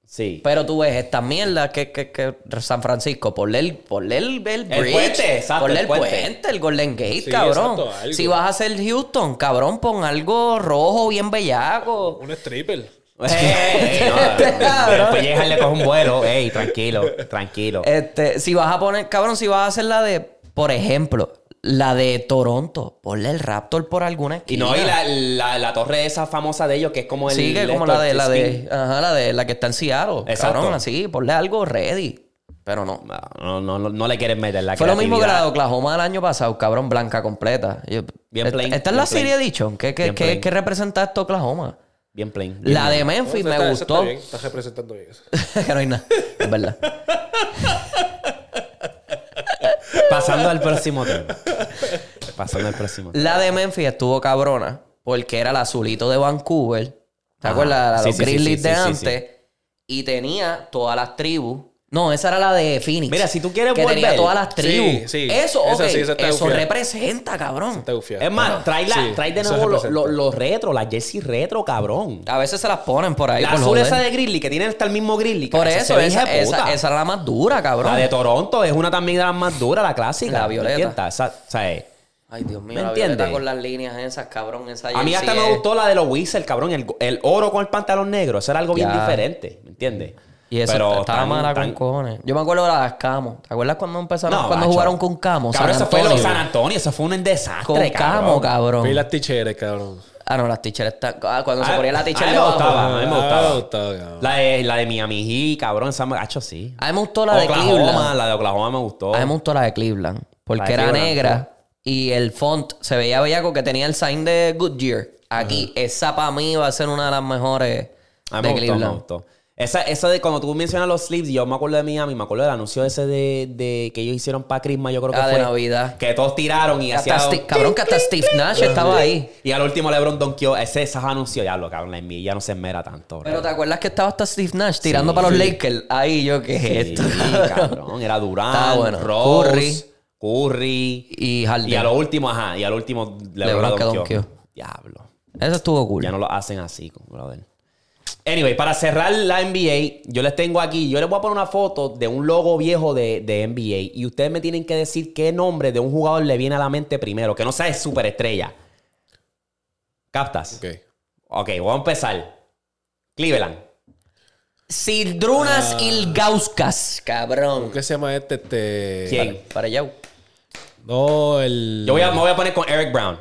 Speaker 1: Sí.
Speaker 2: Pero tú ves esta mierda que, que, que San Francisco, ponle el, ponle el, el bridge,
Speaker 1: puente, exacto,
Speaker 2: ponle
Speaker 1: el
Speaker 2: el puente.
Speaker 1: puente.
Speaker 2: el Golden Gate,
Speaker 3: Sí,
Speaker 2: cabrón.
Speaker 3: exacto, algo.
Speaker 2: si vas a hacer Houston, cabrón, pon algo rojo bien bellaco.
Speaker 3: Un stripper.
Speaker 1: Ey, no,
Speaker 2: Claro.
Speaker 1: Después llegan, le coge un vuelo. Ey, tranquilo, tranquilo.
Speaker 2: Este, si vas a poner, cabrón, si vas a hacer la de, por ejemplo, la de Toronto, ponle el Raptor por
Speaker 1: Y
Speaker 2: alguna esquina.
Speaker 1: no, y la, la, la torre esa famosa de ellos, que es como el.
Speaker 2: Sí, que
Speaker 1: esto,
Speaker 2: como la de,
Speaker 1: el
Speaker 2: la
Speaker 1: spin.
Speaker 2: de, ajá, la de la que está en Seattle.
Speaker 1: Exacto.
Speaker 2: Cabrón, así, ponle algo ready. Pero no.
Speaker 1: No, no, no, no le quieren meter la
Speaker 2: Fue lo mismo que la de
Speaker 1: creatividad.
Speaker 2: Oklahoma del año pasado, cabrón, blanca completa. Yo-
Speaker 1: Bien
Speaker 2: esta,
Speaker 1: plain,
Speaker 2: esta es la
Speaker 1: bien plain.
Speaker 2: serie dicho. ¿Qué, qué,
Speaker 1: Bien
Speaker 2: qué,
Speaker 1: plain.
Speaker 2: qué representa esto Oklahoma?
Speaker 1: Bien plain. bien
Speaker 2: La de
Speaker 3: No,
Speaker 2: Memphis
Speaker 3: eso
Speaker 2: me
Speaker 3: está- eso está
Speaker 2: gustó.
Speaker 3: bien, Estás representando bien eso.
Speaker 2: que no hay nada. Es verdad.
Speaker 1: plain. Pasando al próximo tema. Pasando al próximo tema.
Speaker 2: La de Memphis estuvo cabrona porque era el azulito de Vancouver. ¿Te
Speaker 1: Ajá.
Speaker 2: acuerdas? La de
Speaker 1: Sí,
Speaker 2: los
Speaker 1: sí, sí,
Speaker 2: Grizzlies
Speaker 1: sí,
Speaker 2: de
Speaker 1: sí, sí,
Speaker 2: antes. Y tenía todas las tribus. No, esa era la de Phoenix.
Speaker 1: Mira, si tú quieres
Speaker 2: que tenía
Speaker 1: volver-
Speaker 2: todas las tribus.
Speaker 3: Sí, sí.
Speaker 2: Eso, ok.
Speaker 3: Esa sí, esa está
Speaker 2: eso
Speaker 3: gufiada.
Speaker 2: representa, cabrón.
Speaker 3: Está gufiado.
Speaker 1: Es más, trae, la,
Speaker 3: Ah, Sí,
Speaker 1: trae de
Speaker 3: eso
Speaker 1: nuevo los
Speaker 3: representa.
Speaker 1: lo, lo retro, la jersey retro, cabrón.
Speaker 2: A veces se las ponen por ahí.
Speaker 1: La
Speaker 2: por
Speaker 1: azul
Speaker 2: joder.
Speaker 1: esa de Grizzly, que tiene hasta el mismo Grizzly.
Speaker 2: Por
Speaker 1: cacho, se
Speaker 2: eso,
Speaker 1: ve
Speaker 2: esa,
Speaker 1: hija de
Speaker 2: esa-
Speaker 1: puta.
Speaker 2: esa era la más dura, cabrón.
Speaker 1: La de Toronto es una también de las más duras, la clásica.
Speaker 2: La violeta.
Speaker 1: ¿Me entiendes? Esa- o sea, eh,
Speaker 2: Ay, Dios mío,
Speaker 1: ¿Me
Speaker 2: la violeta
Speaker 1: entiendes?
Speaker 2: con las líneas esas, cabrón. Esa
Speaker 1: a mí
Speaker 2: jersey
Speaker 1: hasta
Speaker 2: es-
Speaker 1: me gustó la de los Wizards, cabrón. El, el oro con el pantalón negro. Eso era algo bien
Speaker 2: Ya.
Speaker 1: diferente. ¿Me entiendes?
Speaker 2: Y eso
Speaker 1: Pero
Speaker 2: estaba
Speaker 1: tan-
Speaker 2: mala
Speaker 1: tan-
Speaker 2: con cojones. Yo me acuerdo de las Camos. ¿Te acuerdas cuando empezaron?
Speaker 1: No,
Speaker 2: cuando
Speaker 1: macho.
Speaker 2: jugaron con Camos.
Speaker 1: Cabrón,
Speaker 2: San
Speaker 1: eso fue lo
Speaker 2: Antonio?
Speaker 1: San Antonio. Eso fue un desastre,
Speaker 2: Con Camo, cabrón.
Speaker 3: Vi las ticheres, cabrón.
Speaker 2: Ah, no, las ticheras están. Ah, cuando se
Speaker 1: Ah,
Speaker 2: ponía
Speaker 1: a
Speaker 2: la
Speaker 1: mí
Speaker 2: tichera
Speaker 1: me
Speaker 2: debajo.
Speaker 1: gustaba. Ah, a mí me gustaba.
Speaker 3: me gustaba, cabrón.
Speaker 1: La de, la de Miami Heat, cabrón. Esa me hacho, sí.
Speaker 2: A mí me gustó la de
Speaker 1: Oklahoma,
Speaker 2: Cleveland.
Speaker 1: La de Oklahoma me gustó.
Speaker 2: A mí me gustó la de Cleveland.
Speaker 1: La
Speaker 2: Porque
Speaker 1: de
Speaker 2: era
Speaker 1: Cleveland,
Speaker 2: negra y el font se veía bellaco que tenía el sign de Goodyear. Aquí, esa para mí va a ser una de las mejores
Speaker 1: A mí
Speaker 2: de
Speaker 1: me gustó, me
Speaker 2: Cleveland.
Speaker 1: gustó. Esa, esa de cuando tú mencionas los sleeves, yo me acuerdo de Miami, me acuerdo del anuncio ese de, de que ellos hicieron para Crisma, yo creo que
Speaker 2: Ah, de
Speaker 1: fue.
Speaker 2: Navidad.
Speaker 1: Que todos tiraron y
Speaker 2: Hasta
Speaker 1: hacían.
Speaker 2: Steve- cabrón, que hasta Steve Nash estaba ahí.
Speaker 1: Y al último LeBron donkeó. Ese, esos anuncios, ya lo cabrón, la NBA ya no se esmera tanto. bro.
Speaker 2: Pero ¿te acuerdas que estaba hasta Steve Nash tirando para los Lakers? Ahí yo, ¿qué es
Speaker 1: Sí,
Speaker 2: esto?
Speaker 1: cabrón. Era Durán,
Speaker 2: Está bueno.
Speaker 1: Rose, Curry.
Speaker 2: Y Harden.
Speaker 1: Y a lo último, ajá, y a lo último LeBron,
Speaker 2: LeBron que
Speaker 1: donkeó.
Speaker 2: donkeó.
Speaker 1: Diablo.
Speaker 2: Eso estuvo cool.
Speaker 1: Ya no lo hacen así, con- brother. Anyway, para cerrar la NBA, yo les tengo aquí, yo les voy a poner una foto de un logo viejo de, de NBA y ustedes me tienen que decir qué nombre de un jugador le viene a la mente primero, que no sea de superestrella. ¿Captas?
Speaker 3: Ok.
Speaker 1: ok, voy a empezar. Cleveland.
Speaker 2: Sildrunas
Speaker 1: Ah.
Speaker 2: Ilgauskas, cabrón.
Speaker 3: ¿Cómo que se llama este? este...
Speaker 1: ¿Quién?
Speaker 2: Para allá.
Speaker 3: No, el.
Speaker 1: Yo voy a, me voy a poner con Eric Brown.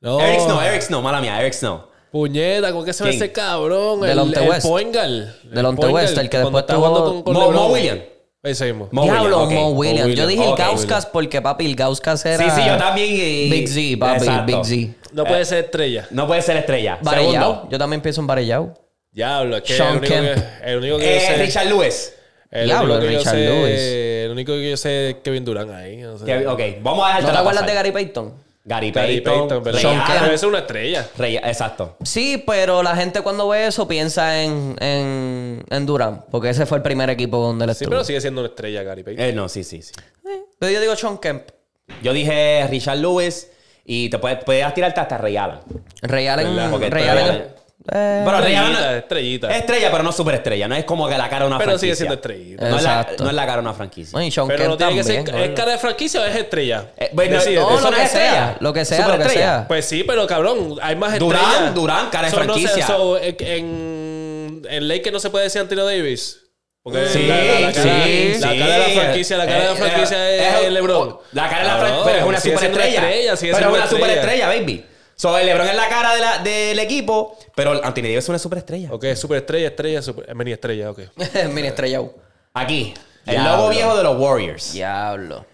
Speaker 3: No.
Speaker 1: Eric Snow, Eric Snow, mala mía, Eric Snow.
Speaker 3: Puñeta, ¿con qué se llama
Speaker 1: ¿Quién?
Speaker 3: ese cabrón?
Speaker 2: Del
Speaker 3: el,
Speaker 2: Onte
Speaker 3: el
Speaker 2: West.
Speaker 3: Poingal.
Speaker 2: Del Onte West, el que después tuvo-
Speaker 1: Mo- Mo William.
Speaker 3: Ese mismo.
Speaker 1: Mo-
Speaker 2: Diablo,
Speaker 1: Williams, ok.
Speaker 2: Mo Williams.
Speaker 3: Mo
Speaker 2: Yo dije
Speaker 1: Williams, ok.
Speaker 2: Ilgauskas porque, papi, Ilgauskas era...
Speaker 1: Sí, sí, yo también. y-
Speaker 2: Big Z, papi,
Speaker 1: Exacto.
Speaker 2: Big Z.
Speaker 3: no puede ser estrella.
Speaker 1: No puede ser estrella.
Speaker 2: Varellao.
Speaker 1: Segundo.
Speaker 2: Yo también pienso en Varellao.
Speaker 3: Diablo, es que
Speaker 2: Sean
Speaker 3: el único que,
Speaker 2: Kemp.
Speaker 3: el único que yo
Speaker 1: Eh,
Speaker 3: sé.
Speaker 1: Richard Lewis.
Speaker 3: el
Speaker 2: Diablo,
Speaker 3: único que yo
Speaker 2: Richard
Speaker 3: sé-
Speaker 2: Lewis.
Speaker 3: El único que yo sé es Kevin Durant ahí. No sé.
Speaker 1: Que- Ok, vamos a dejar
Speaker 2: ¿No te acuerdas de Gary Payton?
Speaker 1: Gary
Speaker 3: Gary
Speaker 1: Payton,
Speaker 3: Payton, pero
Speaker 1: Ray
Speaker 3: Sean
Speaker 1: Allen.
Speaker 3: Kemp es una estrella.
Speaker 1: Ray- exacto.
Speaker 2: Sí, pero la gente cuando ve eso piensa en, en, en Durant. Porque ese fue el primer equipo donde él
Speaker 3: Sí,
Speaker 2: estuvo.
Speaker 3: pero sigue siendo una estrella, Gary Payton.
Speaker 1: Eh, no, sí, sí, sí.
Speaker 2: Pero yo digo Sean Kemp.
Speaker 1: Yo dije Richard Lewis y te puedes, podías tirarte hasta Ray Allen.
Speaker 2: Ray Allen...
Speaker 1: ¿Verdad? Porque
Speaker 2: Ray
Speaker 1: todavía-
Speaker 2: Allen- eh,
Speaker 1: Pero Este- Ray Allen
Speaker 3: estrellita,
Speaker 1: es
Speaker 3: estrellita.
Speaker 1: estrella, pero no superestrella. No es como que la cara de una
Speaker 3: Pero sigue
Speaker 1: franquicia.
Speaker 3: siendo estrellita.
Speaker 1: No es, la,
Speaker 2: Exacto.
Speaker 1: no es la cara de una franquicia.
Speaker 2: Bueno, y Sean
Speaker 3: Pero no
Speaker 2: Kemp
Speaker 3: tiene que
Speaker 2: también.
Speaker 3: ser. ¿Es cara de franquicia o es estrella?
Speaker 1: Eh, bueno,
Speaker 3: Decide,
Speaker 2: No,
Speaker 1: Eso
Speaker 2: lo
Speaker 3: decide.
Speaker 1: no
Speaker 2: que
Speaker 1: es
Speaker 2: sea.
Speaker 1: estrella.
Speaker 2: Lo que sea, lo que
Speaker 1: Superestrella.
Speaker 2: sea.
Speaker 3: Pues sí, pero cabrón, hay más
Speaker 1: Durán,
Speaker 3: estrellas.
Speaker 1: Durán, cara de
Speaker 3: So, no sé,
Speaker 1: franquicia.
Speaker 3: so, eh, en, en Lake no se puede decir Antino Davis. Porque
Speaker 1: Sí,
Speaker 3: la, la- la cara,
Speaker 1: sí,
Speaker 3: la
Speaker 1: sí.
Speaker 3: cara de la franquicia, la cara de la
Speaker 1: Eh,
Speaker 3: franquicia
Speaker 1: eh,
Speaker 3: es,
Speaker 1: eh,
Speaker 3: LeBron.
Speaker 1: La cara de la franquicia,
Speaker 3: Cabrón,
Speaker 1: pero es una
Speaker 3: sigue siendo
Speaker 1: superestrella.
Speaker 3: sigue
Speaker 1: pero es
Speaker 3: siendo
Speaker 1: una superestrella, baby. So, el LeBron es la cara de la- del equipo, pero Anthony Davis es una superestrella.
Speaker 3: Ok, superestrella, estrella, super, mini estrella, ok.
Speaker 1: eh,
Speaker 2: Mini estrellao.
Speaker 1: Aquí, el
Speaker 2: Diablo.
Speaker 1: logo viejo de los Warriors.
Speaker 2: Diablo.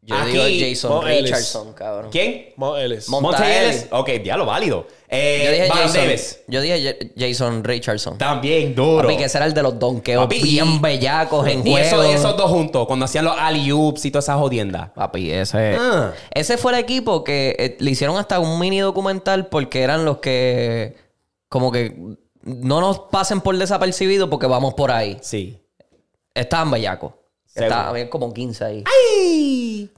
Speaker 2: Yo
Speaker 1: Aquí, oh,
Speaker 2: digo Jason
Speaker 3: Mo Ellis.
Speaker 2: Richardson, cabrón.
Speaker 1: ¿Quién?
Speaker 3: Mo Ellis.
Speaker 2: Mo-
Speaker 1: Monta
Speaker 2: Monta
Speaker 1: Ellis.
Speaker 2: Ellis.
Speaker 1: Ok, diablo válido. Eh,
Speaker 2: Yo dije
Speaker 1: Baron
Speaker 2: Jason.
Speaker 1: Davis.
Speaker 2: Yo dije J- Jason Richardson.
Speaker 1: También duro.
Speaker 2: Papi, que ese era el de los donkeos
Speaker 1: Papi, y-
Speaker 2: bien bellacos en
Speaker 1: y
Speaker 2: juego.
Speaker 1: eso- esos dos juntos, cuando hacían los alley-oops y todas esas jodiendas.
Speaker 2: Papi, ese...
Speaker 1: Ah.
Speaker 2: Ese fue el equipo que eh, le hicieron hasta un mini documental porque eran los que... Como que no nos pasen por desapercibido porque vamos por ahí.
Speaker 1: Sí.
Speaker 2: Estaban bellacos.
Speaker 1: Seguro.
Speaker 2: Estaban habían como 15 ahí.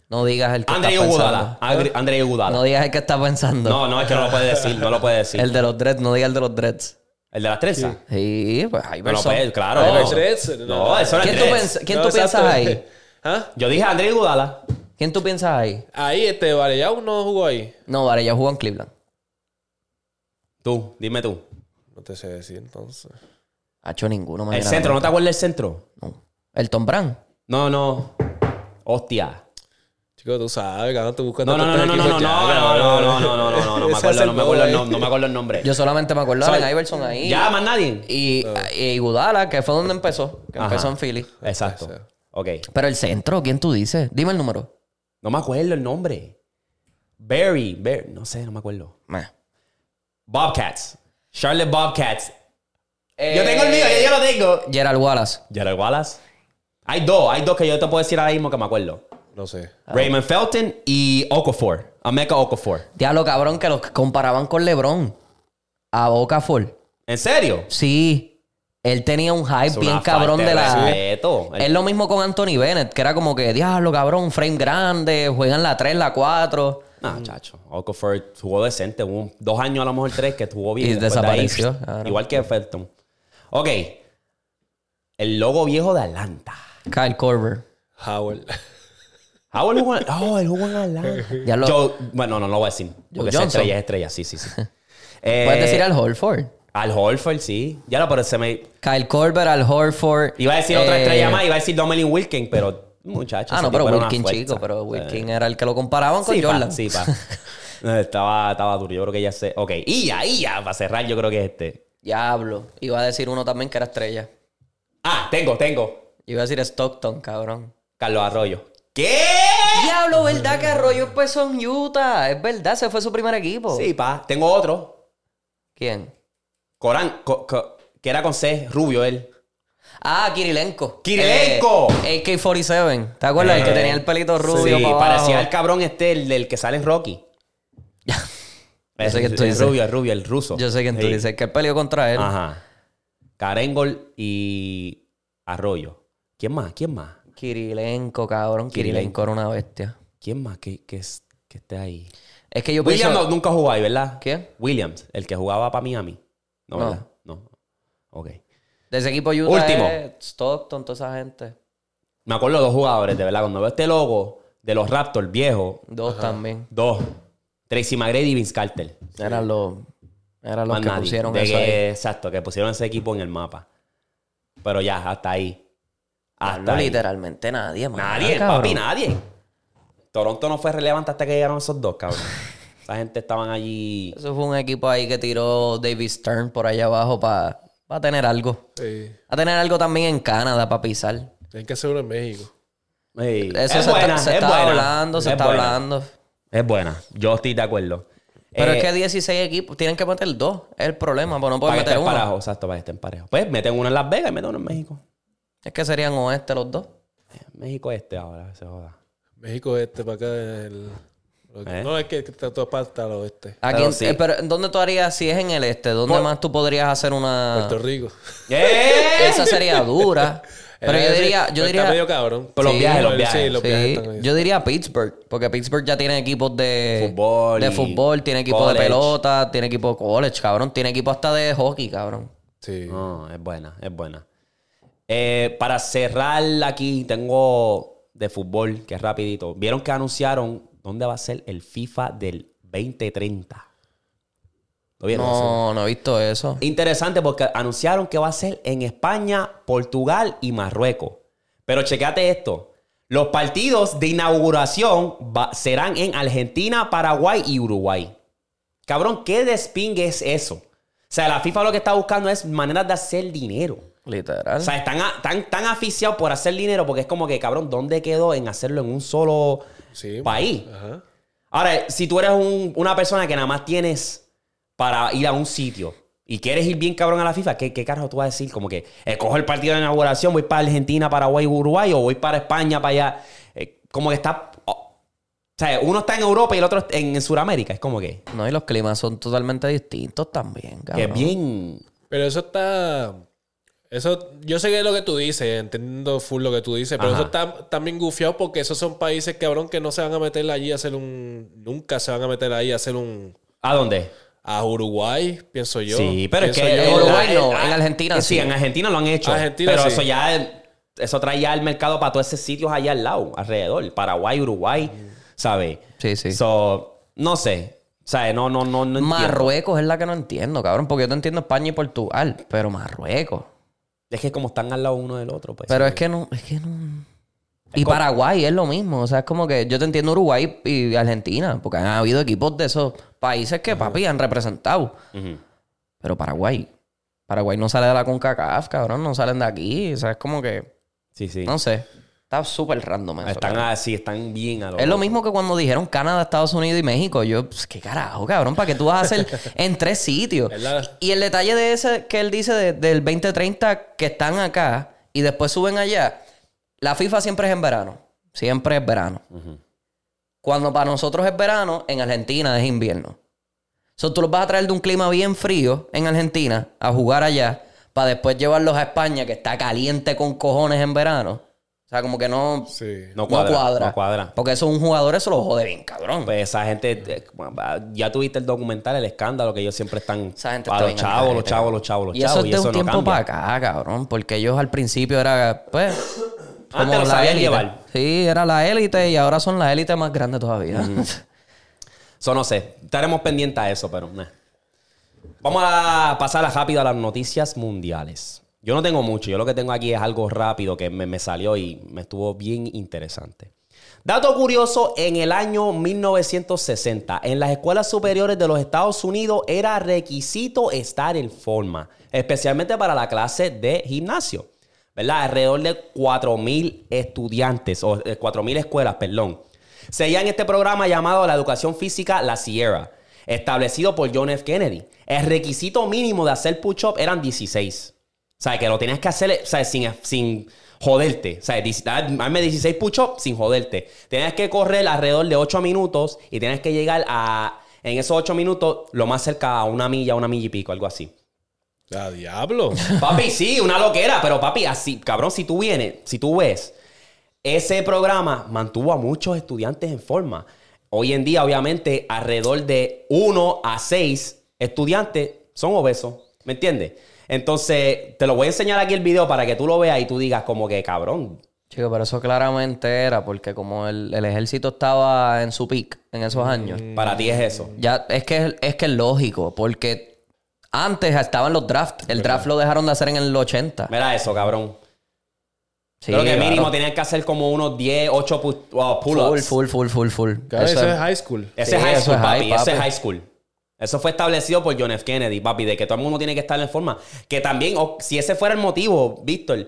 Speaker 2: No digas el que
Speaker 1: André
Speaker 2: estás
Speaker 1: Ugudala.
Speaker 2: pensando.
Speaker 1: Agri- André
Speaker 2: No
Speaker 1: Ugudala.
Speaker 2: digas el que estás pensando.
Speaker 1: No, no, es que no lo puede decir, no lo puede decir.
Speaker 2: El de los dreads, no digas el de los dreads.
Speaker 1: El de las trenzas.
Speaker 2: Sí, pues hay
Speaker 1: No lo
Speaker 2: personas.
Speaker 1: puede, claro.
Speaker 3: No,
Speaker 1: No,
Speaker 3: Dreads, no, no.
Speaker 1: no eso no es
Speaker 2: ¿Quién tú,
Speaker 1: Dreads.
Speaker 2: piensas- quién
Speaker 3: No,
Speaker 2: tú
Speaker 3: exacto.
Speaker 2: piensas ahí?
Speaker 3: ¿Ah?
Speaker 1: Yo dije André Ugudala.
Speaker 2: ¿Quién tú piensas ahí?
Speaker 3: Ahí, este, Varellao no jugó ahí.
Speaker 2: No, vale, ya jugó en Cleveland.
Speaker 1: Tú, dime tú.
Speaker 3: No te sé decir entonces.
Speaker 2: Ha hecho ninguno. me
Speaker 1: El
Speaker 2: viene a la
Speaker 1: centro, ¿no
Speaker 2: mente.
Speaker 1: te acuerdas del centro?
Speaker 2: No. El Tom Brand.
Speaker 1: No, no. Hostia.
Speaker 3: Chico, tú sabes, cabrón, tú buscas
Speaker 1: No, no, no, no, no, no, no, no, no, no, no, no, no, no, no, me
Speaker 3: Ese
Speaker 1: acuerdo,
Speaker 3: es el
Speaker 1: no me acuerdo el
Speaker 3: boy.
Speaker 1: nom- no me acuerdo el nombre.
Speaker 2: Yo solamente me acuerdo de
Speaker 1: Soy-
Speaker 2: Allen Iverson ahí.
Speaker 1: Ya, más nadie.
Speaker 2: Y, y Iguodala, que fue donde empezó. Que
Speaker 1: Ajá.
Speaker 2: empezó en Philly.
Speaker 1: Exacto. Ok.
Speaker 2: Pero el centro, ¿quién tú dices? Dime el número.
Speaker 1: No me acuerdo el nombre. Barry, Bar- no sé, no me acuerdo.
Speaker 2: Meh.
Speaker 1: Bobcats. Charlotte Bobcats. Eh, Yo tengo el mío, yo, yo lo tengo.
Speaker 2: Gerald Wallace.
Speaker 1: Gerald Wallace. Hay dos, hay dos que yo te puedo decir ahora mismo que me acuerdo.
Speaker 3: No sé.
Speaker 2: Ah.
Speaker 1: Raymond Felton y Okafor. Ameka Okafor.
Speaker 2: Diablo, cabrón, que los comparaban con LeBron. A Boca
Speaker 1: ¿En serio?
Speaker 2: Sí. Él tenía un hype
Speaker 1: Es una
Speaker 2: bien
Speaker 1: falta
Speaker 2: cabrón de la.
Speaker 1: respeto. El-
Speaker 2: Es lo mismo con Anthony Bennett, que era como que, diablo, cabrón, frame grande, juegan la 3, la 4.
Speaker 1: No, Ah, chacho. Okafor jugó decente. Hubo un- dos años, a lo mejor tres, que estuvo bien.
Speaker 2: Y
Speaker 1: Después de ahí,
Speaker 2: desapareció, claro.
Speaker 1: igual que Felton. Ok. El logo viejo de Atlanta.
Speaker 2: Kyle Korver.
Speaker 3: Howell.
Speaker 1: Ah, él jugó en- oh, él jugó en Atlanta.
Speaker 2: Ya lo-
Speaker 1: Yo- bueno, no, no lo voy a decir. Porque esa
Speaker 2: Johnson.
Speaker 1: estrella es estrella. Sí, sí, sí. Eh,
Speaker 2: Puedes decir al Horford.
Speaker 1: al Holford, sí. Ya lo, pero se me...
Speaker 2: Kyle Korver, al Horford.
Speaker 1: Iba a decir otra
Speaker 2: eh,
Speaker 1: estrella más. Iba a decir Dominic Wilkins, pero... Muchacho,
Speaker 2: Ah,
Speaker 1: ese
Speaker 2: no, pero
Speaker 1: tipo era una
Speaker 2: Wilkin,
Speaker 1: fuerza.
Speaker 2: chico, pero
Speaker 1: O sea,
Speaker 2: Wilkin era el que lo comparaban con
Speaker 1: sí, pa,
Speaker 2: Jordan.
Speaker 1: sí, pa. No, estaba, estaba duro. Yo creo que ya sé. Ok. Y ya, y ya. Para cerrar, yo creo que es este.
Speaker 2: Diablo. Iba a decir uno también que era estrella.
Speaker 1: Ah, tengo, tengo.
Speaker 2: Iba a decir Stockton, cabrón.
Speaker 1: Carlos Arroyo. ¿Qué?
Speaker 2: Diablo, ¿verdad que Arroyo empezó en Utah? Es verdad, se fue su primer equipo.
Speaker 1: Sí, pa. Tengo otro.
Speaker 2: ¿Quién?
Speaker 1: Corán, co- co- que era con C, rubio él.
Speaker 2: Ah, Kirilenko.
Speaker 1: ¡Kirilenko!
Speaker 2: Eh, AK-47. ¿Te acuerdas? el que
Speaker 1: Eh,
Speaker 2: tenía el pelito rubio.
Speaker 1: sí,
Speaker 2: para
Speaker 1: parecía el
Speaker 2: abajo.
Speaker 1: cabrón este, el del que sale en Rocky.
Speaker 2: Yo sé quién tú
Speaker 1: el
Speaker 2: dices.
Speaker 1: rubio, el rubio, el ruso.
Speaker 2: Yo sé quién tú
Speaker 1: Sí. Ah.
Speaker 2: dices, que él peleó contra él.
Speaker 1: Ajá. Karengol y Arroyo. ¿Quién más? ¿Quién más?
Speaker 2: Kirilenko, cabrón. Kirilenko era una bestia.
Speaker 1: ¿Quién más que, que, es- que esté ahí?
Speaker 2: Es que yo
Speaker 1: Williams
Speaker 2: pienso...
Speaker 1: no- nunca jugó ahí, ¿verdad?
Speaker 2: ¿Quién?
Speaker 1: Williams, el que jugaba para Miami. No,
Speaker 2: No.
Speaker 1: ¿verdad? No. Ok.
Speaker 2: De ese equipo Utah
Speaker 1: Último.
Speaker 2: es Stockton, toda esa gente.
Speaker 1: Me acuerdo de dos jugadores, de verdad. Cuando veo este logo de los Raptors viejo,
Speaker 2: Dos también.
Speaker 1: dos. Tracy McGrady y Vince Carter.
Speaker 2: Eran los, eran los
Speaker 1: Más
Speaker 2: que
Speaker 1: nadie.
Speaker 2: pusieron
Speaker 1: De
Speaker 2: eso
Speaker 1: que-
Speaker 2: ahí.
Speaker 1: Exacto, que pusieron ese equipo en el mapa. Pero ya, hasta ahí. Hasta
Speaker 2: Ah, No,
Speaker 1: ahí.
Speaker 2: literalmente nadie, man.
Speaker 1: Nadie,
Speaker 2: Ah, cabrón.
Speaker 1: papi, nadie. Toronto no fue relevante hasta que llegaron esos dos, cabrón. Esa gente estaban allí.
Speaker 2: Eso fue un equipo ahí que tiró David Stern por allá abajo para tener algo.
Speaker 3: Sí.
Speaker 2: Va a tener algo también en Canadá para pisar.
Speaker 3: Tienen que hacer uno en México.
Speaker 1: Ey,
Speaker 2: Eso se, está, se está hablando, se
Speaker 1: es
Speaker 2: está
Speaker 1: buena.
Speaker 2: hablando.
Speaker 1: Es buena. Yo estoy de acuerdo.
Speaker 2: Pero
Speaker 1: Eh,
Speaker 2: es que 16 equipos, tienen que meter dos. Es el problema, pues
Speaker 1: para
Speaker 2: no pueden
Speaker 1: que
Speaker 2: meter
Speaker 1: estén
Speaker 2: uno.
Speaker 1: parejos, exacto, para que estén parejos. Pues meten uno en Las Vegas y meten uno en México.
Speaker 2: Es que serían oeste los dos.
Speaker 1: Eh, México este ahora, se joda.
Speaker 3: México este, para acá el...
Speaker 1: ¿Eh?
Speaker 3: No, es que que está todo este, para el oeste.
Speaker 2: Aquí,
Speaker 1: Pero
Speaker 2: en-
Speaker 1: sí.
Speaker 2: eh, pero ¿dónde tú harías si es en el este? ¿Dónde
Speaker 1: Por-
Speaker 2: más tú podrías hacer
Speaker 1: Ah.
Speaker 2: una...?
Speaker 3: Puerto Rico.
Speaker 1: ¡Eh! Pues
Speaker 2: Esa sería dura. Pero yo
Speaker 3: Ese
Speaker 2: diría, yo
Speaker 3: está medio
Speaker 2: diría,
Speaker 3: cabrón.
Speaker 1: Por los
Speaker 2: Sí,
Speaker 1: viajes, los
Speaker 3: sí,
Speaker 1: viajes.
Speaker 3: los-
Speaker 2: sí,
Speaker 3: viajes están-
Speaker 2: yo diría Pittsburgh, porque Pittsburgh ya tiene equipos de
Speaker 1: Fútbol
Speaker 2: de
Speaker 1: y
Speaker 2: fútbol, tiene equipo
Speaker 1: college.
Speaker 2: de pelota, tiene equipo de college, cabrón, tiene equipo hasta de hockey, cabrón.
Speaker 3: Sí.
Speaker 1: No, es buena, es buena. Eh, para cerrar aquí, tengo de fútbol, que es rapidito. Vieron que anunciaron dónde va a ser el FIFA del 2030. ¿Lo vieron?
Speaker 2: No, no he visto eso.
Speaker 1: Interesante porque anunciaron que va a ser en España, Portugal y Marruecos. Pero checate esto. Los partidos de inauguración va- serán en Argentina, Paraguay y Uruguay. Cabrón, ¿qué despingue es eso? O sea, la FIFA lo que está buscando es maneras de hacer dinero. O
Speaker 2: Literal.
Speaker 1: sea, están a- tan, tan aficiados por hacer dinero porque es como que, cabrón, ¿dónde quedó en hacerlo en un solo
Speaker 3: Sí.
Speaker 1: país?
Speaker 3: Ajá.
Speaker 1: Ahora, si tú eres un- una persona que nada más tienes para ir a un sitio y quieres ir bien cabrón a la FIFA, ¿qué, qué carajo tú vas a decir? Como que eh, cojo el partido de inauguración, voy para Argentina, Paraguay, Uruguay o voy para España, para allá. Eh, como que está... oh, o sea, uno está en Europa y el otro está en, en Sudamérica. Es como que...
Speaker 2: no, y los climas son totalmente distintos también,
Speaker 1: Que
Speaker 2: cabrón.
Speaker 1: es bien...
Speaker 3: Pero eso está. Eso, yo sé que es lo que tú dices, entiendo full lo que tú dices, pero
Speaker 1: Ajá.
Speaker 3: eso está también gufiado porque esos son países, cabrón, que no se van a meter allí a hacer un. Nunca se van a meter ahí a hacer un.
Speaker 1: ¿A dónde?
Speaker 3: A Uruguay, pienso yo.
Speaker 1: sí, pero es
Speaker 3: Pienso
Speaker 1: que
Speaker 3: yo.
Speaker 2: en Uruguay
Speaker 1: eh,
Speaker 2: no,
Speaker 1: ah,
Speaker 2: en Argentina
Speaker 1: eh,
Speaker 2: sí.
Speaker 1: Sí, en Argentina lo han hecho.
Speaker 3: Argentina
Speaker 1: pero
Speaker 3: sí.
Speaker 1: eso ya es- eso trae ya el mercado para todos esos sitios allá al lado, alrededor, Paraguay, Uruguay, ¿sabes?
Speaker 2: Sí, sí.
Speaker 1: So, no sé. ¿Sabes? No, no, no, no entiendo.
Speaker 2: Marruecos es la que no entiendo, cabrón, porque yo te entiendo España y Portugal, pero Marruecos.
Speaker 1: Es que como están al lado uno del otro, pues.
Speaker 2: Pero es que no, es que no. Y Paraguay es lo mismo, o sea, es como que yo te entiendo Uruguay y Argentina, porque han habido equipos de esos países que, papi, han representado.
Speaker 1: Ujú.
Speaker 2: Pero Paraguay, Paraguay no sale de la CONCACAF, cabrón, no salen de aquí, o sea, es como que,
Speaker 1: Sí, sí.
Speaker 2: no sé, está súper random eso.
Speaker 1: están
Speaker 2: cabrón.
Speaker 1: así, están bien a lo
Speaker 2: Es lo mismo que cuando dijeron Canadá, Estados Unidos y México. Yo, pues, qué carajo, cabrón, ¿para qué tú vas a hacer en tres sitios?
Speaker 3: ¿Verdad?
Speaker 2: Y el detalle de ese que él dice de- del 2030 que están acá y después suben allá, la FIFA siempre es en verano. Siempre es verano. Cuando para nosotros es verano, en Argentina es invierno. So, tú los vas a traer de un clima bien frío en Argentina a jugar allá para después llevarlos a España que está caliente con cojones en verano. O sea, como que no,
Speaker 3: Sí.
Speaker 1: No
Speaker 2: no
Speaker 1: cuadra,
Speaker 2: cuadra.
Speaker 1: no cuadra.
Speaker 2: Porque eso un jugador, eso lo jode bien, cabrón.
Speaker 1: Pues esa gente, eh, bueno, ya tuviste el documental, el escándalo, que ellos siempre están
Speaker 2: Esa gente
Speaker 1: a
Speaker 2: está
Speaker 1: los
Speaker 2: bien
Speaker 1: chavos,
Speaker 2: al
Speaker 1: los
Speaker 2: garete,
Speaker 1: chavos,
Speaker 2: cabrón.
Speaker 1: los chavos, los
Speaker 2: Y eso
Speaker 1: chavos,
Speaker 2: es de un
Speaker 1: no
Speaker 2: tiempo
Speaker 1: cambia.
Speaker 2: para acá, cabrón. Porque ellos al principio era, pues.
Speaker 1: Antes Ah, lo sabían llevar.
Speaker 2: Sí, era la élite y ahora son la élite más grande todavía.
Speaker 1: So, no sé, estaremos pendientes a eso, pero nah. vamos a pasar a rápido a las noticias mundiales. Yo no tengo mucho, yo lo que tengo aquí es algo rápido que me, me salió y me estuvo bien interesante. Dato curioso, en el año 1960, en las escuelas superiores de los Estados Unidos era requisito estar en forma, especialmente para la clase de gimnasio. ¿verdad? Alrededor de 4.000 estudiantes, o eh, 4.000 escuelas, perdón. Seguían este programa llamado la educación física La Sierra, establecido por John F. Kennedy. El requisito mínimo de hacer push-up eran 16. O sea, que lo tenías que hacer o sea, sin, sin joderte. O sea, dis- da- hazme 16 push-ups sin joderte. Tenías que correr alrededor de 8 minutos y tenías que llegar a, en esos 8 minutos, lo más cerca a una milla, una milla y pico, algo así.
Speaker 3: ¡A diablo!
Speaker 1: Papi, sí, una loquera, pero papi, así, cabrón, si tú vienes, si tú ves, ese programa mantuvo a muchos estudiantes en forma. Hoy en día, obviamente, alrededor de 1 a 6 estudiantes son obesos, ¿me entiendes? Entonces, te lo voy a enseñar aquí el video para que tú lo veas y tú digas como que, cabrón,
Speaker 2: Chico, pero eso claramente era porque como el, el ejército estaba en su pick en esos años,
Speaker 1: para ti es eso.
Speaker 2: ya es que es que es lógico, porque antes estaban los drafts. El draft lo dejaron de hacer en el 80.
Speaker 1: Mira eso, cabrón.
Speaker 2: Sí,
Speaker 1: Creo que
Speaker 2: claro.
Speaker 1: mínimo tenían que hacer como unos 10, 8 pu- oh,
Speaker 2: Full,
Speaker 1: pull-ups.
Speaker 2: full, full, full, full.
Speaker 3: Cabrón,
Speaker 2: Eso
Speaker 3: eso
Speaker 2: es-
Speaker 3: es high school.
Speaker 1: Ese
Speaker 2: Sí,
Speaker 1: es high
Speaker 2: eso
Speaker 1: school,
Speaker 2: es
Speaker 1: papi,
Speaker 2: high,
Speaker 1: Ese es
Speaker 2: papi.
Speaker 1: high school. Eso fue establecido por John F. Kennedy, papi, de que todo el mundo tiene que estar en forma. Que también, o- si ese fuera el motivo, Víctor,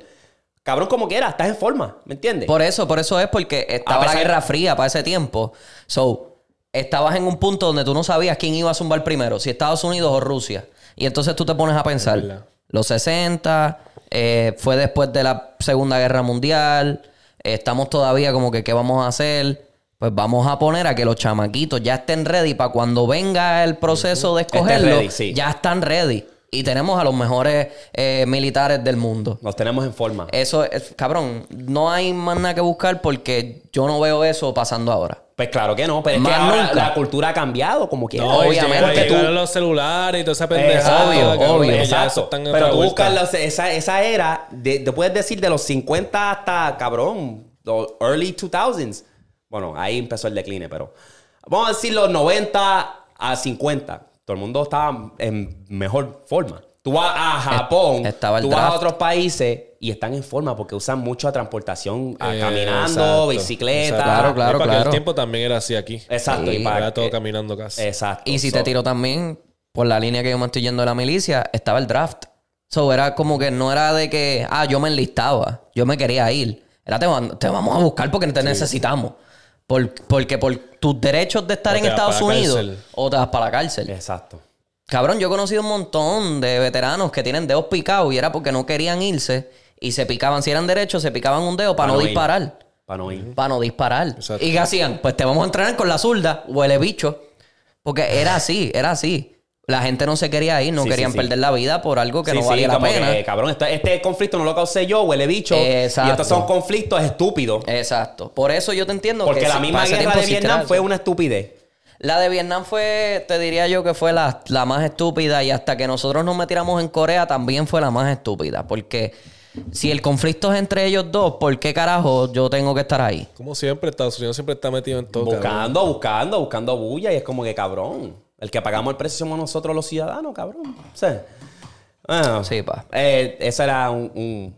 Speaker 1: cabrón, como quiera, estás en forma, ¿me entiendes?
Speaker 2: Por eso, por eso es porque
Speaker 1: A
Speaker 2: estaba
Speaker 1: pesar-
Speaker 2: la Guerra Fría para ese tiempo. So, estabas en un punto donde tú no sabías quién iba a zumbar primero, si Estados Unidos o Rusia. Y entonces tú te pones a pensar,
Speaker 3: verdad.
Speaker 2: los 60, eh, fue después de la Segunda Guerra Mundial, eh, estamos todavía como que, ¿qué vamos a hacer? Pues vamos a poner a que los chamaquitos ya estén ready para cuando venga el proceso de
Speaker 1: Estén
Speaker 2: escogerlo,
Speaker 1: ready, sí.
Speaker 2: ya están ready. Y tenemos a los mejores eh, militares del mundo.
Speaker 1: Nos tenemos en forma.
Speaker 2: Eso es, cabrón, no hay más nada que buscar porque yo no veo eso pasando ahora.
Speaker 1: Pues claro que no, pero es que
Speaker 2: Más
Speaker 1: ahora
Speaker 2: nunca.
Speaker 1: la cultura ha cambiado, como quiera.
Speaker 3: No,
Speaker 2: obviamente
Speaker 3: obviamente.
Speaker 1: tú-
Speaker 3: Llegaron los celulares y toda esa
Speaker 1: Exacto,
Speaker 3: pendejada. cabrón,
Speaker 2: obvio,
Speaker 3: ya eso
Speaker 1: Exacto.
Speaker 3: está en
Speaker 1: Pero
Speaker 3: otra
Speaker 1: tú
Speaker 3: vuelta.
Speaker 1: buscas los- esa, esa era, de, te puedes decir de los 50 hasta, cabrón, los early 2000s. Bueno, ahí empezó el decline, pero vamos a decir los 90 a 50. Todo el mundo estaba en mejor forma. Tú vas a Japón,
Speaker 2: estaba el
Speaker 1: tú vas a
Speaker 2: draft.
Speaker 1: otros países y están en forma porque usan mucho transportación a
Speaker 3: Eh,
Speaker 1: Ah, caminando,
Speaker 3: exacto,
Speaker 1: bicicleta.
Speaker 3: exacto.
Speaker 2: Claro, claro,
Speaker 3: Es para que
Speaker 2: claro.
Speaker 3: El tiempo también era así aquí.
Speaker 1: Exacto.
Speaker 2: Sí,
Speaker 1: y para
Speaker 3: Era todo
Speaker 1: que-
Speaker 3: caminando casi.
Speaker 1: Exacto.
Speaker 2: Y si
Speaker 1: So,
Speaker 2: te tiro también, por la línea que yo me estoy yendo de la milicia, estaba el draft. So, era como que no era de que, ah, yo me enlistaba, yo me quería ir. Era te, van- te vamos a buscar porque te necesitamos. Por- porque por tus derechos de estar
Speaker 3: O
Speaker 2: en
Speaker 3: te vas
Speaker 2: Estados
Speaker 3: para la
Speaker 2: Unidos
Speaker 3: cárcel.
Speaker 2: o te vas para la cárcel.
Speaker 1: Exacto.
Speaker 2: Cabrón, yo he conocido un montón de veteranos que tienen dedos picados y era porque no querían irse y se picaban, si eran derechos, se picaban un dedo
Speaker 1: Para
Speaker 2: para no
Speaker 1: no ir.
Speaker 2: disparar.
Speaker 1: Para no ir.
Speaker 2: para no disparar.
Speaker 3: Exacto.
Speaker 2: ¿Y qué hacían? Pues te vamos a entrenar con la zurda, huele bicho. Porque era así, era así. La gente no se quería ir, no
Speaker 1: Sí, sí,
Speaker 2: querían
Speaker 1: sí.
Speaker 2: perder la vida por algo que
Speaker 1: Sí,
Speaker 2: no
Speaker 1: sí,
Speaker 2: valía la
Speaker 1: como
Speaker 2: pena.
Speaker 1: que, cabrón, esta- este conflicto no lo causé yo, huele bicho.
Speaker 2: Exacto.
Speaker 1: Y estos son conflictos estúpidos.
Speaker 2: Exacto. Por eso yo te entiendo
Speaker 1: porque
Speaker 2: que
Speaker 1: la
Speaker 2: sí,
Speaker 1: misma
Speaker 2: para ese
Speaker 1: guerra
Speaker 2: tiempo
Speaker 1: de
Speaker 2: sí
Speaker 1: Vietnam
Speaker 2: era-
Speaker 1: fue una estupidez.
Speaker 2: La de Vietnam fue, te diría yo, que fue la, la más estúpida y hasta que nosotros nos metiéramos en Corea también fue la más estúpida. Porque si el conflicto es entre ellos dos, ¿por qué carajo yo tengo que estar ahí?
Speaker 3: Como siempre, Estados Unidos siempre está metido en todo. cabrón.
Speaker 1: Buscando, buscando, buscando bulla. Y es como que, cabrón, el que pagamos el precio somos nosotros los ciudadanos, cabrón. O sea, bueno,
Speaker 2: Sí, pa.
Speaker 1: eh, ese era un, un,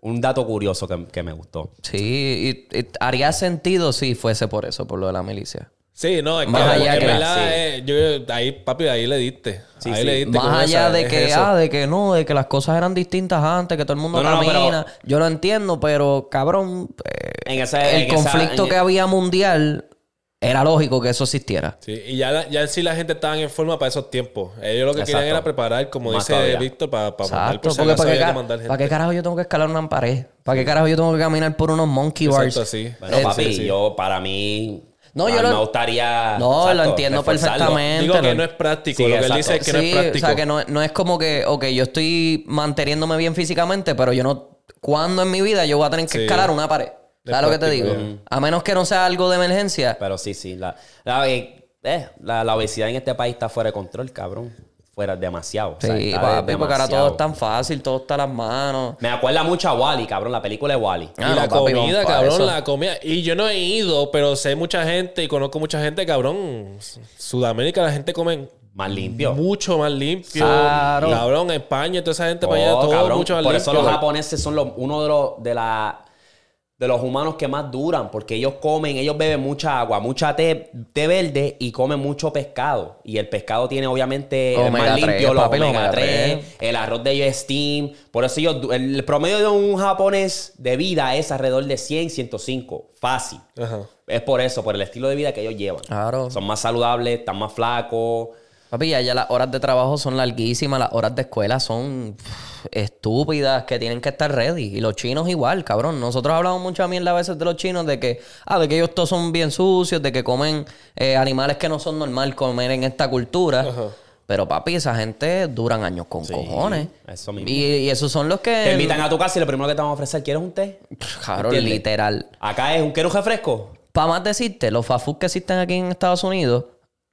Speaker 1: un dato curioso que, que me gustó.
Speaker 2: Sí, y- y haría sentido si fuese por eso, por lo de la milicia.
Speaker 3: Sí, no, es que,
Speaker 2: Más allá
Speaker 3: en
Speaker 2: que la-
Speaker 3: verdad,
Speaker 1: sí.
Speaker 3: eh, yo- ahí, papi, ahí le diste.
Speaker 1: Sí,
Speaker 3: ahí
Speaker 1: sí.
Speaker 3: le diste. con
Speaker 2: Más allá
Speaker 3: esa,
Speaker 2: de
Speaker 3: es
Speaker 2: que,
Speaker 3: eso.
Speaker 2: ah, de que no, de que las cosas eran distintas antes, que todo el mundo
Speaker 1: No, no, no,
Speaker 2: camina.
Speaker 1: pero-
Speaker 2: Yo lo entiendo, pero cabrón, eh,
Speaker 1: En esa-
Speaker 2: el
Speaker 1: en esa-
Speaker 2: conflicto
Speaker 1: en-
Speaker 2: que había mundial era lógico que eso existiera.
Speaker 3: Sí, y ya, la- ya en sí la gente estaba en forma para esos tiempos. Ellos lo que
Speaker 1: Exacto.
Speaker 3: querían era preparar, como
Speaker 1: Más
Speaker 3: dice
Speaker 1: todavía.
Speaker 3: Víctor, para, para mandar
Speaker 2: Exacto,
Speaker 3: por si
Speaker 2: porque
Speaker 3: acaso
Speaker 2: ¿para qué,
Speaker 3: había que
Speaker 2: ca-
Speaker 3: mandar gente.
Speaker 2: para qué carajo yo tengo que escalar una pared? ¿Para qué carajo yo tengo que caminar por unos monkey bars?
Speaker 3: Exacto, sí.
Speaker 1: Bueno,
Speaker 2: Eh,
Speaker 1: papi,
Speaker 2: sí.
Speaker 1: yo para mí.
Speaker 2: No, yo
Speaker 1: ah,
Speaker 2: lo-
Speaker 1: me gustaría.
Speaker 2: No, lo
Speaker 1: exacto,
Speaker 2: entiendo
Speaker 1: reforzarlo.
Speaker 2: perfectamente.
Speaker 3: Digo que
Speaker 2: Entiendo.
Speaker 3: no es práctico.
Speaker 1: Sí,
Speaker 3: lo que él
Speaker 1: exacto.
Speaker 3: dice es que no es
Speaker 2: Sí,
Speaker 3: práctico.
Speaker 2: O sea, que no, no es como que, ok, yo estoy manteniéndome bien físicamente, pero yo no. ¿Cuándo en mi vida yo voy a tener que
Speaker 3: Sí.
Speaker 2: escalar una pared?
Speaker 3: Es
Speaker 2: ¿Sabes lo que te digo?
Speaker 3: práctico,
Speaker 2: A menos que no sea algo de emergencia.
Speaker 1: Pero sí, sí. La, la, eh, eh, la- la obesidad en este país está fuera de control, cabrón. Fuera demasiado. o sea,
Speaker 2: sí,
Speaker 1: está de-
Speaker 2: papi, porque ahora todo
Speaker 1: demasiado.
Speaker 2: es tan fácil, todo está a las manos.
Speaker 1: Me acuerda mucho a Wally, cabrón, la película de Wally.
Speaker 2: Ah,
Speaker 3: y la
Speaker 2: no, papi, vamos
Speaker 3: comida,
Speaker 2: pa'
Speaker 3: cabrón,
Speaker 2: eso.
Speaker 3: la comida. Y yo no he ido, pero sé mucha gente y conozco mucha gente, cabrón. Sudamérica la gente come
Speaker 1: Más limpio.
Speaker 3: mucho más limpio.
Speaker 2: Claro.
Speaker 3: Cabrón, España, toda esa gente para allá,
Speaker 1: Oh,
Speaker 3: todo
Speaker 1: cabrón,
Speaker 3: mucho más
Speaker 1: por
Speaker 3: limpio.
Speaker 1: eso los japoneses son los- uno de los de la- de los humanos que más duran, porque ellos comen, ellos beben mucha agua, mucha té, té verde y comen mucho pescado. Y el pescado tiene obviamente el
Speaker 2: Omega
Speaker 1: más
Speaker 2: tres,
Speaker 1: limpio, los
Speaker 2: papi, los
Speaker 1: omega
Speaker 2: omega
Speaker 1: 3,
Speaker 2: tres.
Speaker 1: el arroz de ellos es steam. Por eso ellos, du- el promedio de un japonés de vida es alrededor de 100, 105, fácil.
Speaker 3: Ajá.
Speaker 1: Es por eso, por el estilo de vida que ellos llevan.
Speaker 2: Claro.
Speaker 1: Son más saludables, están más flacos.
Speaker 2: Papi, ya, ya las horas de trabajo son larguísimas, las horas de escuela son pff, estúpidas, que tienen que estar ready. Y los chinos igual, cabrón. Nosotros hablamos mucha mierda a veces de los chinos, de que, ah, de que ellos todos son bien sucios, de que comen eh, animales que no son normal comer en esta cultura. Pero papi, esa gente duran años con cojones.
Speaker 1: eso mismo.
Speaker 2: Y, y esos son los que...
Speaker 1: Te invitan a tu casa y lo primero que te van a ofrecer, ¿quieres un té?
Speaker 2: Pff, Cabrón,
Speaker 1: ¿Entiendes?
Speaker 2: literal.
Speaker 1: Acá es un quiero un refresco.
Speaker 2: Para más decirte, los fast food que existen aquí en Estados Unidos,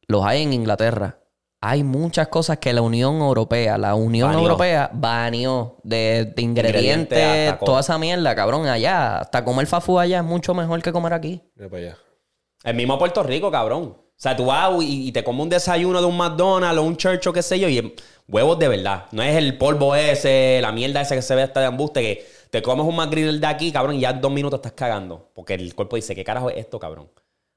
Speaker 2: los hay en Inglaterra. Hay muchas cosas que la Unión Europea, la Unión
Speaker 1: Baneó.
Speaker 2: Europea baneó de, de ingredientes,
Speaker 1: Ingredientes hasta co-
Speaker 2: toda esa mierda, cabrón, allá. Hasta comer fast food allá es mucho mejor que comer aquí.
Speaker 3: Mira para allá.
Speaker 1: El mismo Puerto Rico, cabrón. O sea, tú vas y, y te comes un desayuno de un McDonald's o un church o qué sé yo, y em, huevos de verdad. No es el polvo ese, la mierda esa que se ve hasta de embuste, que te comes un McGriddle de aquí, cabrón, y ya en dos minutos estás cagando. Porque el cuerpo dice, ¿qué carajo es esto, cabrón?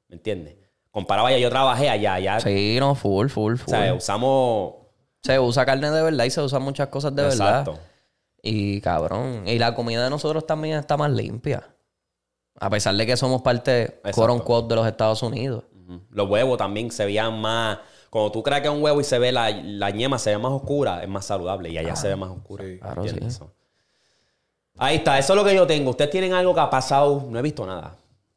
Speaker 1: ¿Me entiendes? Comparado allá, yo trabajé allá, allá.
Speaker 2: Sí, no, full, full,
Speaker 1: O
Speaker 2: full.
Speaker 1: sea, usamos.
Speaker 2: se usa carne de verdad y se usan muchas cosas de verdad.
Speaker 1: Exacto.
Speaker 2: Y cabrón, y la comida de nosotros también está más limpia. A pesar de que somos parte, quote unquote, de los Estados Unidos.
Speaker 1: Ujú. Los huevos también se veían más. Cuando tú craques un huevo y se ve la, la ñema, se ve más oscura, es más saludable. Y allá se ve más oscura.
Speaker 3: sí.
Speaker 2: Claro,
Speaker 1: ¿Entiendes
Speaker 2: sí.
Speaker 1: eso? Ahí está, eso es lo que yo tengo. Ustedes tienen algo que ha pasado, no he visto nada.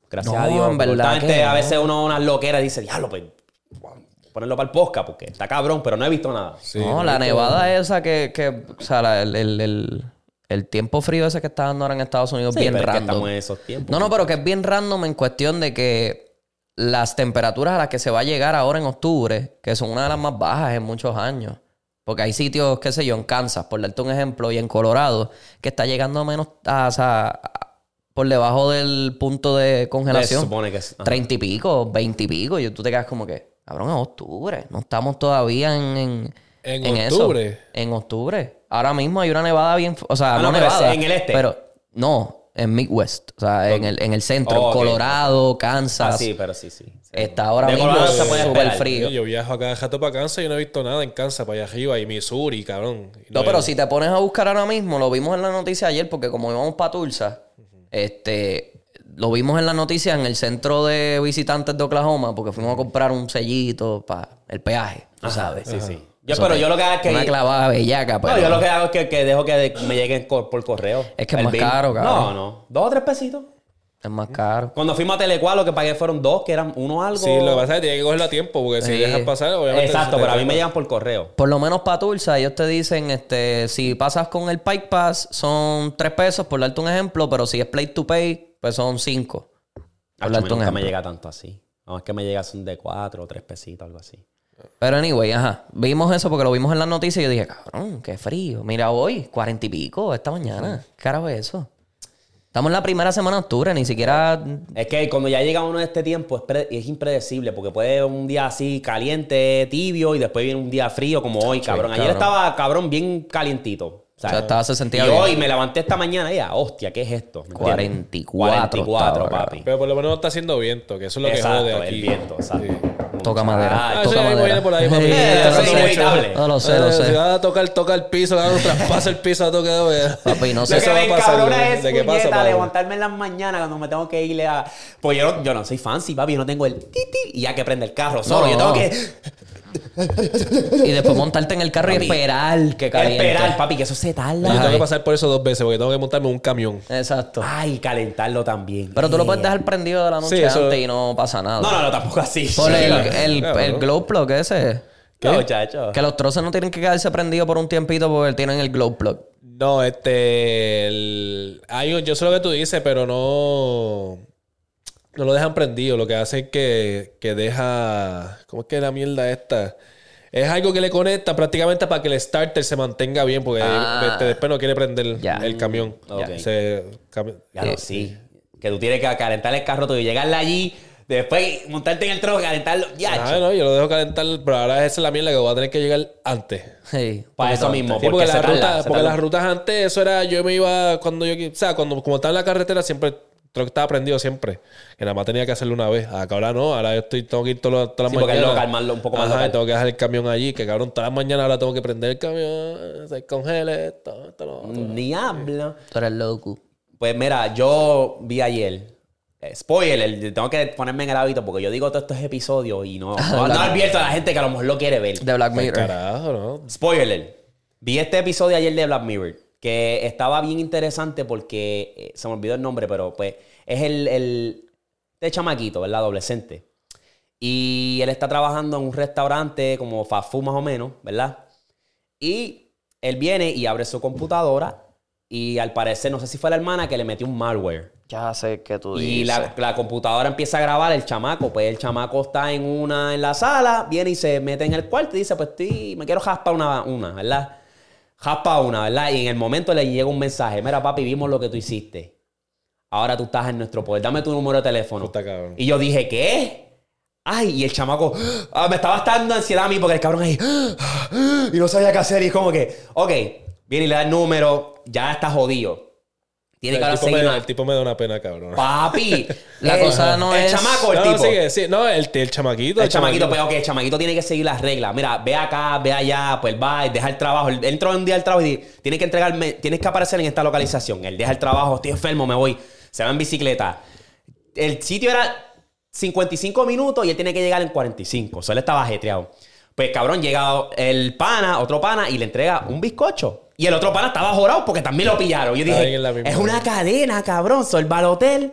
Speaker 1: Gracias
Speaker 2: No,
Speaker 1: a Dios.
Speaker 2: en verdad
Speaker 1: Importante,
Speaker 2: que
Speaker 1: a
Speaker 2: no.
Speaker 1: veces uno unas loqueras dice, diablo, pues, vamos a ponerlo para el posca, porque está cabrón, pero no he visto nada.
Speaker 2: no, la nevada esa que, que o sea, la- el, el- el- el tiempo frío ese que está dando ahora en Estados Unidos
Speaker 1: Sí,
Speaker 2: bien
Speaker 1: pero es que
Speaker 2: random.
Speaker 1: estamos en esos tiempos.
Speaker 2: No, no, pero que es bien random en cuestión de que las temperaturas a las que se va a llegar ahora en octubre, que son una de las más bajas en muchos años. Porque hay sitios, qué sé yo, en Kansas, por darte un ejemplo, y en Colorado, que está llegando a menos, a- o sea, a- por debajo del punto de
Speaker 1: Se
Speaker 2: congelación.
Speaker 1: supone que es- ajá.
Speaker 2: Treinta y pico, veinte y pico, y tú te quedas como que, cabrón, es octubre. No estamos todavía en. En,
Speaker 3: ¿En
Speaker 2: eso.
Speaker 3: octubre?
Speaker 2: En octubre. Ahora mismo hay una nevada bien. fu- O sea,
Speaker 1: Ah,
Speaker 2: no,
Speaker 1: no, pero es
Speaker 2: nevada.
Speaker 1: en el este.
Speaker 2: Pero no, en Midwest. O sea, en el, en el centro.
Speaker 1: Oh, ok.
Speaker 2: Colorado, Kansas.
Speaker 1: Ah, sí, pero sí, sí.
Speaker 2: Está ahora
Speaker 1: De
Speaker 2: mismo
Speaker 1: Colorado se puede
Speaker 2: súper
Speaker 1: esperar.
Speaker 2: frío.
Speaker 3: Yo viajo acá de jato para Kansas y no he visto nada en Kansas para allá arriba y Missouri, cabrón. Y
Speaker 2: No, pero
Speaker 3: he-
Speaker 2: si te pones a buscar ahora mismo, lo vimos en la noticia ayer, porque como íbamos para Tulsa, este, lo vimos en la noticia en el centro de visitantes de Oklahoma, porque fuimos a comprar un sellito para el peaje, tú sabes.
Speaker 1: Sí, sí. Yo, pero yo lo que hago es que.
Speaker 2: Una clavada bellaca, pero...
Speaker 1: No, yo lo que hago es que, que dejo que de- me lleguen co- por correo.
Speaker 2: Es que es
Speaker 1: El
Speaker 2: más caro, cabrón.
Speaker 1: No, no. Dos o tres pesitos.
Speaker 2: Es más caro.
Speaker 1: Cuando fuimos a Telecuá, lo que pagué fueron dos, que eran uno algo.
Speaker 3: Sí, lo que pasa es que tiene que cogerlo a tiempo, porque si
Speaker 2: Sí.
Speaker 3: dejas pasar, obviamente.
Speaker 1: Exacto,
Speaker 3: se te
Speaker 1: pero a mí me
Speaker 3: escapa.
Speaker 1: llegan por correo.
Speaker 2: Por lo menos para Tulsa, ellos te dicen, este, si pasas con el Pike Pass, son 3 pesos, por darte un ejemplo, pero si es Play to Pay, pues son 5. Por
Speaker 1: Hacho, a mí
Speaker 2: darte un
Speaker 1: nunca me
Speaker 2: ejemplo.
Speaker 1: llega tanto así. No, es que me llega un de cuatro o tres pesitos, algo así.
Speaker 2: Pero anyway, ajá. Vimos eso porque lo vimos en las noticias y yo dije, cabrón, qué frío. Mira hoy, cuarenta y pico esta mañana. ¿Qué carajo es eso? Estamos en la primera semana de octubre, ni siquiera...
Speaker 1: Es que cuando ya llega uno de este tiempo es, pre- es impredecible, porque puede un día así caliente, tibio, y después viene un día frío como hoy, cabrón. Ayer
Speaker 2: cabrón.
Speaker 1: estaba, cabrón, bien calientito. O sea,
Speaker 2: O sea, estaba- se sentía
Speaker 1: Y
Speaker 2: bien.
Speaker 1: hoy me levanté esta mañana y ya, hostia, ¿qué es esto? ¿Me entiendes?
Speaker 2: 44
Speaker 1: 44,
Speaker 2: estaba,
Speaker 1: papi.
Speaker 3: Pero por lo menos no está haciendo viento, que eso es lo
Speaker 1: exacto,
Speaker 3: que jode aquí.
Speaker 1: el viento, exacto.
Speaker 3: Sí.
Speaker 2: Toca madera.
Speaker 1: Ah,
Speaker 3: Ah,
Speaker 1: eso-
Speaker 3: eso
Speaker 2: toca
Speaker 3: ya mismo
Speaker 2: madera.
Speaker 3: viene por ahí, papi.
Speaker 2: Sí,
Speaker 1: Eso
Speaker 2: lo
Speaker 1: es
Speaker 2: sé.
Speaker 1: inevitable.
Speaker 2: No lo sé,
Speaker 3: Eh,
Speaker 2: lo
Speaker 3: Si
Speaker 2: sé.
Speaker 3: vas a tocar, toca el piso, le hago un traspaso el piso, toca.
Speaker 2: Papi, no sé.
Speaker 1: Lo que
Speaker 2: Eso
Speaker 1: me encabrona es
Speaker 3: ¿De qué pasa,
Speaker 1: puñeta,
Speaker 3: papi?
Speaker 1: levantarme en las mañanas cuando me tengo que ir a... Pues yo no, yo no soy fancy, papi, yo no tengo el titi y ya que prende el carro solo.
Speaker 2: No,
Speaker 1: yo tengo
Speaker 2: no.
Speaker 1: que
Speaker 2: Y después montarte en el carro
Speaker 1: Papi.
Speaker 2: y esperar que caliente.
Speaker 1: esperar, papi, que eso se tarda.
Speaker 3: Yo tengo
Speaker 2: Ay.
Speaker 3: que pasar por eso dos veces, porque tengo que montarme en un camión.
Speaker 2: Exacto.
Speaker 1: Ay, calentarlo también.
Speaker 2: Pero tú lo puedes
Speaker 1: Yeah.
Speaker 2: dejar prendido de la noche
Speaker 3: Sí, eso-
Speaker 2: antes y no pasa nada.
Speaker 1: No, no, no, tampoco así.
Speaker 2: Por el,
Speaker 1: No,
Speaker 2: el,
Speaker 3: claro.
Speaker 2: el glow plug ese.
Speaker 1: No, chacho.
Speaker 2: Que los trozos no tienen que quedarse prendidos por un tiempito porque tienen el glow plug.
Speaker 3: No, este. el- hay un- yo sé lo que tú dices, pero no. No lo dejan prendido. Lo que hace es que, que deja. ¿Cómo es que la mierda esta? Es algo que le conecta prácticamente para que el starter se mantenga bien, porque
Speaker 2: Ah.
Speaker 3: este, después no quiere prender
Speaker 2: Ya.
Speaker 3: el camión.
Speaker 1: Ok.
Speaker 3: Se- cami-
Speaker 1: Ya lo sí. Que tú tienes que calentar el carro tuyo, llegarle allí, después montarte en el trozo, calentarlo. Ya,
Speaker 3: Ah, no, yo lo dejo calentar, pero ahora esa es la mierda que voy a tener que llegar antes.
Speaker 2: Sí.
Speaker 1: para eso mismo.
Speaker 3: Sí, porque,
Speaker 1: porque se
Speaker 3: las
Speaker 1: tarda,
Speaker 3: rutas-
Speaker 1: se
Speaker 3: porque
Speaker 1: tarda.
Speaker 3: las rutas antes, eso era, yo me iba cuando yo, qui- o sea, cuando como estaba en la carretera siempre el truck estaba prendido siempre, que nada más tenía que hacerlo una vez. Acá ahora no, ahora yo estoy tengo que ir todas las- todas las
Speaker 1: Sí, porque es
Speaker 3: mañanas.
Speaker 1: local, más lo- un poco más
Speaker 3: Ajá,
Speaker 1: local.
Speaker 3: y tengo que dejar el camión allí, que cabrón, todas las mañanas ahora tengo que prender el camión, se congele, esto, esto, lo otro.
Speaker 1: Ni habla.
Speaker 2: Tú eres loco.
Speaker 1: Pues mira, yo vi ayer. eh, Spoiler, el- tengo que ponerme en el hábito porque yo digo todos estos episodios y no, no, no advierto a la gente que a lo mejor lo quiere ver.
Speaker 2: De Black Mirror.
Speaker 3: Carajo, ¿no?
Speaker 1: Spoiler. Vi este episodio ayer de Black Mirror, que estaba bien interesante porque eh, se me olvidó el nombre, pero pues es el, el este chamaquito, ¿verdad? Adolescente. Y él está trabajando en un restaurante como fast food más o menos, ¿verdad? Y él viene y abre su computadora y al parecer, no sé si fue la hermana que le metió un malware.
Speaker 2: Ya sé que tú
Speaker 1: Y la, la computadora empieza a grabar el chamaco. Pues el chamaco está en una en la sala, viene y se mete en el cuarto y dice, pues estoy, me quiero jaspar una, una, ¿verdad? Jaspa una, ¿verdad? Y en el momento le llega un mensaje. Mira, papi, vimos lo que tú hiciste. Ahora tú estás en nuestro poder. Dame tu número de teléfono.
Speaker 3: Puta, cabrón.
Speaker 1: Y yo dije, ¿qué? Ay, y el chamaco, ah, me estaba dando ansiedad a mí porque el cabrón ahí, ah, y no sabía qué hacer. Y es como que, ok, viene y le da el número, ya está jodido. Tiene
Speaker 3: El
Speaker 1: que ahora
Speaker 3: tipo, me,
Speaker 1: seguir
Speaker 3: da-
Speaker 1: una-
Speaker 3: el tipo me da una pena, cabrón.
Speaker 1: Papi,
Speaker 2: La
Speaker 1: el-
Speaker 2: cosa no
Speaker 1: Eh, el
Speaker 2: es-
Speaker 1: chamaco, el
Speaker 3: no,
Speaker 1: tipo.
Speaker 3: sigue, sí, no, el, el chamaquito.
Speaker 1: El chamaquito, pues, ok, el chamaquito tiene que seguir las reglas. Mira, ve acá, ve allá, pues va, y deja el trabajo. Él Entró un día al trabajo y dice, tienes que entregarme, tienes que aparecer en esta localización. Él deja el trabajo, estoy enfermo, me voy. Se va en bicicleta. El sitio era 55 minutos y él tiene que llegar en 45. O sea, él estaba ajetreado. Pues cabrón, llega el pana, otro pana, y le entrega un bizcocho. Y el otro pana estaba jorado porque también lo pillaron. Yo
Speaker 3: Está
Speaker 1: dije,
Speaker 3: bien en la misma.
Speaker 1: es una cadena, cabrón. Soy el hotel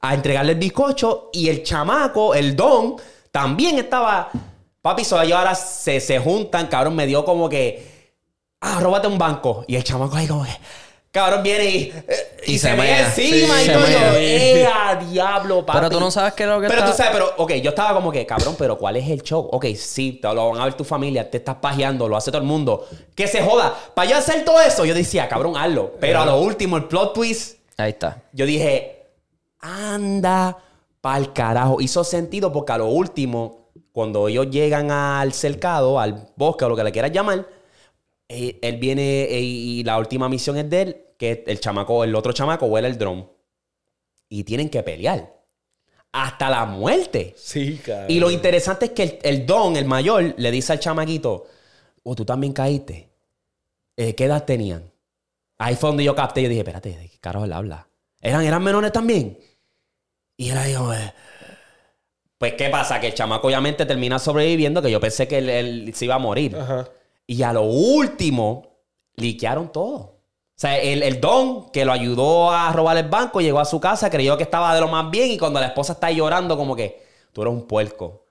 Speaker 1: a entregarle el bizcocho y el chamaco, el don, también estaba. Papi, so ellos ahora se, se juntan, cabrón, me dio como que. Ah, róbate un banco. Y el chamaco ahí como que. Cabrón, viene y. eh, Y,
Speaker 2: Y
Speaker 1: se,
Speaker 2: se
Speaker 1: me
Speaker 2: mea.
Speaker 1: encima
Speaker 2: Sí,
Speaker 1: y
Speaker 2: se
Speaker 1: todo.
Speaker 2: mea.
Speaker 1: yo, ¡Eh, a diablo, papi!
Speaker 2: Pero tú no sabes qué es lo que
Speaker 1: Pero
Speaker 2: está-
Speaker 1: tú sabes, pero, ok, yo estaba como que, cabrón, pero ¿cuál es el show? Ok, sí, te lo van a ver tu familia, te estás pajeando, lo hace todo el mundo. Que se joda. Para yo hacer todo eso, yo decía, cabrón, hazlo. Pero a lo último, el plot twist
Speaker 2: Ahí está.
Speaker 1: yo dije, anda pa'l carajo. Hizo sentido porque a lo último, cuando ellos llegan al cercado, al bosque o lo que le quieras llamar, eh, él viene eh, y la última misión es de él, que el chamaco, el otro chamaco huele el dron. Y tienen que pelear. Hasta la muerte.
Speaker 3: Sí, cabrón.
Speaker 1: Y lo interesante es que el, el don, el mayor, le dice al chamaquito, oh, tú también caíste. Eh, ¿Qué edad tenían? Ahí fue donde yo capté y dije, espérate, ¿de qué carajo él habla? ¿Eran, eran menores también? Y él ahí como, eh. Pues, ¿qué pasa? Que el chamaco obviamente termina sobreviviendo, que yo pensé que él, él se iba a morir.
Speaker 3: Ajá.
Speaker 1: Y a lo último, liquearon todo. O sea, el, el don que lo ayudó a robar el banco llegó a su casa, creyó que estaba de lo más bien y cuando la esposa está llorando como que tú eres un puerco.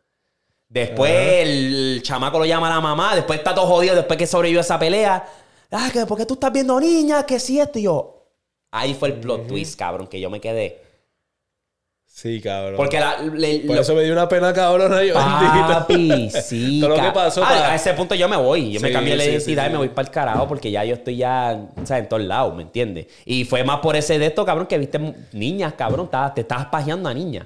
Speaker 1: Después el chamaco lo llama a la mamá, después está todo jodido, después que sobrevivió a esa pelea. Ah, que porque tú estás viendo niñas, que si esto y yo. Ahí fue el plot twist, cabrón, que yo me quedé.
Speaker 3: Sí, cabrón.
Speaker 1: Porque la, le-
Speaker 3: Por
Speaker 1: lo-
Speaker 3: eso me dio una pena, cabrón. Yo,
Speaker 1: Papi, sí.
Speaker 3: Todo lo que
Speaker 1: ca-
Speaker 3: pasó,
Speaker 1: Ah,
Speaker 3: pa-
Speaker 1: A ese punto yo me voy. Yo me
Speaker 3: Sí,
Speaker 1: cambié la
Speaker 3: sí,
Speaker 1: identidad
Speaker 3: sí,
Speaker 1: y me
Speaker 3: sí.
Speaker 1: voy para el carajo porque ya yo estoy ya, o sea, en todos lados, ¿me entiendes? Y fue más por ese de esto, cabrón, que viste mu- niñas, cabrón. estabas- te estabas pajeando a niñas.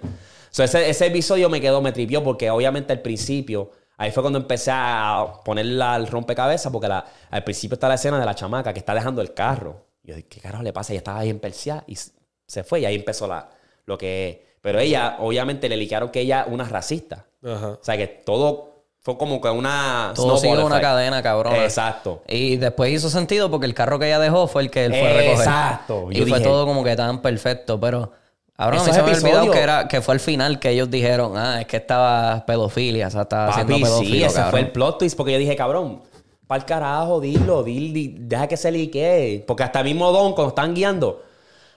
Speaker 1: So, ese, ese episodio me quedó, me tripió porque obviamente al principio, ahí fue cuando empecé a ponerle al rompecabezas porque la- al principio está la escena de la chamaca que está dejando el carro. Y yo dije, ¿qué carajo le pasa? Ella estaba bien perseada y s- se fue y ahí empezó la, lo que... Pero ella, obviamente, le liquearon que ella una racista.
Speaker 3: Ajá.
Speaker 1: O sea que todo fue como que una.
Speaker 2: Todo
Speaker 1: snowball
Speaker 2: sigue una
Speaker 1: effect.
Speaker 2: cadena, cabrón.
Speaker 1: Exacto.
Speaker 2: Y después hizo sentido porque el carro que ella dejó fue el que él fue a recoger.
Speaker 1: Exacto.
Speaker 2: Y
Speaker 1: Yo
Speaker 2: fue
Speaker 1: dije-
Speaker 2: todo como que tan perfecto, pero... Ahora a
Speaker 1: Esos
Speaker 2: mí se me había
Speaker 1: episodios-
Speaker 2: olvidado que, era, que fue al final que ellos dijeron, ah, es que estaba pedofilia, o sea, estaba haciendo
Speaker 1: Papi,
Speaker 2: pedofilo,
Speaker 1: sí, ese
Speaker 2: cabrón.
Speaker 1: fue el plot twist porque yo dije, cabrón, para el carajo, dilo, dilo, di- deja que se liquee. Porque hasta mismo Don, cuando están guiando,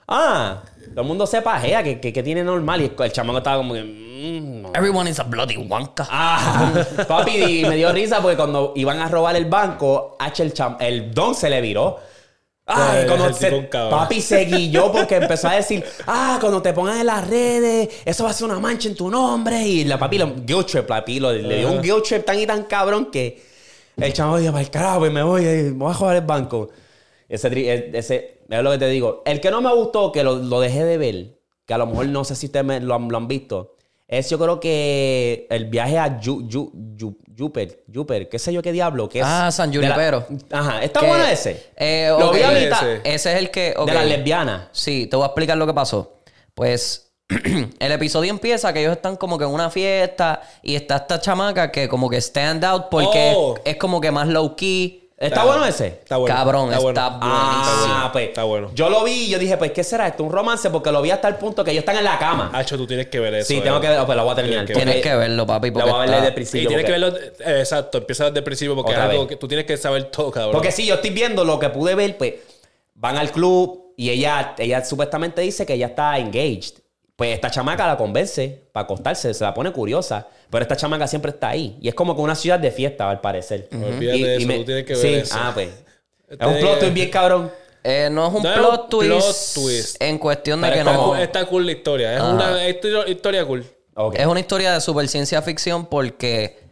Speaker 1: ah, todo el mundo se pajea, que, que, que tiene normal. Y el chamaco estaba como que. "Mm, no".
Speaker 4: Everyone is a bloody wanka.
Speaker 1: Ah, papi, y me dio risa porque cuando iban a robar el banco, H el, cham- el don se le viró. Ay,
Speaker 3: Ay,
Speaker 1: cuando
Speaker 3: Ah, el
Speaker 1: se-
Speaker 3: tipo un cabrón.
Speaker 1: papi se guilló porque empezó a decir, ah, cuando te pongas en las redes, eso va a ser una mancha en tu nombre. Y la papi, lo- guilt trip, papi, lo- le
Speaker 3: Ah.
Speaker 1: dio un guilt trip tan y tan cabrón que el chamo dijo, para el carajo, pues, me voy, eh, me voy a jugar el banco. Ese, tri- e- ese, es lo que te digo. El que no me gustó, que lo, lo dejé de ver, que a lo mejor no sé si ustedes me- lo, han- lo han visto, es yo creo que el viaje a Ju- Ju- Ju- Júpiter, Júpiter, qué sé yo qué diablo, que es.
Speaker 2: Ah, San
Speaker 1: de la-
Speaker 2: Junipero.
Speaker 1: Ajá, está
Speaker 2: Que-
Speaker 1: bueno ese.
Speaker 2: Eh,
Speaker 1: Lo
Speaker 2: ok,
Speaker 1: vi a
Speaker 3: ese.
Speaker 1: mitad
Speaker 2: Ese es el que... ok.
Speaker 1: de las lesbianas.
Speaker 2: Sí, te voy a explicar lo que pasó. Pues el episodio empieza que ellos están como que en una fiesta y está esta chamaca que como que stand out porque
Speaker 3: Oh.
Speaker 2: es, es como que más low key.
Speaker 1: ¿Está bueno ese?
Speaker 3: Está bueno.
Speaker 2: Cabrón, está
Speaker 1: Ah,
Speaker 2: buenísimo.
Speaker 1: pues.
Speaker 3: Está bueno.
Speaker 1: Yo lo vi y yo dije, pues, ¿qué será esto? Un romance, porque lo vi hasta el punto que ellos están en la cama.
Speaker 3: Hacho, tú tienes que ver Ah, eso.
Speaker 1: sí, tengo
Speaker 3: eh.
Speaker 1: que ver, pues la voy a terminar.
Speaker 3: Tienes que
Speaker 1: porque
Speaker 2: Tienes que verlo, papi, porque
Speaker 1: La voy a ver
Speaker 2: está-
Speaker 1: desde el
Speaker 3: Sí,
Speaker 1: principio.
Speaker 3: tienes que
Speaker 1: porque-
Speaker 3: verlo. eh, exacto, empieza desde el principio porque es
Speaker 1: Otra
Speaker 3: algo
Speaker 1: vez.
Speaker 3: que tú tienes que saber todo, cabrón.
Speaker 1: Porque sí, yo estoy viendo lo que pude ver, pues van al club y ella, ella supuestamente dice que ella está engaged. Pues esta chamaca la convence para acostarse, se la pone curiosa. Pero esta chamaca siempre está ahí. Y es como que una ciudad de fiesta, al parecer.
Speaker 3: Olvídate de eso, tú tienes que ver
Speaker 1: sí,
Speaker 3: eso. Este,
Speaker 1: Ah, pues. Es
Speaker 3: Tienes
Speaker 1: un
Speaker 3: que-
Speaker 1: plot twist bien cabrón.
Speaker 2: Eh, no es un
Speaker 3: No es
Speaker 2: plot,
Speaker 3: un
Speaker 2: twist
Speaker 3: plot twist.
Speaker 2: en cuestión de
Speaker 3: Pero
Speaker 2: que
Speaker 3: está,
Speaker 2: no...
Speaker 3: cool, está cool la historia. Es una es una historia cool.
Speaker 1: Ok.
Speaker 2: Es una historia de superciencia ficción porque...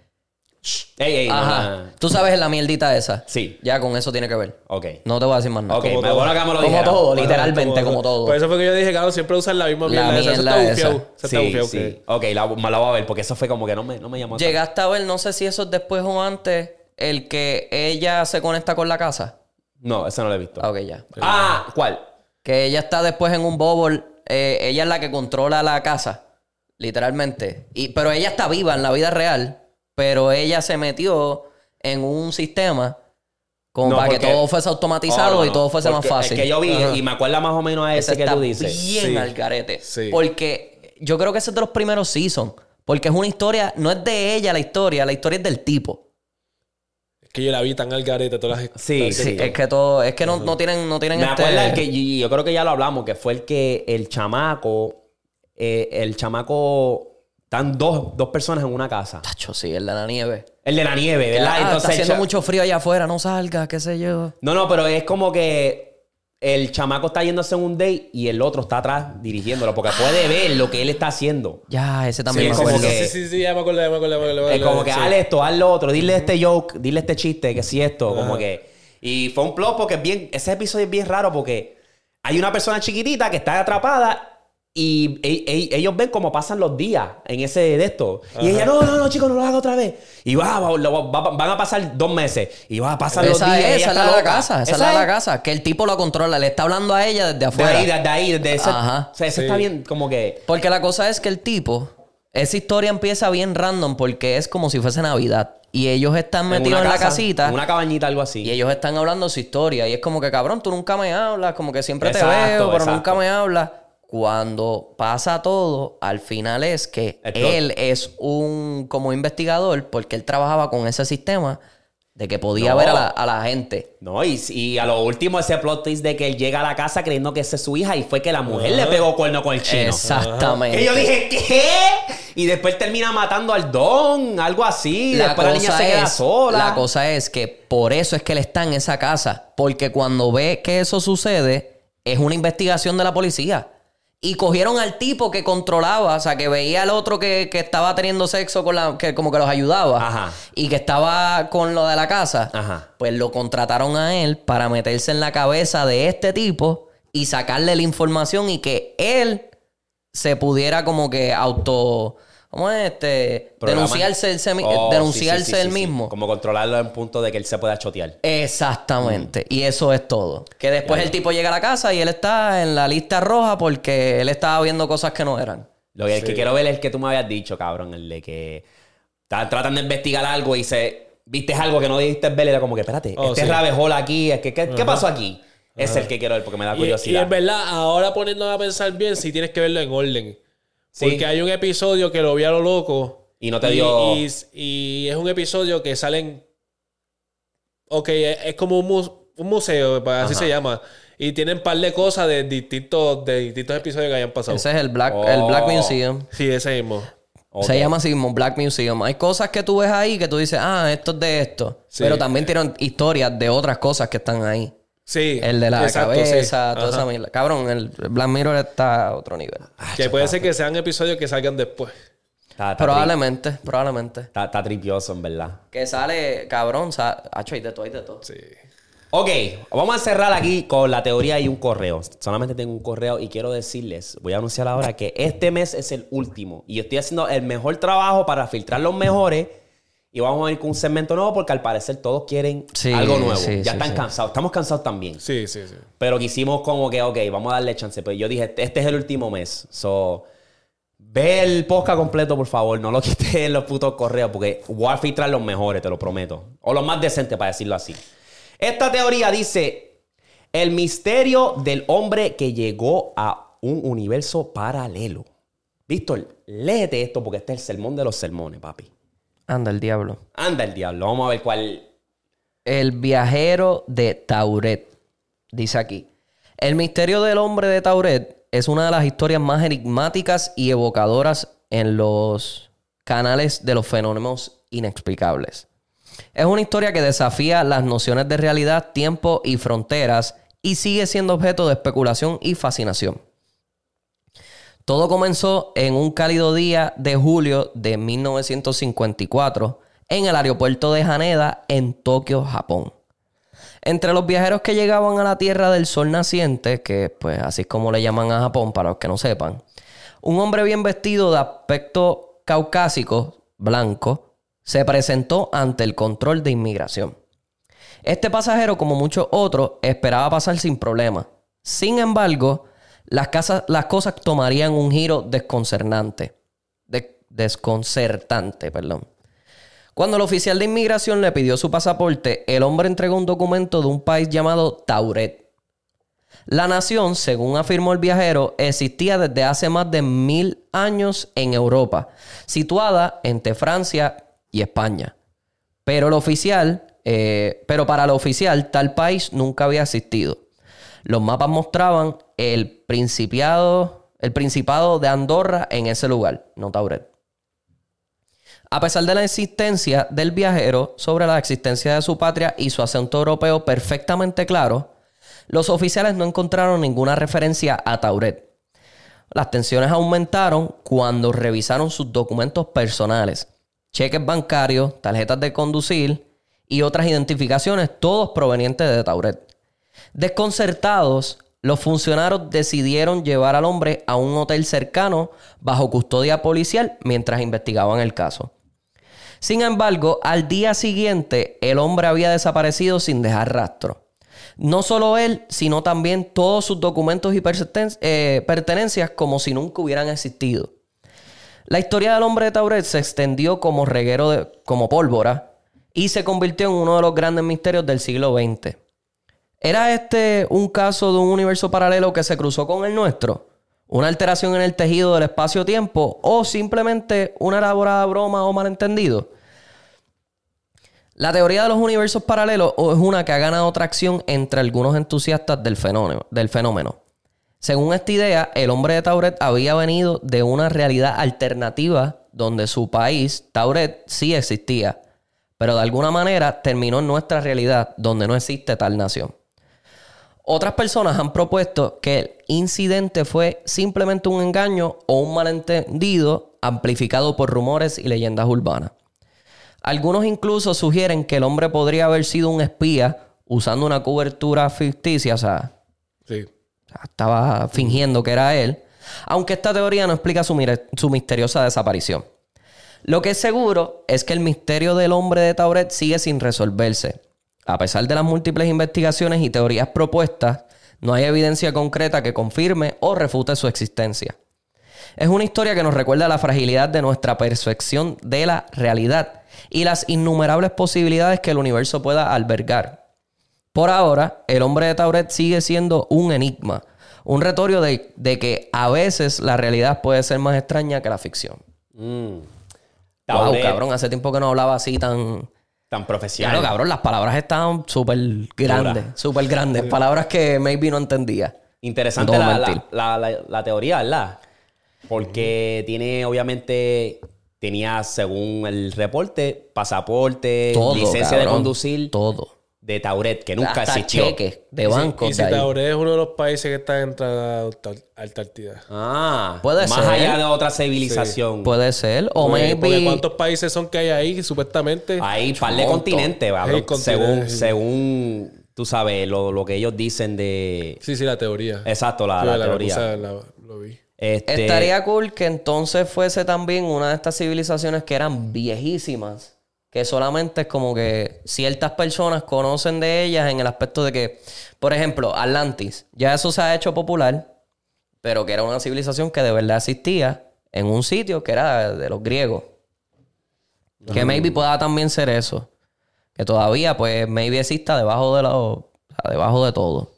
Speaker 1: Ey, ey, no,
Speaker 2: Ajá.
Speaker 1: no, no, no.
Speaker 2: Tú sabes la mierdita esa.
Speaker 1: Sí.
Speaker 2: Ya con eso tiene que ver.
Speaker 1: Ok.
Speaker 2: No te voy a decir más nada.
Speaker 1: Ok,
Speaker 2: Como
Speaker 1: me
Speaker 2: todo.
Speaker 1: bueno que me lo
Speaker 2: Como
Speaker 1: dijeran.
Speaker 2: todo, literalmente, como todo.
Speaker 1: Pues
Speaker 3: Por eso fue que yo dije, cabrón, siempre usan la misma
Speaker 2: La
Speaker 3: mierda. esa. Eso
Speaker 2: mierda
Speaker 3: está
Speaker 2: esa.
Speaker 3: bufiado. Eso está
Speaker 1: Sí,
Speaker 3: bufiado,
Speaker 1: sí.
Speaker 3: que-
Speaker 1: Ok, la, me la voy a ver porque eso fue como que no me, no me llamó. tanto.
Speaker 2: Llegaste a ver, no sé si eso es después o antes, el que ella se conecta con la casa.
Speaker 1: No, esa no la he visto.
Speaker 2: Ah, ok, ya.
Speaker 1: Ah, ¿cuál?
Speaker 2: Que ella está después en un bubble. eh, ella es la que controla la casa, literalmente. Y, pero ella está viva en la vida real. Pero ella se metió en un sistema como
Speaker 1: No,
Speaker 2: para que
Speaker 1: porque-
Speaker 2: todo fuese automatizado
Speaker 1: Oh, no,
Speaker 2: y
Speaker 1: no.
Speaker 2: todo fuese
Speaker 1: Porque
Speaker 2: más fácil.
Speaker 1: El que yo vi y me acuerda más o menos a
Speaker 2: Ese
Speaker 1: ese que
Speaker 2: está
Speaker 1: tú dices.
Speaker 2: bien
Speaker 3: Sí.
Speaker 2: al garete.
Speaker 3: Sí.
Speaker 2: Porque yo creo que ese es de los primeros seasons. Porque es una historia, no es de ella la historia, la historia es del tipo.
Speaker 3: Es que yo la vi tan al garete todas las.
Speaker 1: Sí,
Speaker 3: todas-
Speaker 2: Sí, es que todo, es que no, no tienen, no tienen
Speaker 1: Me
Speaker 2: este-
Speaker 1: acuerda el que y yo creo que ya lo hablamos, que fue el que el chamaco, eh, el chamaco, están dos, dos personas en una casa.
Speaker 2: Tacho, sí, el de la nieve.
Speaker 1: El de la nieve, ¿verdad?
Speaker 2: Ah, está
Speaker 1: el
Speaker 2: haciendo
Speaker 1: cha-
Speaker 2: mucho frío allá afuera, no salga, qué sé yo.
Speaker 1: No, no, pero es como que el chamaco está yéndose en un date y el otro está atrás dirigiéndolo, porque puede ver lo que él está haciendo.
Speaker 2: Ya, ese también
Speaker 1: Sí,
Speaker 2: me
Speaker 1: como
Speaker 2: acuerdo.
Speaker 1: que-
Speaker 3: Sí, sí, sí, ya me acuerdo, ya me acuerdo, ya me acuerdo, ya me
Speaker 1: Es
Speaker 3: acuerdo.
Speaker 1: como que
Speaker 3: Sí.
Speaker 1: haz esto, haz lo otro, dile este joke, dile este chiste, que si esto, como
Speaker 3: Ajá.
Speaker 1: que. Y fue un plot porque es bien, ese episodio es bien raro porque hay una persona chiquitita que está atrapada y e- e- ellos ven cómo pasan los días en ese de esto. Y ella, no, no, no, chicos, no lo haga otra vez. Y va, va- lo- va- van a pasar dos meses. Y va, pasan los
Speaker 2: Esa
Speaker 1: días.
Speaker 2: es,
Speaker 1: y ella
Speaker 2: esa es
Speaker 1: está
Speaker 2: la de la
Speaker 1: loca.
Speaker 2: casa, esa, es
Speaker 1: Esa
Speaker 2: la de la
Speaker 1: es-
Speaker 2: casa. Que el tipo la controla, le está hablando a ella desde
Speaker 1: De
Speaker 2: afuera.
Speaker 1: ahí, desde ahí, desde esa.
Speaker 2: Ajá.
Speaker 1: O sea, eso
Speaker 3: Sí.
Speaker 1: está bien, como que.
Speaker 2: Porque la cosa es que el tipo, esa historia empieza bien random porque es como si fuese Navidad. Y ellos están
Speaker 1: en una
Speaker 2: metidos en, la
Speaker 1: casa,
Speaker 2: casita.
Speaker 1: en una cabañita, algo así.
Speaker 2: Y ellos están hablando su historia. Y es como que, cabrón, tú nunca me hablas, como que siempre
Speaker 1: Exacto,
Speaker 2: te veo, pero
Speaker 1: exacto.
Speaker 2: nunca me hablas. Cuando pasa todo, al final es que
Speaker 1: El plot.
Speaker 2: él es un como investigador, porque él trabajaba con ese sistema de que podía
Speaker 1: No.
Speaker 2: ver a la, a la gente.
Speaker 1: No, y, y a lo último ese plot twist de que él llega a la casa creyendo que esa es su hija y fue que la mujer le pegó cuerno con el chino.
Speaker 2: Exactamente.
Speaker 1: Que yo dije, ¿qué? Y después termina matando al don, algo así. después la niña se queda sola.
Speaker 2: La cosa es que por eso es que él está en esa casa. Porque cuando ve que eso sucede, es una investigación de la policía. Y cogieron al tipo que controlaba, o sea, que veía al otro que, que estaba teniendo sexo con la. que como que los ayudaba.
Speaker 1: Ajá.
Speaker 2: Y que estaba con lo de la casa.
Speaker 1: Ajá.
Speaker 2: Pues lo contrataron a él para meterse en la cabeza de este tipo y sacarle la información y que él se pudiera como que auto. ¿Cómo es este?
Speaker 1: Programa-
Speaker 2: Denunciarse, él se mi-
Speaker 1: Oh,
Speaker 2: denunciarse
Speaker 1: sí, sí, sí,
Speaker 2: él
Speaker 1: sí, sí.
Speaker 2: mismo.
Speaker 1: Como controlarlo en punto de que él se pueda chotear.
Speaker 2: Exactamente.
Speaker 1: Mm.
Speaker 2: Y eso es todo. Que después el tipo llega a la casa y él está en la lista roja porque él estaba viendo cosas que no eran.
Speaker 1: Lo que, el que quiero ver es el que tú me habías dicho, cabrón. El de que ta- tratan de investigar algo y se viste algo que no diste ver. y Era como que, espérate,
Speaker 3: Oh,
Speaker 1: este
Speaker 3: sí.
Speaker 1: es rabejola aquí. Es que, ¿qué, qué pasó aquí? Es el que quiero ver porque me da
Speaker 3: Y, y
Speaker 1: curiosidad.
Speaker 3: en verdad, ahora poniéndome a pensar bien, sí tienes que verlo en orden.
Speaker 1: Sí.
Speaker 3: Porque hay un episodio que lo vi a lo loco.
Speaker 1: Y no te dio-
Speaker 3: Y, y es un episodio que salen. Ok, e, es, es como un, mu- un museo, pa- así se llama. Y tienen un par de cosas de distintos, de distintos episodios que hayan pasado.
Speaker 2: Ese es el Black, el
Speaker 1: Oh.
Speaker 2: Black Museum.
Speaker 3: Sí, ese mismo.
Speaker 1: Ok.
Speaker 2: Se llama así mismo, Black Museum. Hay cosas que tú ves ahí que tú dices, ah, esto es de esto.
Speaker 3: Sí.
Speaker 2: Pero también tienen historias de otras cosas que están ahí.
Speaker 3: Sí.
Speaker 2: El de la
Speaker 3: exacto, sí. Ah,
Speaker 2: cabeza, toda
Speaker 3: Ajá. Ah,
Speaker 2: esa mierda. Cabrón, el Black Mirror está a otro nivel.
Speaker 1: Ah,
Speaker 3: Que puede ser que sean episodios que salgan después.
Speaker 1: Está, está, tri-
Speaker 2: Probablemente, probablemente.
Speaker 1: está- está tripioso, en verdad.
Speaker 2: Que sale, cabrón, sa- hacho, hay de todo, hay de todo.
Speaker 3: Sí.
Speaker 1: Ok, vamos a cerrar aquí con la teoría y un correo. Solamente tengo un correo y quiero decirles, voy a anunciar ahora que este mes es el último y yo estoy haciendo el mejor trabajo para filtrar los mejores y vamos a ir con un segmento nuevo porque al parecer todos quieren
Speaker 2: Sí,
Speaker 1: algo nuevo.
Speaker 2: sí,
Speaker 1: ya
Speaker 2: sí,
Speaker 1: están
Speaker 2: sí.
Speaker 1: cansados, estamos cansados también.
Speaker 3: Sí, sí, sí.
Speaker 1: Pero quisimos como que, ok, vamos a darle chance. Pero yo dije, este- este es el último mes. So, ve el podcast completo, por favor. No lo quites en los putos correos, porque voy a filtrar los mejores, te lo prometo. O los más decentes, para decirlo así. Esta teoría dice: el misterio del hombre que llegó a un universo paralelo. Víctor, léete esto porque este es el sermón de los sermones, papi.
Speaker 2: Anda, el diablo.
Speaker 1: Anda el diablo, vamos a ver cuál.
Speaker 2: El viajero de Tauret. Dice aquí. El misterio del hombre de Tauret es una de las historias más enigmáticas y evocadoras en los canales de los fenómenos inexplicables. Es una historia que desafía las nociones de realidad, tiempo y fronteras y sigue siendo objeto de especulación y fascinación. Todo comenzó en un cálido día de julio de 1954 en el aeropuerto de Haneda, en Tokio, Japón. Entre los viajeros que llegaban a la Tierra del Sol naciente, que pues así es como le llaman a Japón para los que no sepan, un hombre bien vestido de aspecto caucásico, blanco, se presentó ante el control de inmigración. Este pasajero, como muchos otros, esperaba pasar sin problema. Sin embargo, las, casas- las cosas tomarían un giro desconcertante. De- desconcertante, perdón. Cuando el oficial de inmigración le pidió su pasaporte, el hombre entregó un documento de un país llamado Tauret. La nación, según afirmó el viajero, existía desde hace más de mil años en Europa, situada entre Francia y España. Pero el oficial, eh, pero para el oficial, tal país nunca había existido. Los mapas mostraban el principiado, el principado de Andorra en ese lugar, no Tauret. A pesar de la existencia del viajero sobre la existencia de su patria y su acento europeo perfectamente claro, los oficiales no encontraron ninguna referencia a Tauret. Las tensiones aumentaron cuando revisaron sus documentos personales, cheques bancarios, tarjetas de conducir y otras identificaciones, todos provenientes de Tauret. Desconcertados, los funcionarios decidieron llevar al hombre a un hotel cercano bajo custodia policial mientras investigaban el caso. Sin embargo, al día siguiente el hombre había desaparecido sin dejar rastro. No solo él, sino también todos sus documentos y persisten- eh, pertenencias como si nunca hubieran existido. La historia del hombre de Tauret se extendió como reguero de, como pólvora y se convirtió en uno de los grandes misterios del siglo XX. ¿Era este un caso de un universo paralelo que se cruzó con el nuestro? ¿Una alteración en el tejido del espacio-tiempo? ¿O simplemente una elaborada broma o malentendido? La teoría de los universos paralelos o- es una que ha ganado tracción entre algunos entusiastas del fenómeno. Del fenómeno. Según esta idea, el hombre de Tauret había venido de una realidad alternativa donde su país, Tauret, sí existía, pero de alguna manera terminó en nuestra realidad donde no existe tal nación. Otras personas han propuesto que el incidente fue simplemente un engaño o un malentendido amplificado por rumores y leyendas urbanas. Algunos incluso sugieren que el hombre podría haber sido un espía usando una cobertura ficticia, o sea,
Speaker 3: Sí.
Speaker 2: estaba fingiendo que era él, aunque esta teoría no explica su, mire- su misteriosa desaparición. Lo que es seguro es que el misterio del hombre de Tauret sigue sin resolverse. A pesar de las múltiples investigaciones y teorías propuestas, no hay evidencia concreta que confirme o refute su existencia. Es una historia que nos recuerda la fragilidad de nuestra percepción de la realidad y las innumerables posibilidades que el universo pueda albergar. Por ahora, el hombre de Tauret sigue siendo un enigma, un retorio de, de que a veces la realidad puede ser más extraña que la ficción.
Speaker 1: mm,
Speaker 2: Wow,
Speaker 1: Tauret,
Speaker 2: cabrón, hace tiempo que no hablaba así tan.
Speaker 1: Tan profesional.
Speaker 2: Claro, cabrón, las palabras estaban súper grandes, súper grandes. Palabras que maybe no entendía.
Speaker 1: Interesante
Speaker 2: No,
Speaker 1: la,
Speaker 2: mentir.
Speaker 1: la, la- la- la teoría, ¿verdad? Porque tiene, obviamente, tenía, según el reporte, pasaporte,
Speaker 2: Todo.
Speaker 1: Eh, licencia de
Speaker 2: cabrón,
Speaker 1: conducir
Speaker 2: Todo.
Speaker 1: de Tauret, que nunca
Speaker 2: Hasta
Speaker 1: existió.
Speaker 2: cheques de banco.
Speaker 3: Y si Tauret es uno de los países que está en tra- Alta- Antártida.
Speaker 1: Ah,
Speaker 2: Puede
Speaker 1: más
Speaker 2: ser.
Speaker 1: allá de otra civilización.
Speaker 2: Puede ser. O
Speaker 3: Porque- porque
Speaker 2: maybe.
Speaker 3: ¿Cuántos países son que hay ahí, supuestamente?
Speaker 1: Hay par de
Speaker 2: Montón.
Speaker 1: continentes, cabrón.
Speaker 3: Sí,
Speaker 1: según,
Speaker 3: continentes, sí.
Speaker 1: según, tú sabes, lo, lo que ellos dicen de...
Speaker 3: Sí, sí, la teoría.
Speaker 1: Exacto, la,
Speaker 3: Sí,
Speaker 1: la
Speaker 3: la
Speaker 1: teoría.
Speaker 3: puse, la- lo vi.
Speaker 1: Este,
Speaker 2: Estaría cool que entonces fuese también una de estas civilizaciones que eran viejísimas, que solamente es como que ciertas personas conocen de ellas en el aspecto de que, por ejemplo, Atlantis, ya eso se ha hecho popular, pero que era una civilización que de verdad existía en un sitio que era de los griegos. Que maybe pueda también ser eso. Que todavía, pues, maybe exista debajo de lo, debajo de todo.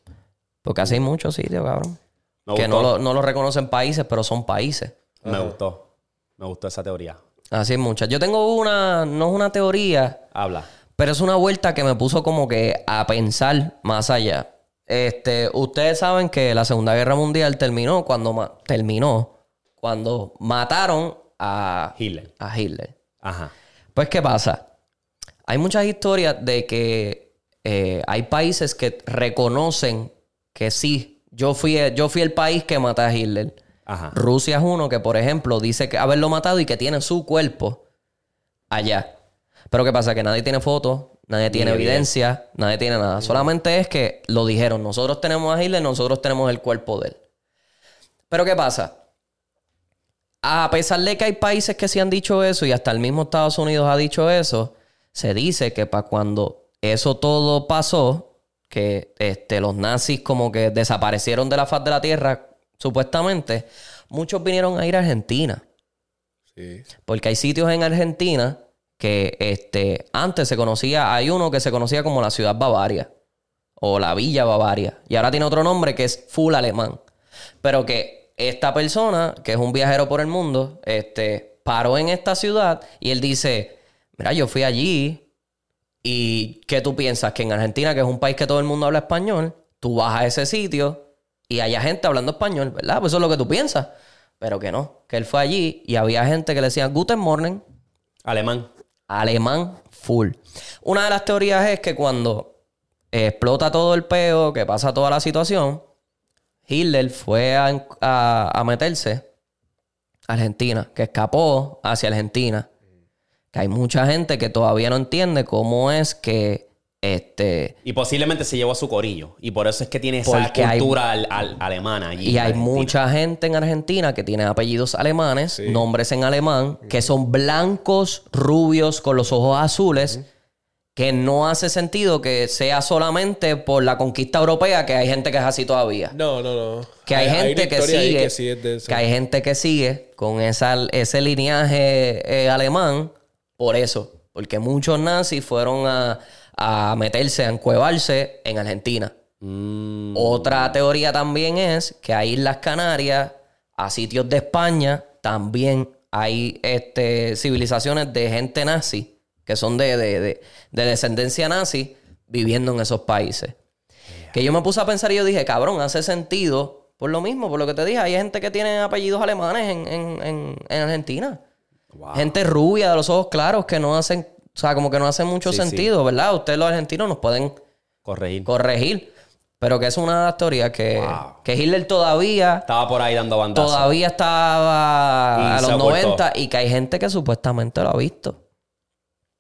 Speaker 2: Porque así hay muchos sitios, cabrón.
Speaker 1: Me
Speaker 2: que no
Speaker 1: gustó.
Speaker 2: lo, no lo reconocen países, pero son países.
Speaker 1: Me gustó. Me gustó esa teoría.
Speaker 2: Así es muchas. Yo tengo una, no es una teoría,
Speaker 1: Habla.
Speaker 2: pero es una vuelta que me puso como que a pensar más allá. Este, ustedes saben que la Segunda Guerra Mundial terminó cuando ma- terminó cuando mataron a
Speaker 1: Hitler.
Speaker 2: A Hitler.
Speaker 1: Ajá.
Speaker 2: Pues, ¿qué pasa? Hay muchas historias de que eh, hay países que reconocen que sí, yo fui, yo fui el país que mató a Hitler.
Speaker 1: Ajá.
Speaker 2: Rusia es uno que, por ejemplo, dice que haberlo matado y que tiene su cuerpo allá. Pero ¿qué pasa? Que nadie tiene fotos, nadie tiene evidencia, nadie tiene nada. Solamente es que lo dijeron, nosotros tenemos a Hitler, nosotros tenemos el cuerpo de él. Pero ¿qué pasa? A pesar de que hay países que sí han dicho eso y hasta el mismo Estados Unidos ha dicho eso, se dice que para cuando eso todo pasó, que este, los nazis como que desaparecieron de la faz de la tierra, supuestamente, muchos vinieron a ir a Argentina.
Speaker 3: Sí.
Speaker 2: Porque hay sitios en Argentina que este, antes se conocía, hay uno que se conocía como la ciudad Bavaria o la villa Bavaria. Y ahora tiene otro nombre que es full alemán. Pero que esta persona, que es un viajero por el mundo, este, paró en esta ciudad y él dice, mira, yo fui allí y ¿qué tú piensas? Que en Argentina, que es un país que todo el mundo habla español, tú vas a ese sitio y hay gente hablando español, ¿verdad? Pues eso es lo que tú piensas. Pero que no, que él fue allí y había gente que le decía Guten Morgen,
Speaker 1: Alemán.
Speaker 2: alemán full. Una de las teorías es que cuando explota todo el peo, que pasa toda la situación, Hitler fue a, a- a meterse a Argentina, que escapó hacia Argentina. Que hay mucha gente que todavía no entiende cómo es que este
Speaker 1: Y posiblemente se llevó a su corillo. Y por eso es que tiene
Speaker 2: Porque
Speaker 1: esa
Speaker 2: hay-
Speaker 1: cultura al- al- alemana allí.
Speaker 2: Y
Speaker 1: en
Speaker 2: hay
Speaker 1: Argentina.
Speaker 2: mucha gente en Argentina que tiene apellidos alemanes, nombres en alemán, que son blancos, rubios, con los ojos azules, que no hace sentido que sea solamente por la conquista europea que hay gente que es así todavía.
Speaker 3: No, no, no.
Speaker 2: Que hay,
Speaker 3: una
Speaker 2: gente que
Speaker 3: historia ahí
Speaker 2: sigue,
Speaker 3: Que sí es de eso.
Speaker 2: que hay gente que sigue con esa, ese lineaje eh, alemán por eso. Porque muchos nazis fueron a, a meterse, a encuevarse en Argentina.
Speaker 3: Mm.
Speaker 2: Otra teoría también es que a Islas Canarias, a sitios de España, también hay este, civilizaciones de gente nazi que son de, de- de- de descendencia nazi viviendo en esos países. Que yo me puse a pensar y yo dije, cabrón, hace sentido. Por lo mismo, por lo que te dije, hay gente que tiene apellidos alemanes en, en- en- en Argentina. Gente rubia, de los ojos claros, que no hacen, o sea, como que no hacen mucho
Speaker 1: Sí, sí.
Speaker 2: sentido, ¿verdad? Ustedes los argentinos nos pueden
Speaker 1: Corregir.
Speaker 2: corregir. Pero que es una de las teorías que,
Speaker 1: Wow.
Speaker 2: que Hitler todavía,
Speaker 1: Estaba por ahí dando bandazos.
Speaker 2: todavía estaba
Speaker 1: Y
Speaker 2: a
Speaker 1: se
Speaker 2: los
Speaker 1: ocultó.
Speaker 2: 90 y que hay gente que supuestamente lo ha visto.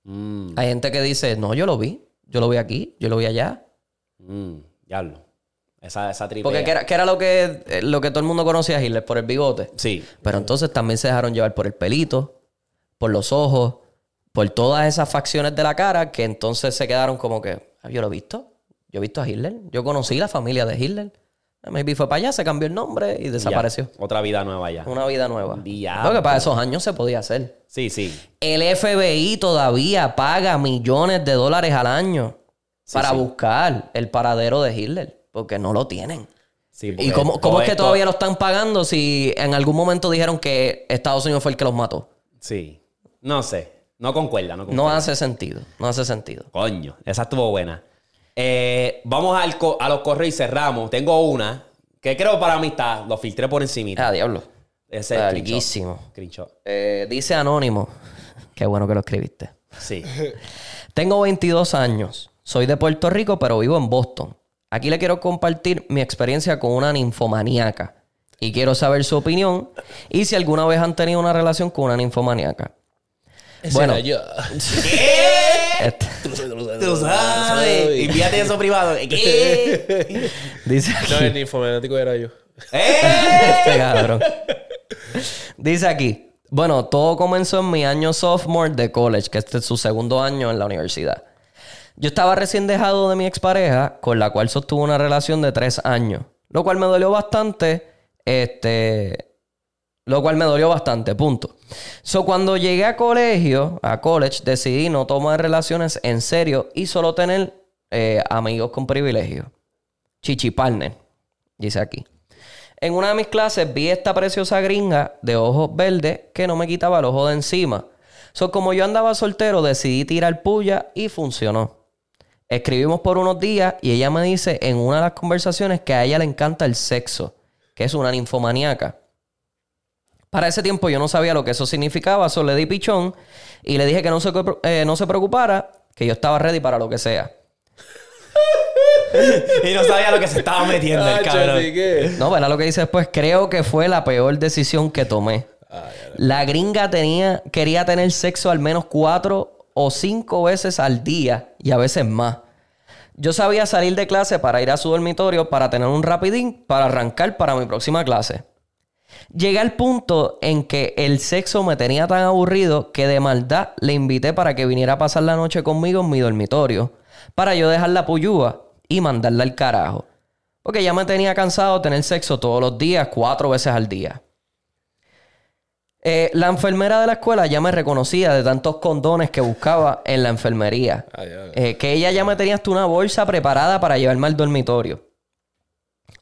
Speaker 1: Mm,
Speaker 2: Hay gente que dice, no, yo lo vi, yo lo vi aquí, yo lo vi allá.
Speaker 1: mm, diablo. Esa, esa tripea.
Speaker 2: Porque que era, que era lo, que, eh, lo que todo el mundo conocía a Hitler, por el bigote.
Speaker 1: Sí.
Speaker 2: Pero entonces también se dejaron llevar por el pelito, por los ojos, por todas esas facciones de la cara que entonces se quedaron como que, "Ah, yo lo he visto, yo he visto a Hitler, yo conocí la familia de Hitler. Eh, Maybe fue para allá, se cambió el nombre y
Speaker 1: Ya.
Speaker 2: desapareció. Oh.
Speaker 1: Otra vida nueva ya.
Speaker 2: Una vida nueva.
Speaker 1: Diablo.
Speaker 2: Lo que para esos años se podía hacer.
Speaker 1: Sí, sí.
Speaker 2: El FBI todavía paga millones de dólares al año para
Speaker 1: sí.
Speaker 2: buscar el paradero de Hitler, porque no lo tienen.
Speaker 1: sí porque
Speaker 2: ¿Y cómo, cómo
Speaker 1: todo
Speaker 2: es que
Speaker 1: esto-
Speaker 2: todavía lo están pagando si en algún momento dijeron que Estados Unidos fue el que los mató?
Speaker 1: Sí. No sé. No concuerda, no concuerda.
Speaker 2: No hace sentido, no hace sentido.
Speaker 1: Coño, esa estuvo buena. Eh, vamos al co- a los correos y cerramos. Tengo una que creo para amistad. Lo filtré por encimita.
Speaker 2: Ah, diablo.
Speaker 1: Ese es el screenshot.
Speaker 2: Larguísimo.
Speaker 1: Screenshot.
Speaker 2: Eh, dice Anónimo. Qué bueno que lo escribiste.
Speaker 1: Sí.
Speaker 2: Tengo 22 años. Soy de Puerto Rico, pero vivo en Boston. Aquí le quiero compartir mi experiencia con una ninfomaníaca. Y quiero saber su opinión y si alguna vez han tenido una relación con una ninfomaníaca. Bueno,
Speaker 3: Será yo.
Speaker 2: este-
Speaker 4: Tú lo sabes, tú lo sabes.
Speaker 1: Tú sabes. Envíate eso privado. ¿Qué?
Speaker 2: dice aquí.
Speaker 3: No, el infomenático era yo.
Speaker 1: ¡Eh!
Speaker 2: Este cabrón. Dice aquí. Bueno, todo comenzó en mi año sophomore de college, que este es su segundo año en la universidad. Yo estaba recién dejado de mi expareja, con la cual sostuve una relación de tres años, lo cual me dolió bastante. Este. Lo cual me dolió bastante, punto. So, cuando llegué a colegio, a college, decidí no tomar relaciones en serio y solo tener eh, amigos con privilegio. Chichi partner, dice aquí. En una de mis clases vi esta preciosa gringa de ojos verdes que no me quitaba el ojo de encima. So, como yo andaba soltero, decidí tirar puya y funcionó. Escribimos por unos días y ella me dice en una de las conversaciones que a ella le encanta el sexo, que es una ninfomaníaca. Para ese tiempo yo no sabía lo que eso significaba, solo le di pichón y le dije que no se, eh, no se preocupara, que yo estaba ready para lo que sea.
Speaker 1: Y no sabía lo que se estaba metiendo el
Speaker 3: Ah,
Speaker 1: cabrón.
Speaker 3: Chelsea, ¿qué?
Speaker 2: No, ¿verdad lo que dice después? Creo que fue la peor decisión que tomé. La gringa tenía, quería tener sexo al menos cuatro o cinco veces al día y a veces más. Yo sabía salir de clase para ir a su dormitorio para tener un rapidín para arrancar para mi próxima clase. Llegué al punto en que el sexo me tenía tan aburrido que de maldad le invité para que viniera a pasar la noche conmigo en mi dormitorio, para yo dejar la puyúa y mandarla al carajo. Porque ya me tenía cansado de tener sexo todos los días, cuatro veces al día. Eh, la enfermera de la escuela ya me reconocía de tantos condones que buscaba en la enfermería.
Speaker 3: Ah, ya.
Speaker 2: Eh, que ella ya me tenía hasta una bolsa preparada para llevarme al dormitorio.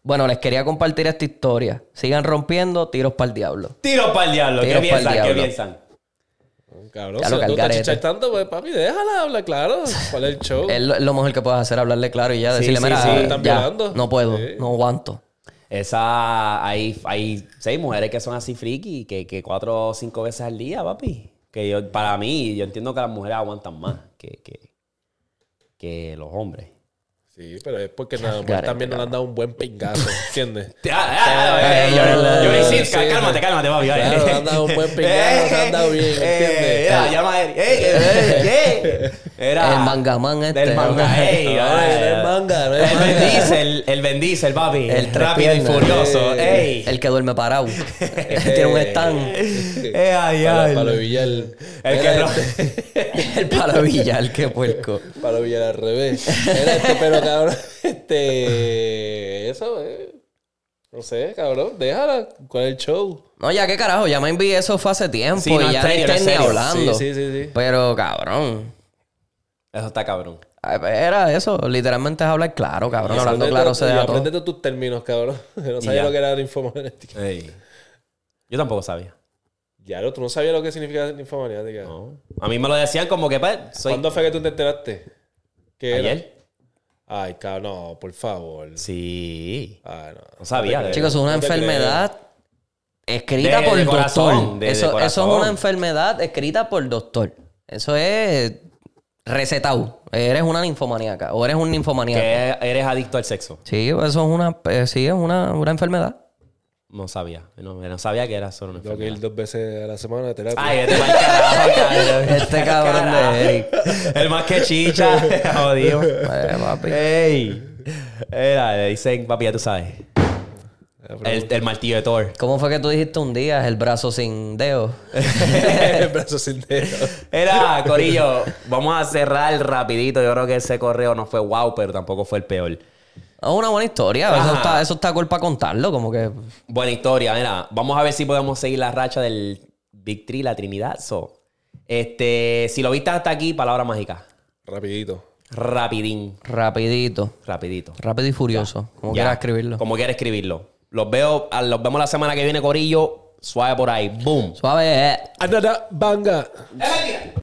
Speaker 2: Bueno, les quería compartir esta historia. Sigan rompiendo, tiros para el diablo.
Speaker 1: Tiro para el diablo. ¿Qué
Speaker 2: Tiros pa'l
Speaker 1: piensan? ¿Qué
Speaker 2: diablo.
Speaker 1: piensan?
Speaker 3: Cabrón,
Speaker 2: Ya
Speaker 3: si
Speaker 2: lo
Speaker 3: no te
Speaker 2: cargaré.
Speaker 3: achichas tanto, pues papi, déjala hablar, claro. ¿Cuál es el show?
Speaker 2: Es lo, es lo mejor que puedes hacer, hablarle claro y ya decirle,
Speaker 1: sí,
Speaker 2: mira,
Speaker 1: sí,
Speaker 2: ya,
Speaker 3: están violando".
Speaker 2: no puedo,
Speaker 3: Sí.
Speaker 2: no aguanto.
Speaker 1: Esa, hay, hay seis mujeres que son así friki, que, que cuatro o cinco veces al día, papi. Que yo, para mí, yo entiendo que las mujeres aguantan más que, que, que los hombres.
Speaker 3: Sí, pero es porque nada,
Speaker 2: Cargaré,
Speaker 3: también no le han dado un buen pingazo, ¿entiendes?
Speaker 1: Ah, ah, eh, yo- yo le hice, cá- Cálmate, cálmate, papi. vale.
Speaker 3: Claro, anda un buen peinado, anda bien,
Speaker 1: Eh,
Speaker 3: ¿entiendes?
Speaker 1: Era, llama a Eric. Ey, ey, ey, ey. Era
Speaker 2: El mangamán este.
Speaker 1: Del manga, ey,
Speaker 3: No,
Speaker 1: vale.
Speaker 3: no es manga, no es
Speaker 1: El
Speaker 3: manga.
Speaker 1: bendice, el, el bendice, el papi. El,
Speaker 2: tres
Speaker 1: rápido y
Speaker 2: piernas.
Speaker 1: furioso.
Speaker 2: Eh,
Speaker 1: Ey.
Speaker 2: El que duerme parado. Tiene un stand.
Speaker 1: Eh, ay,
Speaker 3: Para,
Speaker 1: ay.
Speaker 3: para Villar. este.
Speaker 1: El que ro-
Speaker 2: El palo Villar, el que puerco.
Speaker 3: Para Villar al revés. Era este, pero cabrón, este. Eso, eh. No sé, cabrón, déjala. ¿Cuál es el show?
Speaker 2: No, ya qué carajo, ya me envié eso fue hace tiempo
Speaker 1: Sí, no,
Speaker 2: y
Speaker 1: en
Speaker 2: ya
Speaker 1: serio, en
Speaker 2: no estén ni
Speaker 1: serio.
Speaker 2: hablando.
Speaker 3: Sí, sí, sí, sí.
Speaker 2: Pero cabrón.
Speaker 1: Eso está cabrón.
Speaker 2: Ay, pues, Era eso, literalmente es hablar claro, cabrón. Hablando
Speaker 3: Aprendete-
Speaker 2: claro se
Speaker 3: y
Speaker 2: da todo.
Speaker 3: Aprendete tus términos, cabrón. No
Speaker 1: ya.
Speaker 3: sabía lo que era la infomonética.
Speaker 1: Yo tampoco sabía.
Speaker 3: Ya, lo- tú no sabías lo que significa ninfomaniática.
Speaker 1: No. A mí me lo decían como que, pues, soy...
Speaker 3: ¿Cuándo fue que tú te enteraste? ¿Qué era?
Speaker 1: ¿Ayer?
Speaker 3: Ay, cabrón, no, por favor.
Speaker 1: Sí.
Speaker 3: Ay, no.
Speaker 1: No sabía. de-
Speaker 2: Chicos, es una
Speaker 3: No te creo.
Speaker 2: enfermedad escrita
Speaker 1: De-
Speaker 2: por
Speaker 1: de
Speaker 2: el
Speaker 1: corazón,
Speaker 2: doctor.
Speaker 1: de- de
Speaker 2: eso, eso
Speaker 1: corazón.
Speaker 2: es una enfermedad escrita por el doctor. Eso es recetado. Eres una ninfomaníaca o eres un ninfomaníaco.
Speaker 1: que eres adicto al sexo.
Speaker 2: Sí, eso es una, eh, sí, es una, una enfermedad.
Speaker 1: No sabía. No, no sabía que era solo una
Speaker 3: Tengo que ir
Speaker 1: enfermedad.
Speaker 3: dos veces a la semana a terapia.
Speaker 1: Ay, este mal carajo, cabrón.
Speaker 2: Este cabrón de Eric.
Speaker 1: El más que chicha. Jodido.
Speaker 2: Eh, papi.
Speaker 1: Ey. Era, le dicen, papi, ya tú sabes.
Speaker 2: Ah,
Speaker 1: El, el martillo de Thor.
Speaker 2: ¿Cómo fue que tú dijiste un día el brazo sin dedos?
Speaker 3: el brazo sin dedo.
Speaker 1: Era, Corillo, vamos a cerrar rapidito. Yo creo que ese correo no fue wow, pero tampoco fue el peor.
Speaker 2: Es una buena historia. Eso
Speaker 1: Ajá.
Speaker 2: está, eso está cool para contarlo. Como que
Speaker 1: Buena historia, mira. Vamos a ver si podemos seguir la racha del Big Three, la Trinidad. So, este, si lo viste hasta aquí, palabra mágica.
Speaker 3: Rapidito.
Speaker 1: Rapidín,
Speaker 2: rapidito.
Speaker 1: rapidito.
Speaker 2: Rápido y furioso. Como
Speaker 1: Ya.
Speaker 2: quieras escribirlo.
Speaker 1: Como quiera escribirlo. Los veo, a- los vemos la semana que viene, Corillo. Suave por ahí. Boom.
Speaker 2: Suave. eh.
Speaker 3: Anada, banga.